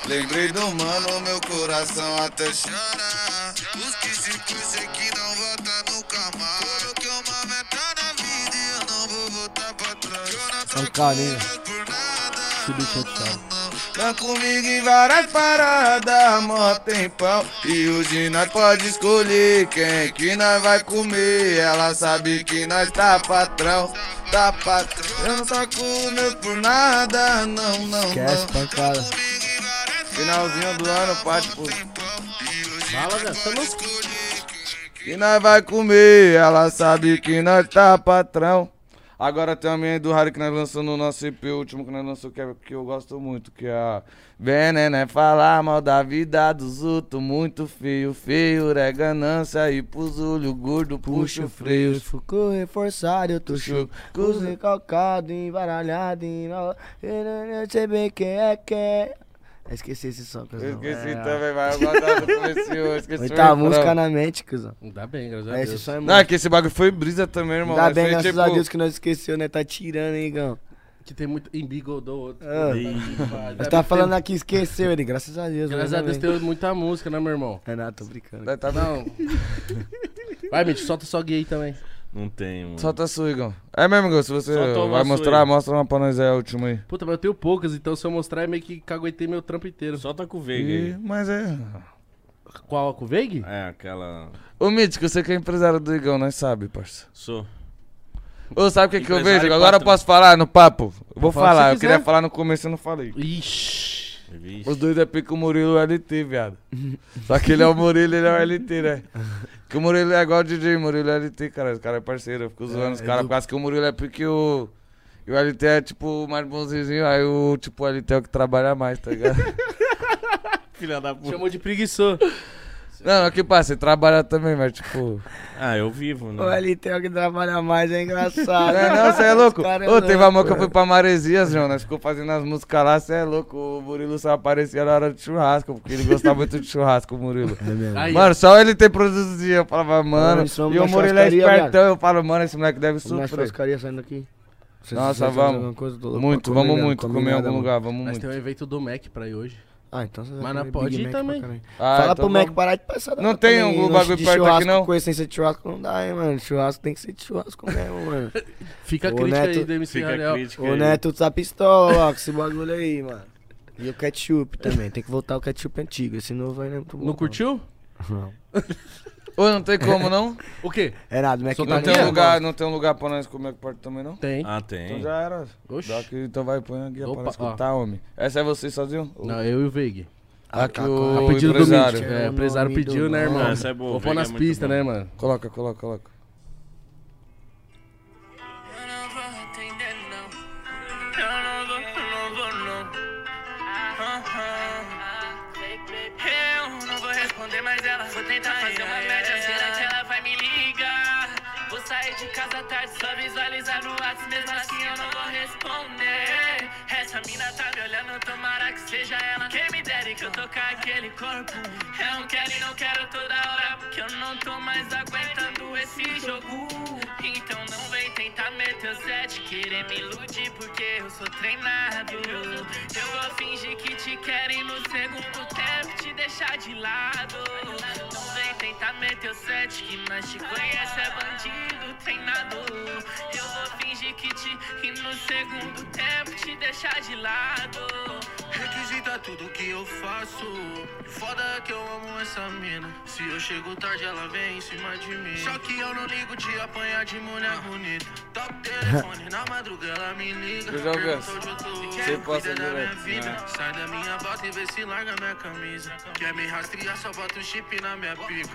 D: Lembrei do mano, meu coração até chora.
F: Os que se puxa que não volta nunca mais. Tudo que uma meta na vida e eu não vou voltar pra trás. Eu
C: São
F: não troco
C: Carlinhos.
F: elas por nada.
A: Esse bicho é chato.
D: Tá comigo em várias paradas, mó tempão. E hoje nós pode escolher quem que nós vai comer. Ela sabe que nós tá patrão, tá patrão. Eu não tô comendo por nada, não, não,
C: Esquece,
D: não.
C: pancada.
D: Finalzinho do ano, parte por.
A: Fala, velho. Você é louco?
D: Que nós vai comer, ela sabe que nós tá patrão. Agora tem também do Harry que nós lançamos no nosso EP, o último que nós lançamos, que, é, que eu gosto muito, que é a Veneno é falar mal da vida dos outros, muito feio, feio, é ganância e pros olhos gordo, puxa o freio.
C: Ficou reforçado, eu tô chuco. Cus recalcado, embaralhado, embalado. Eu não sei bem quem é quem é. Eu Esqueci esse som,
D: Eu
C: cuzão.
D: esqueci
C: É,
D: também, vai, eu guardava no começo, eu esqueci. o
C: Muita
D: refrão.
C: música né? na mente, cuzão.
A: Ainda bem, graças a
C: É, esse
A: Deus.
C: som é
D: Não, é
C: muito.
D: que esse bagulho foi brisa também, irmão.
C: Ainda
D: mas
C: bem,
D: foi,
C: graças a
D: tipo,
C: Deus que nós esqueceu, né? Tá tirando, hein, Igão.
A: Que tem muito embigodou outro.
C: Ah. Nós tá falando aqui, esqueceu ele. Graças a Deus.
A: é Graças
C: nós
A: a Deus
C: também.
A: tem muita música, né, meu irmão?
C: Renato, tô brincando.
D: Tá, tá bom.
A: Não. Vai, Mitch, solta só gay também.
B: Não tem, mano.
D: Solta a sua, Igão. É mesmo, Igão, se você
B: Solta uma
D: vai
B: sua
D: mostrar,
B: aí.
D: mostra uma pra nós aí, a última aí.
A: Puta, mas eu tenho poucas, então se eu mostrar é meio que caguetei meu trampo inteiro.
B: Solta com o Veiga
D: E-
B: aí.
D: mas é.
A: Qual? Com o Veig?
B: É, aquela.
D: Ô, Mítico, você que é empresário do Igão, nós sabe, parça.
B: Sou.
D: Ô, sabe o que, que eu
B: Empresário
D: vejo?
B: e
D: Agora eu
B: patrão.
D: posso falar no papo? Eu vou
A: Pode falar o que
D: falar, eu
A: quiser.
D: queria falar no começo e não falei.
A: Ixi.
B: Vixe.
D: Os dois é pico o Murilo e o LT, viado. Só que ele é o Murilo e ele é o LT, né? Que o Murilo é igual o DJ, o Murilo é LT, cara. Os caras é parceiro, eu fico zoando os caras. Por causa que o Murilo é pique o. E o LT é tipo o mais bonzinho, aí o tipo o LT é o que trabalha mais, tá ligado?
B: Filha da puta.
A: Chamou de preguiçoso.
D: não, não, que passa, ele trabalha também, mas tipo.
B: Ah, eu vivo, né?
C: O LT é o que trabalha mais, é engraçado.
D: É, não, você é louco.
C: Esse cara
D: Ô, teve
C: louco,
D: uma mão que eu
C: mano.
D: fui pra Maresias, João. Nós ficou fazendo as músicas lá, você é louco. O Murilo só aparecia na hora de churrasco, porque ele gostava muito de churrasco, o Murilo.
A: Aí,
D: Mano, só ele ter produzido, eu falava, mano.
C: Mano, isso é uma
D: E o Murilo é
C: churrascaria,
D: espertão, eu falo, mano, esse moleque deve
C: Vamos nas
D: sofrer.
C: frascarias saindo daqui. Vocês-
D: Nossa,
C: vocês
D: vamos.
C: alguma coisa? Tô louco pra
D: Muito,
C: comer,
D: vamos
C: né? Não
D: muito
C: comi
D: comer em
C: nada,
D: algum
C: mano.
D: lugar, vamos
A: mas tem um
D: muito.
A: evento do Mac pra ir hoje.
C: Ah, então você vai
A: Mas não
C: comer
A: pode
C: Big
A: ir
C: Mac pra
A: também.
C: caralho.
D: Ah,
C: Fala
D: então
C: pro Mac
D: vamos.
C: parar de passar da
D: Não
C: hora
D: tem
C: também.
D: algum
C: Lanche
D: bagulho
C: de
D: perto aqui,
C: churrasco
D: não?
C: Com essência de churrasco não dá, hein, mano. Churrasco tem que ser de churrasco mesmo, mano.
A: Fica a
C: Ô,
A: crítica
C: Neto,
A: aí do MC
B: Fica a
A: Raniel.
B: crítica
C: Ô,
B: aí.
C: Neto, tu tá pistola, ó, com esse bagulho aí, mano. E o ketchup também. Tem que voltar o ketchup antigo. Esse novo aí não é muito bom.
A: Não curtiu?
C: Não.
D: Ô, não tem como, não?
A: O quê?
C: É nada, Mac
A: Só
D: Não
A: Pra
D: tem
A: mim
D: um
A: é
D: lugar, não tem um lugar pra nós comer aqui perto também, não?
A: Tem.
B: Ah,
D: Então
B: tem.
D: já era.
A: Oxi.
D: Dá aqui, então vai, põe a guia
A: Opa,
D: pra nós escutar, homem. Essa é você sozinho?
A: Não, eu e o Veig.
C: tá,
D: Aqui
A: A
D: o
A: pedido do
D: empresário.
A: Mitch.
C: Era
A: É,
C: o
A: o empresário
C: nome do
A: pediu, né,
C: nome.
A: irmão?
B: Ah, essa é boa,
A: Vou pôr
B: Veig é
A: nas
B: muito
A: pistas,
B: bom.
A: né, mano?
D: Coloca, coloca, coloca.
F: Eu não vou atender, não. Eu não vou, não vou, não. Ah, ah.
E: esconder mais ela. Vou tentar fazer uma média, será que ela vai me ligar? Vou sair de casa tarde, só visualizar no WhatsApp, mesmo assim eu não vou responder. Essa mina tá me olhando, tomara que seja ela. Quem me dera e que eu tô com aquele corpo. Eu não quero e não quero toda hora, porque eu não tô mais aguentando esse jogo. Então não vem tentar meter o sete, querer me iludir, porque eu sou treinado. Eu vou fingir que te querem no segundo tempo, te deixar de lado. Não vem tentar meter o sete, que nós te conhece é bandido treinado. Eu vou fingir que te que no segundo tempo te deixar de lado.
F: Requisita tudo que eu faço. Foda é que eu amo essa mina. Se eu chego tarde, ela vem em cima de mim. Só que eu não ligo de apanhar de mulher bonita. Top telefone, na madrugada ela me liga.
D: Eu já ouvi
F: Pergunta
D: essa.
F: onde eu tô.
D: Você
F: Quer
D: passa
F: cuidar da minha
D: direto,
F: vida?
D: né?
F: Sai da minha bota e vê se larga minha camisa. Quer me rastrear, só bota o chip na minha pica.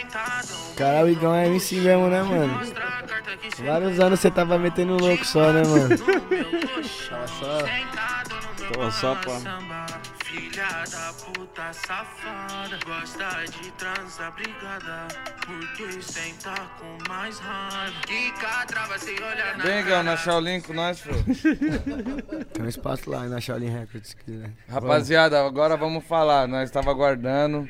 F: Sentadão.
C: Cara, o Igão é MC mesmo, né, mano?
F: Mostra a carta que cê
C: Vários anos você tava metendo louco só, né, mano?
F: no meu colchão.
C: só-
F: Sentado no meu
B: Tava só pra-
F: samba. Filha da puta safada. Gosta de transa brigada. Porque senta com mais raiva. Que catrava sem olhar na
D: Vem, Gal,
F: cara.
D: na Shaolin com nós, pô.
C: Tem um espaço lá na Shaolin Records, se quiser.
D: Rapaziada, agora vamos falar. Nós estava aguardando.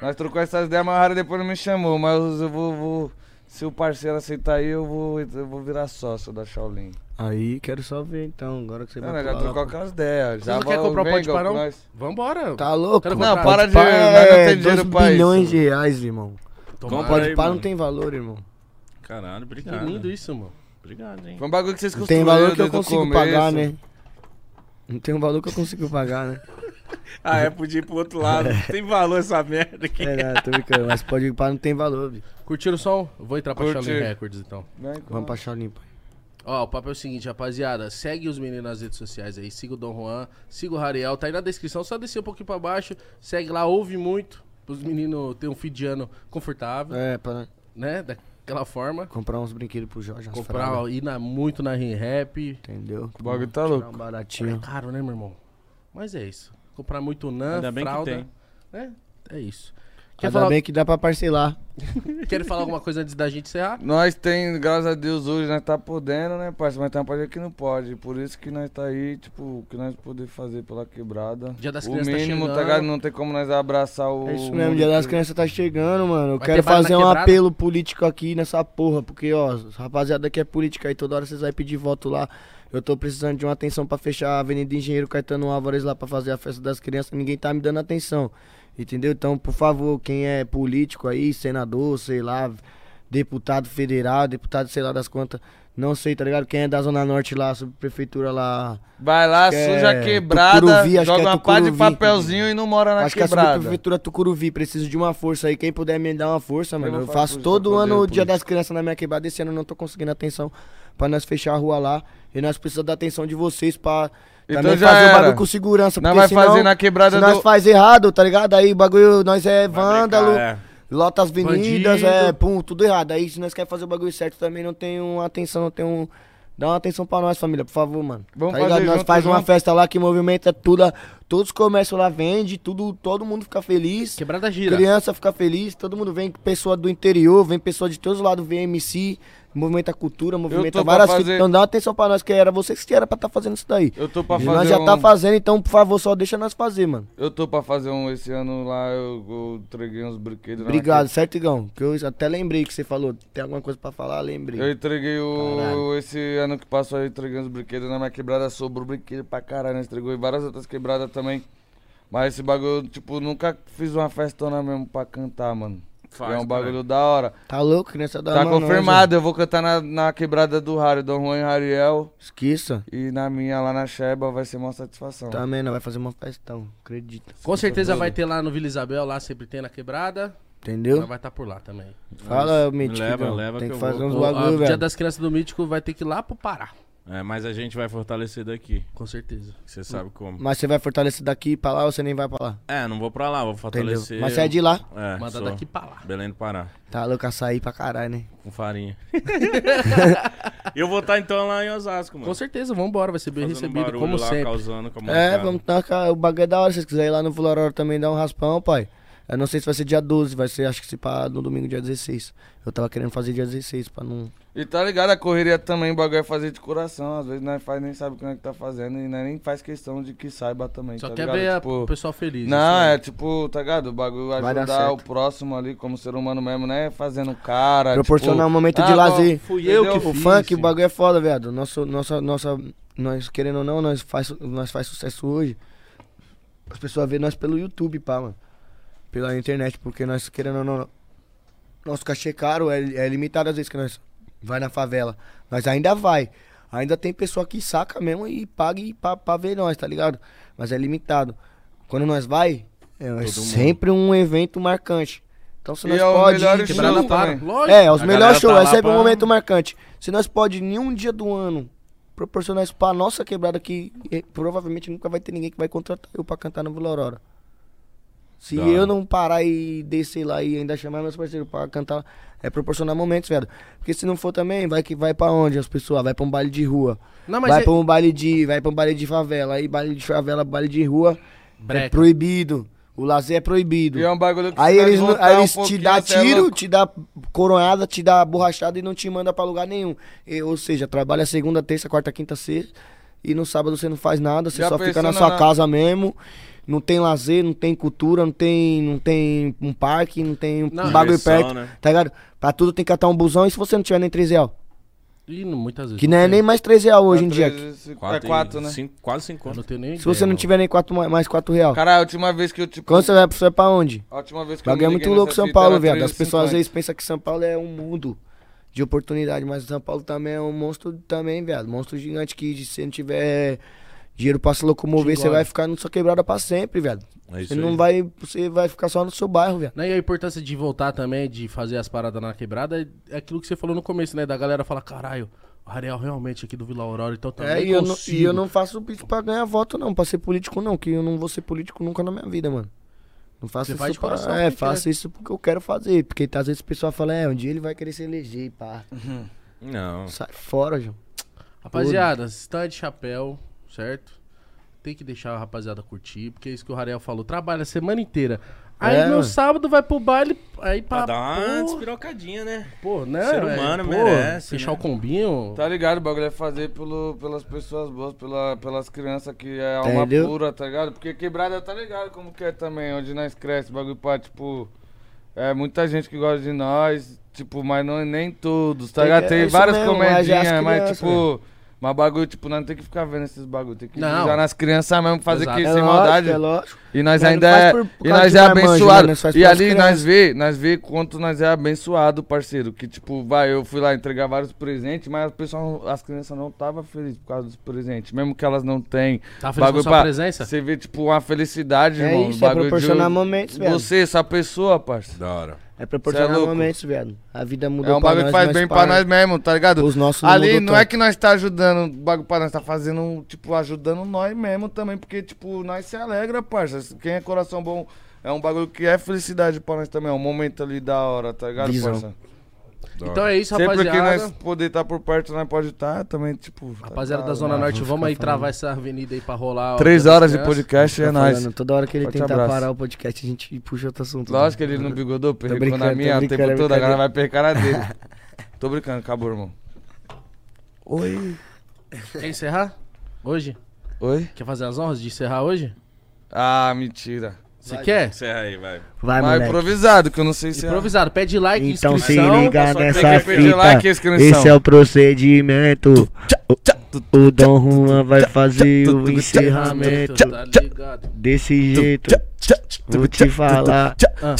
D: Nós trocou essas ideias, mas o Harry depois não me chamou. Mas eu vou. vou- se o parceiro aceitar aí, eu vou, eu vou virar sócio da Shaolin.
C: Aí, quero só ver então, agora que você
D: Não,
C: vai
D: nós já
C: pular lá,
D: trocou
C: pô.
D: aquelas ideias. Já
A: não quer
D: vou-
A: comprar o
D: vem,
A: pode
D: Gal,
A: parar?
D: com nós.
A: Vambora.
C: Tá louco?
A: Quero
D: Não,
A: comprar.
D: para de.
C: Pá,
D: nós não
C: é
D: tem dinheiro
C: 2
D: pra
C: bilhões
D: isso.
C: de reais, irmão.
A: Tomara.
B: Compra
C: Pode
B: aí,
C: parar
B: mano.
C: não tem valor, irmão.
B: Caralho,
A: Que
B: obrigado.
A: lindo isso, mano.
B: Obrigado, hein.
D: Foi um bagulho que vocês
C: Não
D: construíram
C: tem valor que eu
D: desde o
C: consigo
D: começo.
C: pagar, né? Não tem um valor que eu consigo pagar, né?
B: Ah, é, podia ir pro outro lado. Tem valor essa merda aqui.
C: É, não, tô brincando, mas pode parar não tem valor, bicho.
A: Curtiram o som? Vou entrar pra
D: Curti.
A: Shaolin Records, então.
D: Vem com
C: Vamos
D: nós.
C: pra Shaolin, pai.
A: Ó, o papo é o seguinte, rapaziada. Segue os meninos nas redes sociais aí. Siga o Dom Juan, siga o Rariel. Tá aí na descrição, só descer um pouquinho pra baixo. Segue lá, ouve muito. Os meninos terem um fim de ano confortável,
C: É, pra
A: né? Daquela forma.
C: comprar uns brinquedos pro Jorge. umas
A: Comprar,
C: fraldas,
A: ó, ir na- muito na Rim Rap.
C: Entendeu?
D: O bagulho tá louco.
C: Tirar um baratinho.
A: Caro, né, meu irmão? Mas é isso. Comprar muito nan,
B: Ainda bem que
A: fralda.
B: tem.
A: né? É isso. Quer
C: Ainda
A: falar,
C: bem que dá pra parcelar.
A: querem falar alguma coisa antes da gente encerrar?
D: Nós tem, graças a Deus, hoje nós tá podendo, né, parceiro? Mas tem uma parceira que não pode. Por isso que nós tá aí, tipo, o que nós poder fazer pela quebrada.
A: Dia das
D: o
A: Crianças tá
D: mínimo,
A: chegando.
D: ligado? Não tem como nós abraçar o.
C: É isso
D: mundo
C: mesmo, Dia das
D: inteiro.
C: Crianças tá chegando, mano. Eu
A: Vai ter
C: quero
A: baile na
C: fazer um
A: quebrada?
C: apelo político aqui nessa porra, porque, ó, rapaziada que é política aí, toda hora vocês vão pedir voto lá. Eu tô precisando de uma atenção pra fechar a Avenida Engenheiro Caetano Álvares lá pra fazer a festa das crianças, ninguém tá me dando atenção. Entendeu? Então, por favor, quem é político aí, senador, sei lá, deputado federal, deputado sei lá das quantas, não sei, tá ligado? Quem é da Zona Norte lá, subprefeitura lá,
D: Vai lá,
C: Acho que é
D: suja a quebrada,
C: Tucuruvi, acho
D: joga
C: que é
D: uma pá de
C: Tucuruvi.
D: papelzinho e não mora na
C: Acho que a
D: quebrada.
C: subprefeitura Tucuruvi precisa de uma força aí. Quem puder me dar uma força, mano.
D: não
C: Eu
D: faço
C: faço
D: isso,
C: todo
D: eu
C: ano
D: odeio
C: o dia
D: política.
C: das crianças na minha quebrada. Esse ano eu não tô conseguindo atenção pra nós fechar a rua lá. E nós precisamos da atenção de vocês pra
D: Então
C: também
D: já
C: fazer o
D: era.
C: bagulho com segurança.
D: Nós
C: porque
D: vai
C: senão,
D: fazer na quebrada
C: se nós
D: do-
C: faz errado, tá ligado? Aí o bagulho, nós é vândalo,
B: brincar, é.
C: lota as avenidas,
A: Bandido.
C: é, pum, tudo errado. Aí se nós quer fazer o bagulho certo também, não tem uma atenção, não tem um... Dá uma atenção pra nós, família, por favor, mano.
D: Vamos
C: tá ligado?
D: fazer
C: nós
D: junto,
C: faz uma
D: junto.
C: festa lá que movimenta tudo, a- todos os comércios lá vende, tudo, todo mundo fica feliz.
A: Quebrada gira.
C: Criança fica feliz, todo mundo vem, pessoa do interior, vem pessoa de todos os lados, vem MC, movimenta a cultura, movimenta
D: tô pra
C: várias
D: fazer-
C: coisas. Então dá uma atenção pra nós, que era vocês que era pra estar fazendo isso daí.
D: Eu tô pra
C: E
D: fazer.
C: nós já
D: um...
C: tá fazendo, então por favor, só deixa nós fazer, mano.
D: Eu tô pra fazer um esse ano lá, eu, eu entreguei uns brinquedos. na
C: Obrigado,
D: que-
C: certo, Igão? Que eu até lembrei que você falou, tem alguma coisa pra falar, lembrei.
D: Eu entreguei o.
C: Caralho.
D: Esse ano que passou, eu entreguei uns brinquedos na minha quebrada, sobrou brinquedo pra caralho. Nós entregou em várias outras quebradas também. Mas esse bagulho, tipo, nunca fiz uma festona mesmo pra cantar, mano.
B: Faz,
D: é um bagulho
B: caralho.
D: da hora.
C: Tá louco, criança da
D: tá
C: mão, não,
D: confirmado, eu vou cantar na, na quebrada do Rádio, Dom Juan e Rariel.
C: Zé. Esqueça.
D: E na minha, lá na Sheba, vai ser uma satisfação.
C: Também não vai fazer uma festão, acredita.
A: Com certeza vai ter lá no Vila Isabel, lá sempre tem na quebrada. Ela
C: Entendeu?
A: vai estar por lá também.
C: Fala, Mítico.
B: leva,
C: Igão.
B: leva
C: tem
B: que
C: que
B: eu
C: fazer
B: vou.
C: uns
A: O-
D: ah,
A: a-
C: bagulho,
A: o Dia
C: velho.
A: das Crianças do Mítico vai ter que ir lá pro Pará.
B: É, mas a gente vai fortalecer daqui.
A: Com certeza.
B: Você sabe como.
C: Mas você vai fortalecer daqui pra lá ou você nem vai pra lá?
B: É, não vou pra lá, vou
C: Entendeu?
B: fortalecer.
C: Mas você é de lá.
B: É,
A: Manda
B: sou.
A: daqui pra lá.
B: Belém do Pará.
C: Tá louco, açaí pra caralho, né?
B: Com farinha. eu vou estar então lá em Osasco, mano.
A: Com certeza, vambora, vai ser bem
B: Fazendo
A: recebido,
B: barulho
A: como
B: lá,
A: sempre.
B: causando com a
C: É,
B: molecada.
C: vamos tacar o bagulho é da hora. Se vocês quiserem ir lá no Fularoro também dar um raspão, pai. Eu não sei se vai ser dia 12, vai ser acho que se pá no domingo, dia 16. Eu tava querendo fazer dia 16 pra não.
D: E tá ligado, a correria também, o bagulho é fazer de coração. Às vezes nós faz, nem sabe o que nós que tá fazendo e nós nem faz questão de que saiba também.
A: Só
D: tá
A: quer
D: ligado?
A: ver a-
D: Tipo,
A: o pessoal feliz.
D: Não,
A: assim,
D: é
A: né?
D: tipo, tá ligado? O bagulho
C: Vai dar
D: ajudar o
C: certo.
D: próximo ali, como ser humano mesmo, né? Fazendo cara.
C: Proporcionar
D: tipo,
C: um momento de
D: "Ah,
C: lazer."
A: Fui eu
D: entendeu?
A: que
C: O
A: fiz,
C: funk, o
A: sim.
C: bagulho é foda, viado. Nosso, nossa, nossa, nós querendo ou não, nós faz, nós faz sucesso hoje. As pessoas vê nós pelo YouTube, pá, mano. Pela internet, porque nós querendo ou não, nosso cachê caro é, é limitado às vezes que nós vai na favela. Mas ainda vai. Ainda tem pessoa que saca mesmo e paga e pra, pra ver nós, tá ligado? Mas é limitado. Quando nós vai, é sempre um evento marcante. Então se
D: E
C: nós
D: é o
C: pode
D: melhor
C: ir,
D: estilo
A: Quebrada
D: Sim,
A: para.
D: também.
A: Lógico.
C: é, os
B: A
C: melhores
B: galera tá
C: shows.
B: lá
C: é sempre um
B: pra-
C: momento marcante. Se nós pode, em um dia do ano, proporcionar isso pra nossa quebrada, que eh, provavelmente nunca vai ter ninguém que vai contratar eu pra cantar no Vila Aurora. Se
B: Da
C: eu
B: hora.
C: não parar e descer lá e ainda chamar meus parceiros pra cantar, é proporcionar momentos, velho. Porque se não for também, vai que vai pra onde as pessoas? Vai pra um baile de rua.
A: Não, mas
C: vai
A: é-
C: pra um baile de. Vai pra um baile de favela. Aí baile de favela, baile de rua. É
A: Breca.
C: proibido. O lazer é proibido.
D: E é um bagulho que
C: Aí
D: se nós
C: eles, não-
D: voltar
C: aí
D: um
C: eles te
D: pouquinho,
C: dão
D: cê é
C: tiro,
D: louco.
C: te dá coronhada, te dá borrachada e não te manda pra lugar nenhum. E, ou seja, trabalha segunda, terça, quarta, quinta, sexta. E no sábado você não faz nada, você
D: Já
C: só fica na
D: pensando
C: sua
D: na-
C: casa mesmo. Não tem lazer, não tem cultura, não tem, não tem um parque, não tem um
A: Não,
C: bagulho
B: diversão,
C: perto.
B: né?
C: Tá ligado? Pra tudo tem que catar um busão e se você não tiver nem 3 real.
A: Ih, não, muitas vezes.
C: Que não é nem mais 3 real hoje
D: É
C: em dia.
D: três, cinco-
B: Quatro
D: é
B: e
D: quatro, né?
B: cinco- quase cinco
A: Eu não
B: anos.
A: tenho nem
C: Se você não tiver nem quatro, ma- mais 4 real.
D: Cara, a última vez que eu, tipo.
C: Quando você vai pra, você vai pra onde?
D: A última vez que eu
C: bagulho é
D: me
C: muito
D: liguei
C: louco
D: nessa
C: São
D: fita
C: Paulo,
D: era
C: viado. As
D: 3,50.
C: pessoas às vezes pensam que São Paulo é um mundo de oportunidade, mas São Paulo também é um monstro também, viado. Monstro gigante que se você não tiver dinheiro pra se locomover, você vai ficar na sua quebrada pra sempre, viado.
B: É isso
C: Você não
B: aí.
C: vai, você vai ficar só no seu bairro, viado.
A: Né, e a importância de voltar também, de fazer as paradas na quebrada, é aquilo que você falou no começo, né? Da galera falar, caralho, o Ariel realmente aqui do Vila Aurora, então também
C: É, e, eu não,
A: consigo.
C: e eu não faço isso pra ganhar voto, não, pra ser político, não, que eu não vou ser político nunca na minha vida, mano. Não faço
A: Você
C: isso
A: faz de
C: pra-
A: coração,
C: É,
A: porque
C: faço isso porque eu quero fazer. Porque tá, às vezes o pessoal fala, é, um dia ele vai querer se eleger, pá.
B: Não.
C: Sai fora, João.
A: Rapaziada, se tá de chapéu, certo? Tem que deixar a rapaziada curtir, porque é isso que o Ariel falou. Trabalha a semana inteira. Aí
C: É,
A: no
C: mano.
A: sábado vai pro baile, aí pra...
B: Pra dar uma
A: pô,
B: despirocadinha, né?
A: pô, né?
B: Ser
A: velho?
B: humano
A: Pô,
B: merece,
A: Fechar o
B: né?
A: combinho.
D: Tá ligado? O bagulho é fazer pelo, pelas pessoas boas, pela, pelas crianças que é alma
C: Entendeu?
D: pura, tá ligado? Porque quebrada tá ligado como que é também, onde nós cresce, bagulho pra, tipo. É muita gente que gosta de nós, tipo, mas não, nem todos, tá
C: Tem
D: ligado?
C: que-
D: Tem
C: é isso
D: várias
C: mesmo,
D: comedinhas,
C: mas é as
D: mas
C: crianças,
D: tipo. Mas bagulho, tipo, nós não tem que ficar vendo esses bagulho, tem que
A: Não.
D: usar nas crianças mesmo, fazer
A: Exato.
D: que
C: É
D: sem
C: lógico,
D: maldade.
C: É lógico.
D: E nós
C: Nós não
D: ainda
C: faz
D: é,
C: por- por
D: e
C: causa
D: nós
C: de
D: é
C: marmanjo, né?
D: abençoado.
C: Nós faz
D: e
C: pelas
D: ali
C: crianças.
D: nós vê, nós vê quanto nós é abençoado, parceiro, que tipo, vai, eu fui lá entregar vários presentes, mas o pessoal, as crianças não tava felizes por causa dos presentes, mesmo que elas não têm.
A: Tá feliz com a sua presença?
D: Você vê tipo uma felicidade,
C: É
D: irmão, um
C: isso, é
D: bagulho de-
C: proporcionar momentos, velho.
D: Você, essa pessoa, parceiro.
B: Da hora.
C: É proporcionar
D: Cê é louco.
C: momentos, velho. A vida muda
D: É um bagulho que faz bem pra nós mesmo, tá ligado?
C: Os nossos não
D: Ali
C: mudou
D: não é
C: tanto.
D: que nós tá ajudando o bagulho pra nós, tá fazendo, tipo, ajudando nós mesmo também, porque, tipo, nós se alegra, parça. Quem é coração bom é um bagulho que é felicidade pra nós também, é um momento ali da hora, tá ligado,
C: Visão.
D: parça?
A: Então é isso,
D: Sempre que
A: rapaziada.
D: nós poder estar por perto, nós pode estar também, tipo... tá
A: Rapaziada da
D: ligado,
A: Zona
D: né?
A: Norte,
D: Vamos
A: vamos
D: ficar
A: aí
D: falando.
A: travar essa avenida aí pra rolar. ó,
D: Três
A: pelas
D: horas de
A: crianças.
D: podcast
C: Tá
D: é nóis.
C: Toda hora que ele
D: Forte
C: tentar
D: abraço.
C: parar o podcast, a gente puxa outro assunto. né?
D: Lógico que ele não bigodou, perrecou
C: brincando,
D: na
C: tô
D: minha o tempo
C: brincando, é
D: todo,
C: brincadeira.
D: agora vai percar a dele. tô brincando, acabou, irmão. Oi.
A: Quer encerrar? Hoje?
D: Oi?
A: Quer fazer as honras de encerrar hoje?
D: Ah, mentira.
A: Você quer?
B: Encerra aí, vai.
C: Vai,
D: Mas
C: moleque.
D: improvisado, que eu não sei se é...
A: Improvisado, pede like,
C: Então se
A: inscrição.
C: liga
B: só tem
C: nessa
B: que pedir
C: fita.
D: like e inscrição.
C: Esse é o procedimento. O, o Dom Juan vai fazer o encerramento.
A: Tá ligado?
C: Desse jeito, vou te falar. Ah.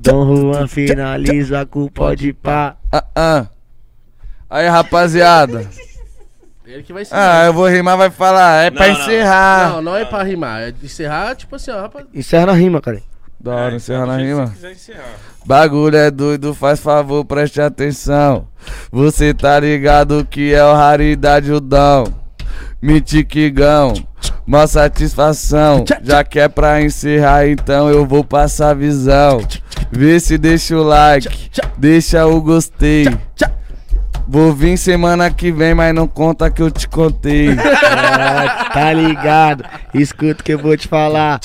C: Dom Juan finaliza com o pode pá.
D: Ah, ah. Aí, rapaziada.
A: Ele que vai encerrar.
D: Ah, eu vou rimar, vai falar. É pra
B: Não, não.
D: encerrar.
A: Não, não é pra rimar. É encerrar, tipo assim, ó, rapaz.
C: Encerra na rima, cara.
D: Da hora,
B: É,
D: encerrar na
B: do jeito que
D: rima.
B: você quiser encerrar.
D: Bagulho é doido, faz favor, preste atenção. Você tá ligado que é o raridade o Dom. Mitigão, mó satisfação. Já que é pra encerrar, então eu vou passar a visão. Vê se deixa o like, deixa o gostei. Vou vir semana que vem, mas não conta que eu te contei.
C: Ah, tá ligado? Escuta o que eu vou te falar.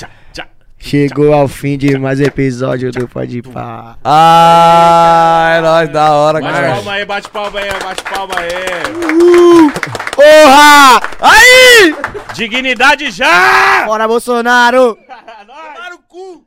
C: Chegou ao fim de mais um episódio do Pode Pá.
D: Ah, é nóis, da hora,
B: Bate
D: cara.
B: palma aí, bate palma aí, bate palma aí.
C: Porra! Aí!
B: Dignidade já!
C: Bora, Bolsonaro!
B: Para o cu!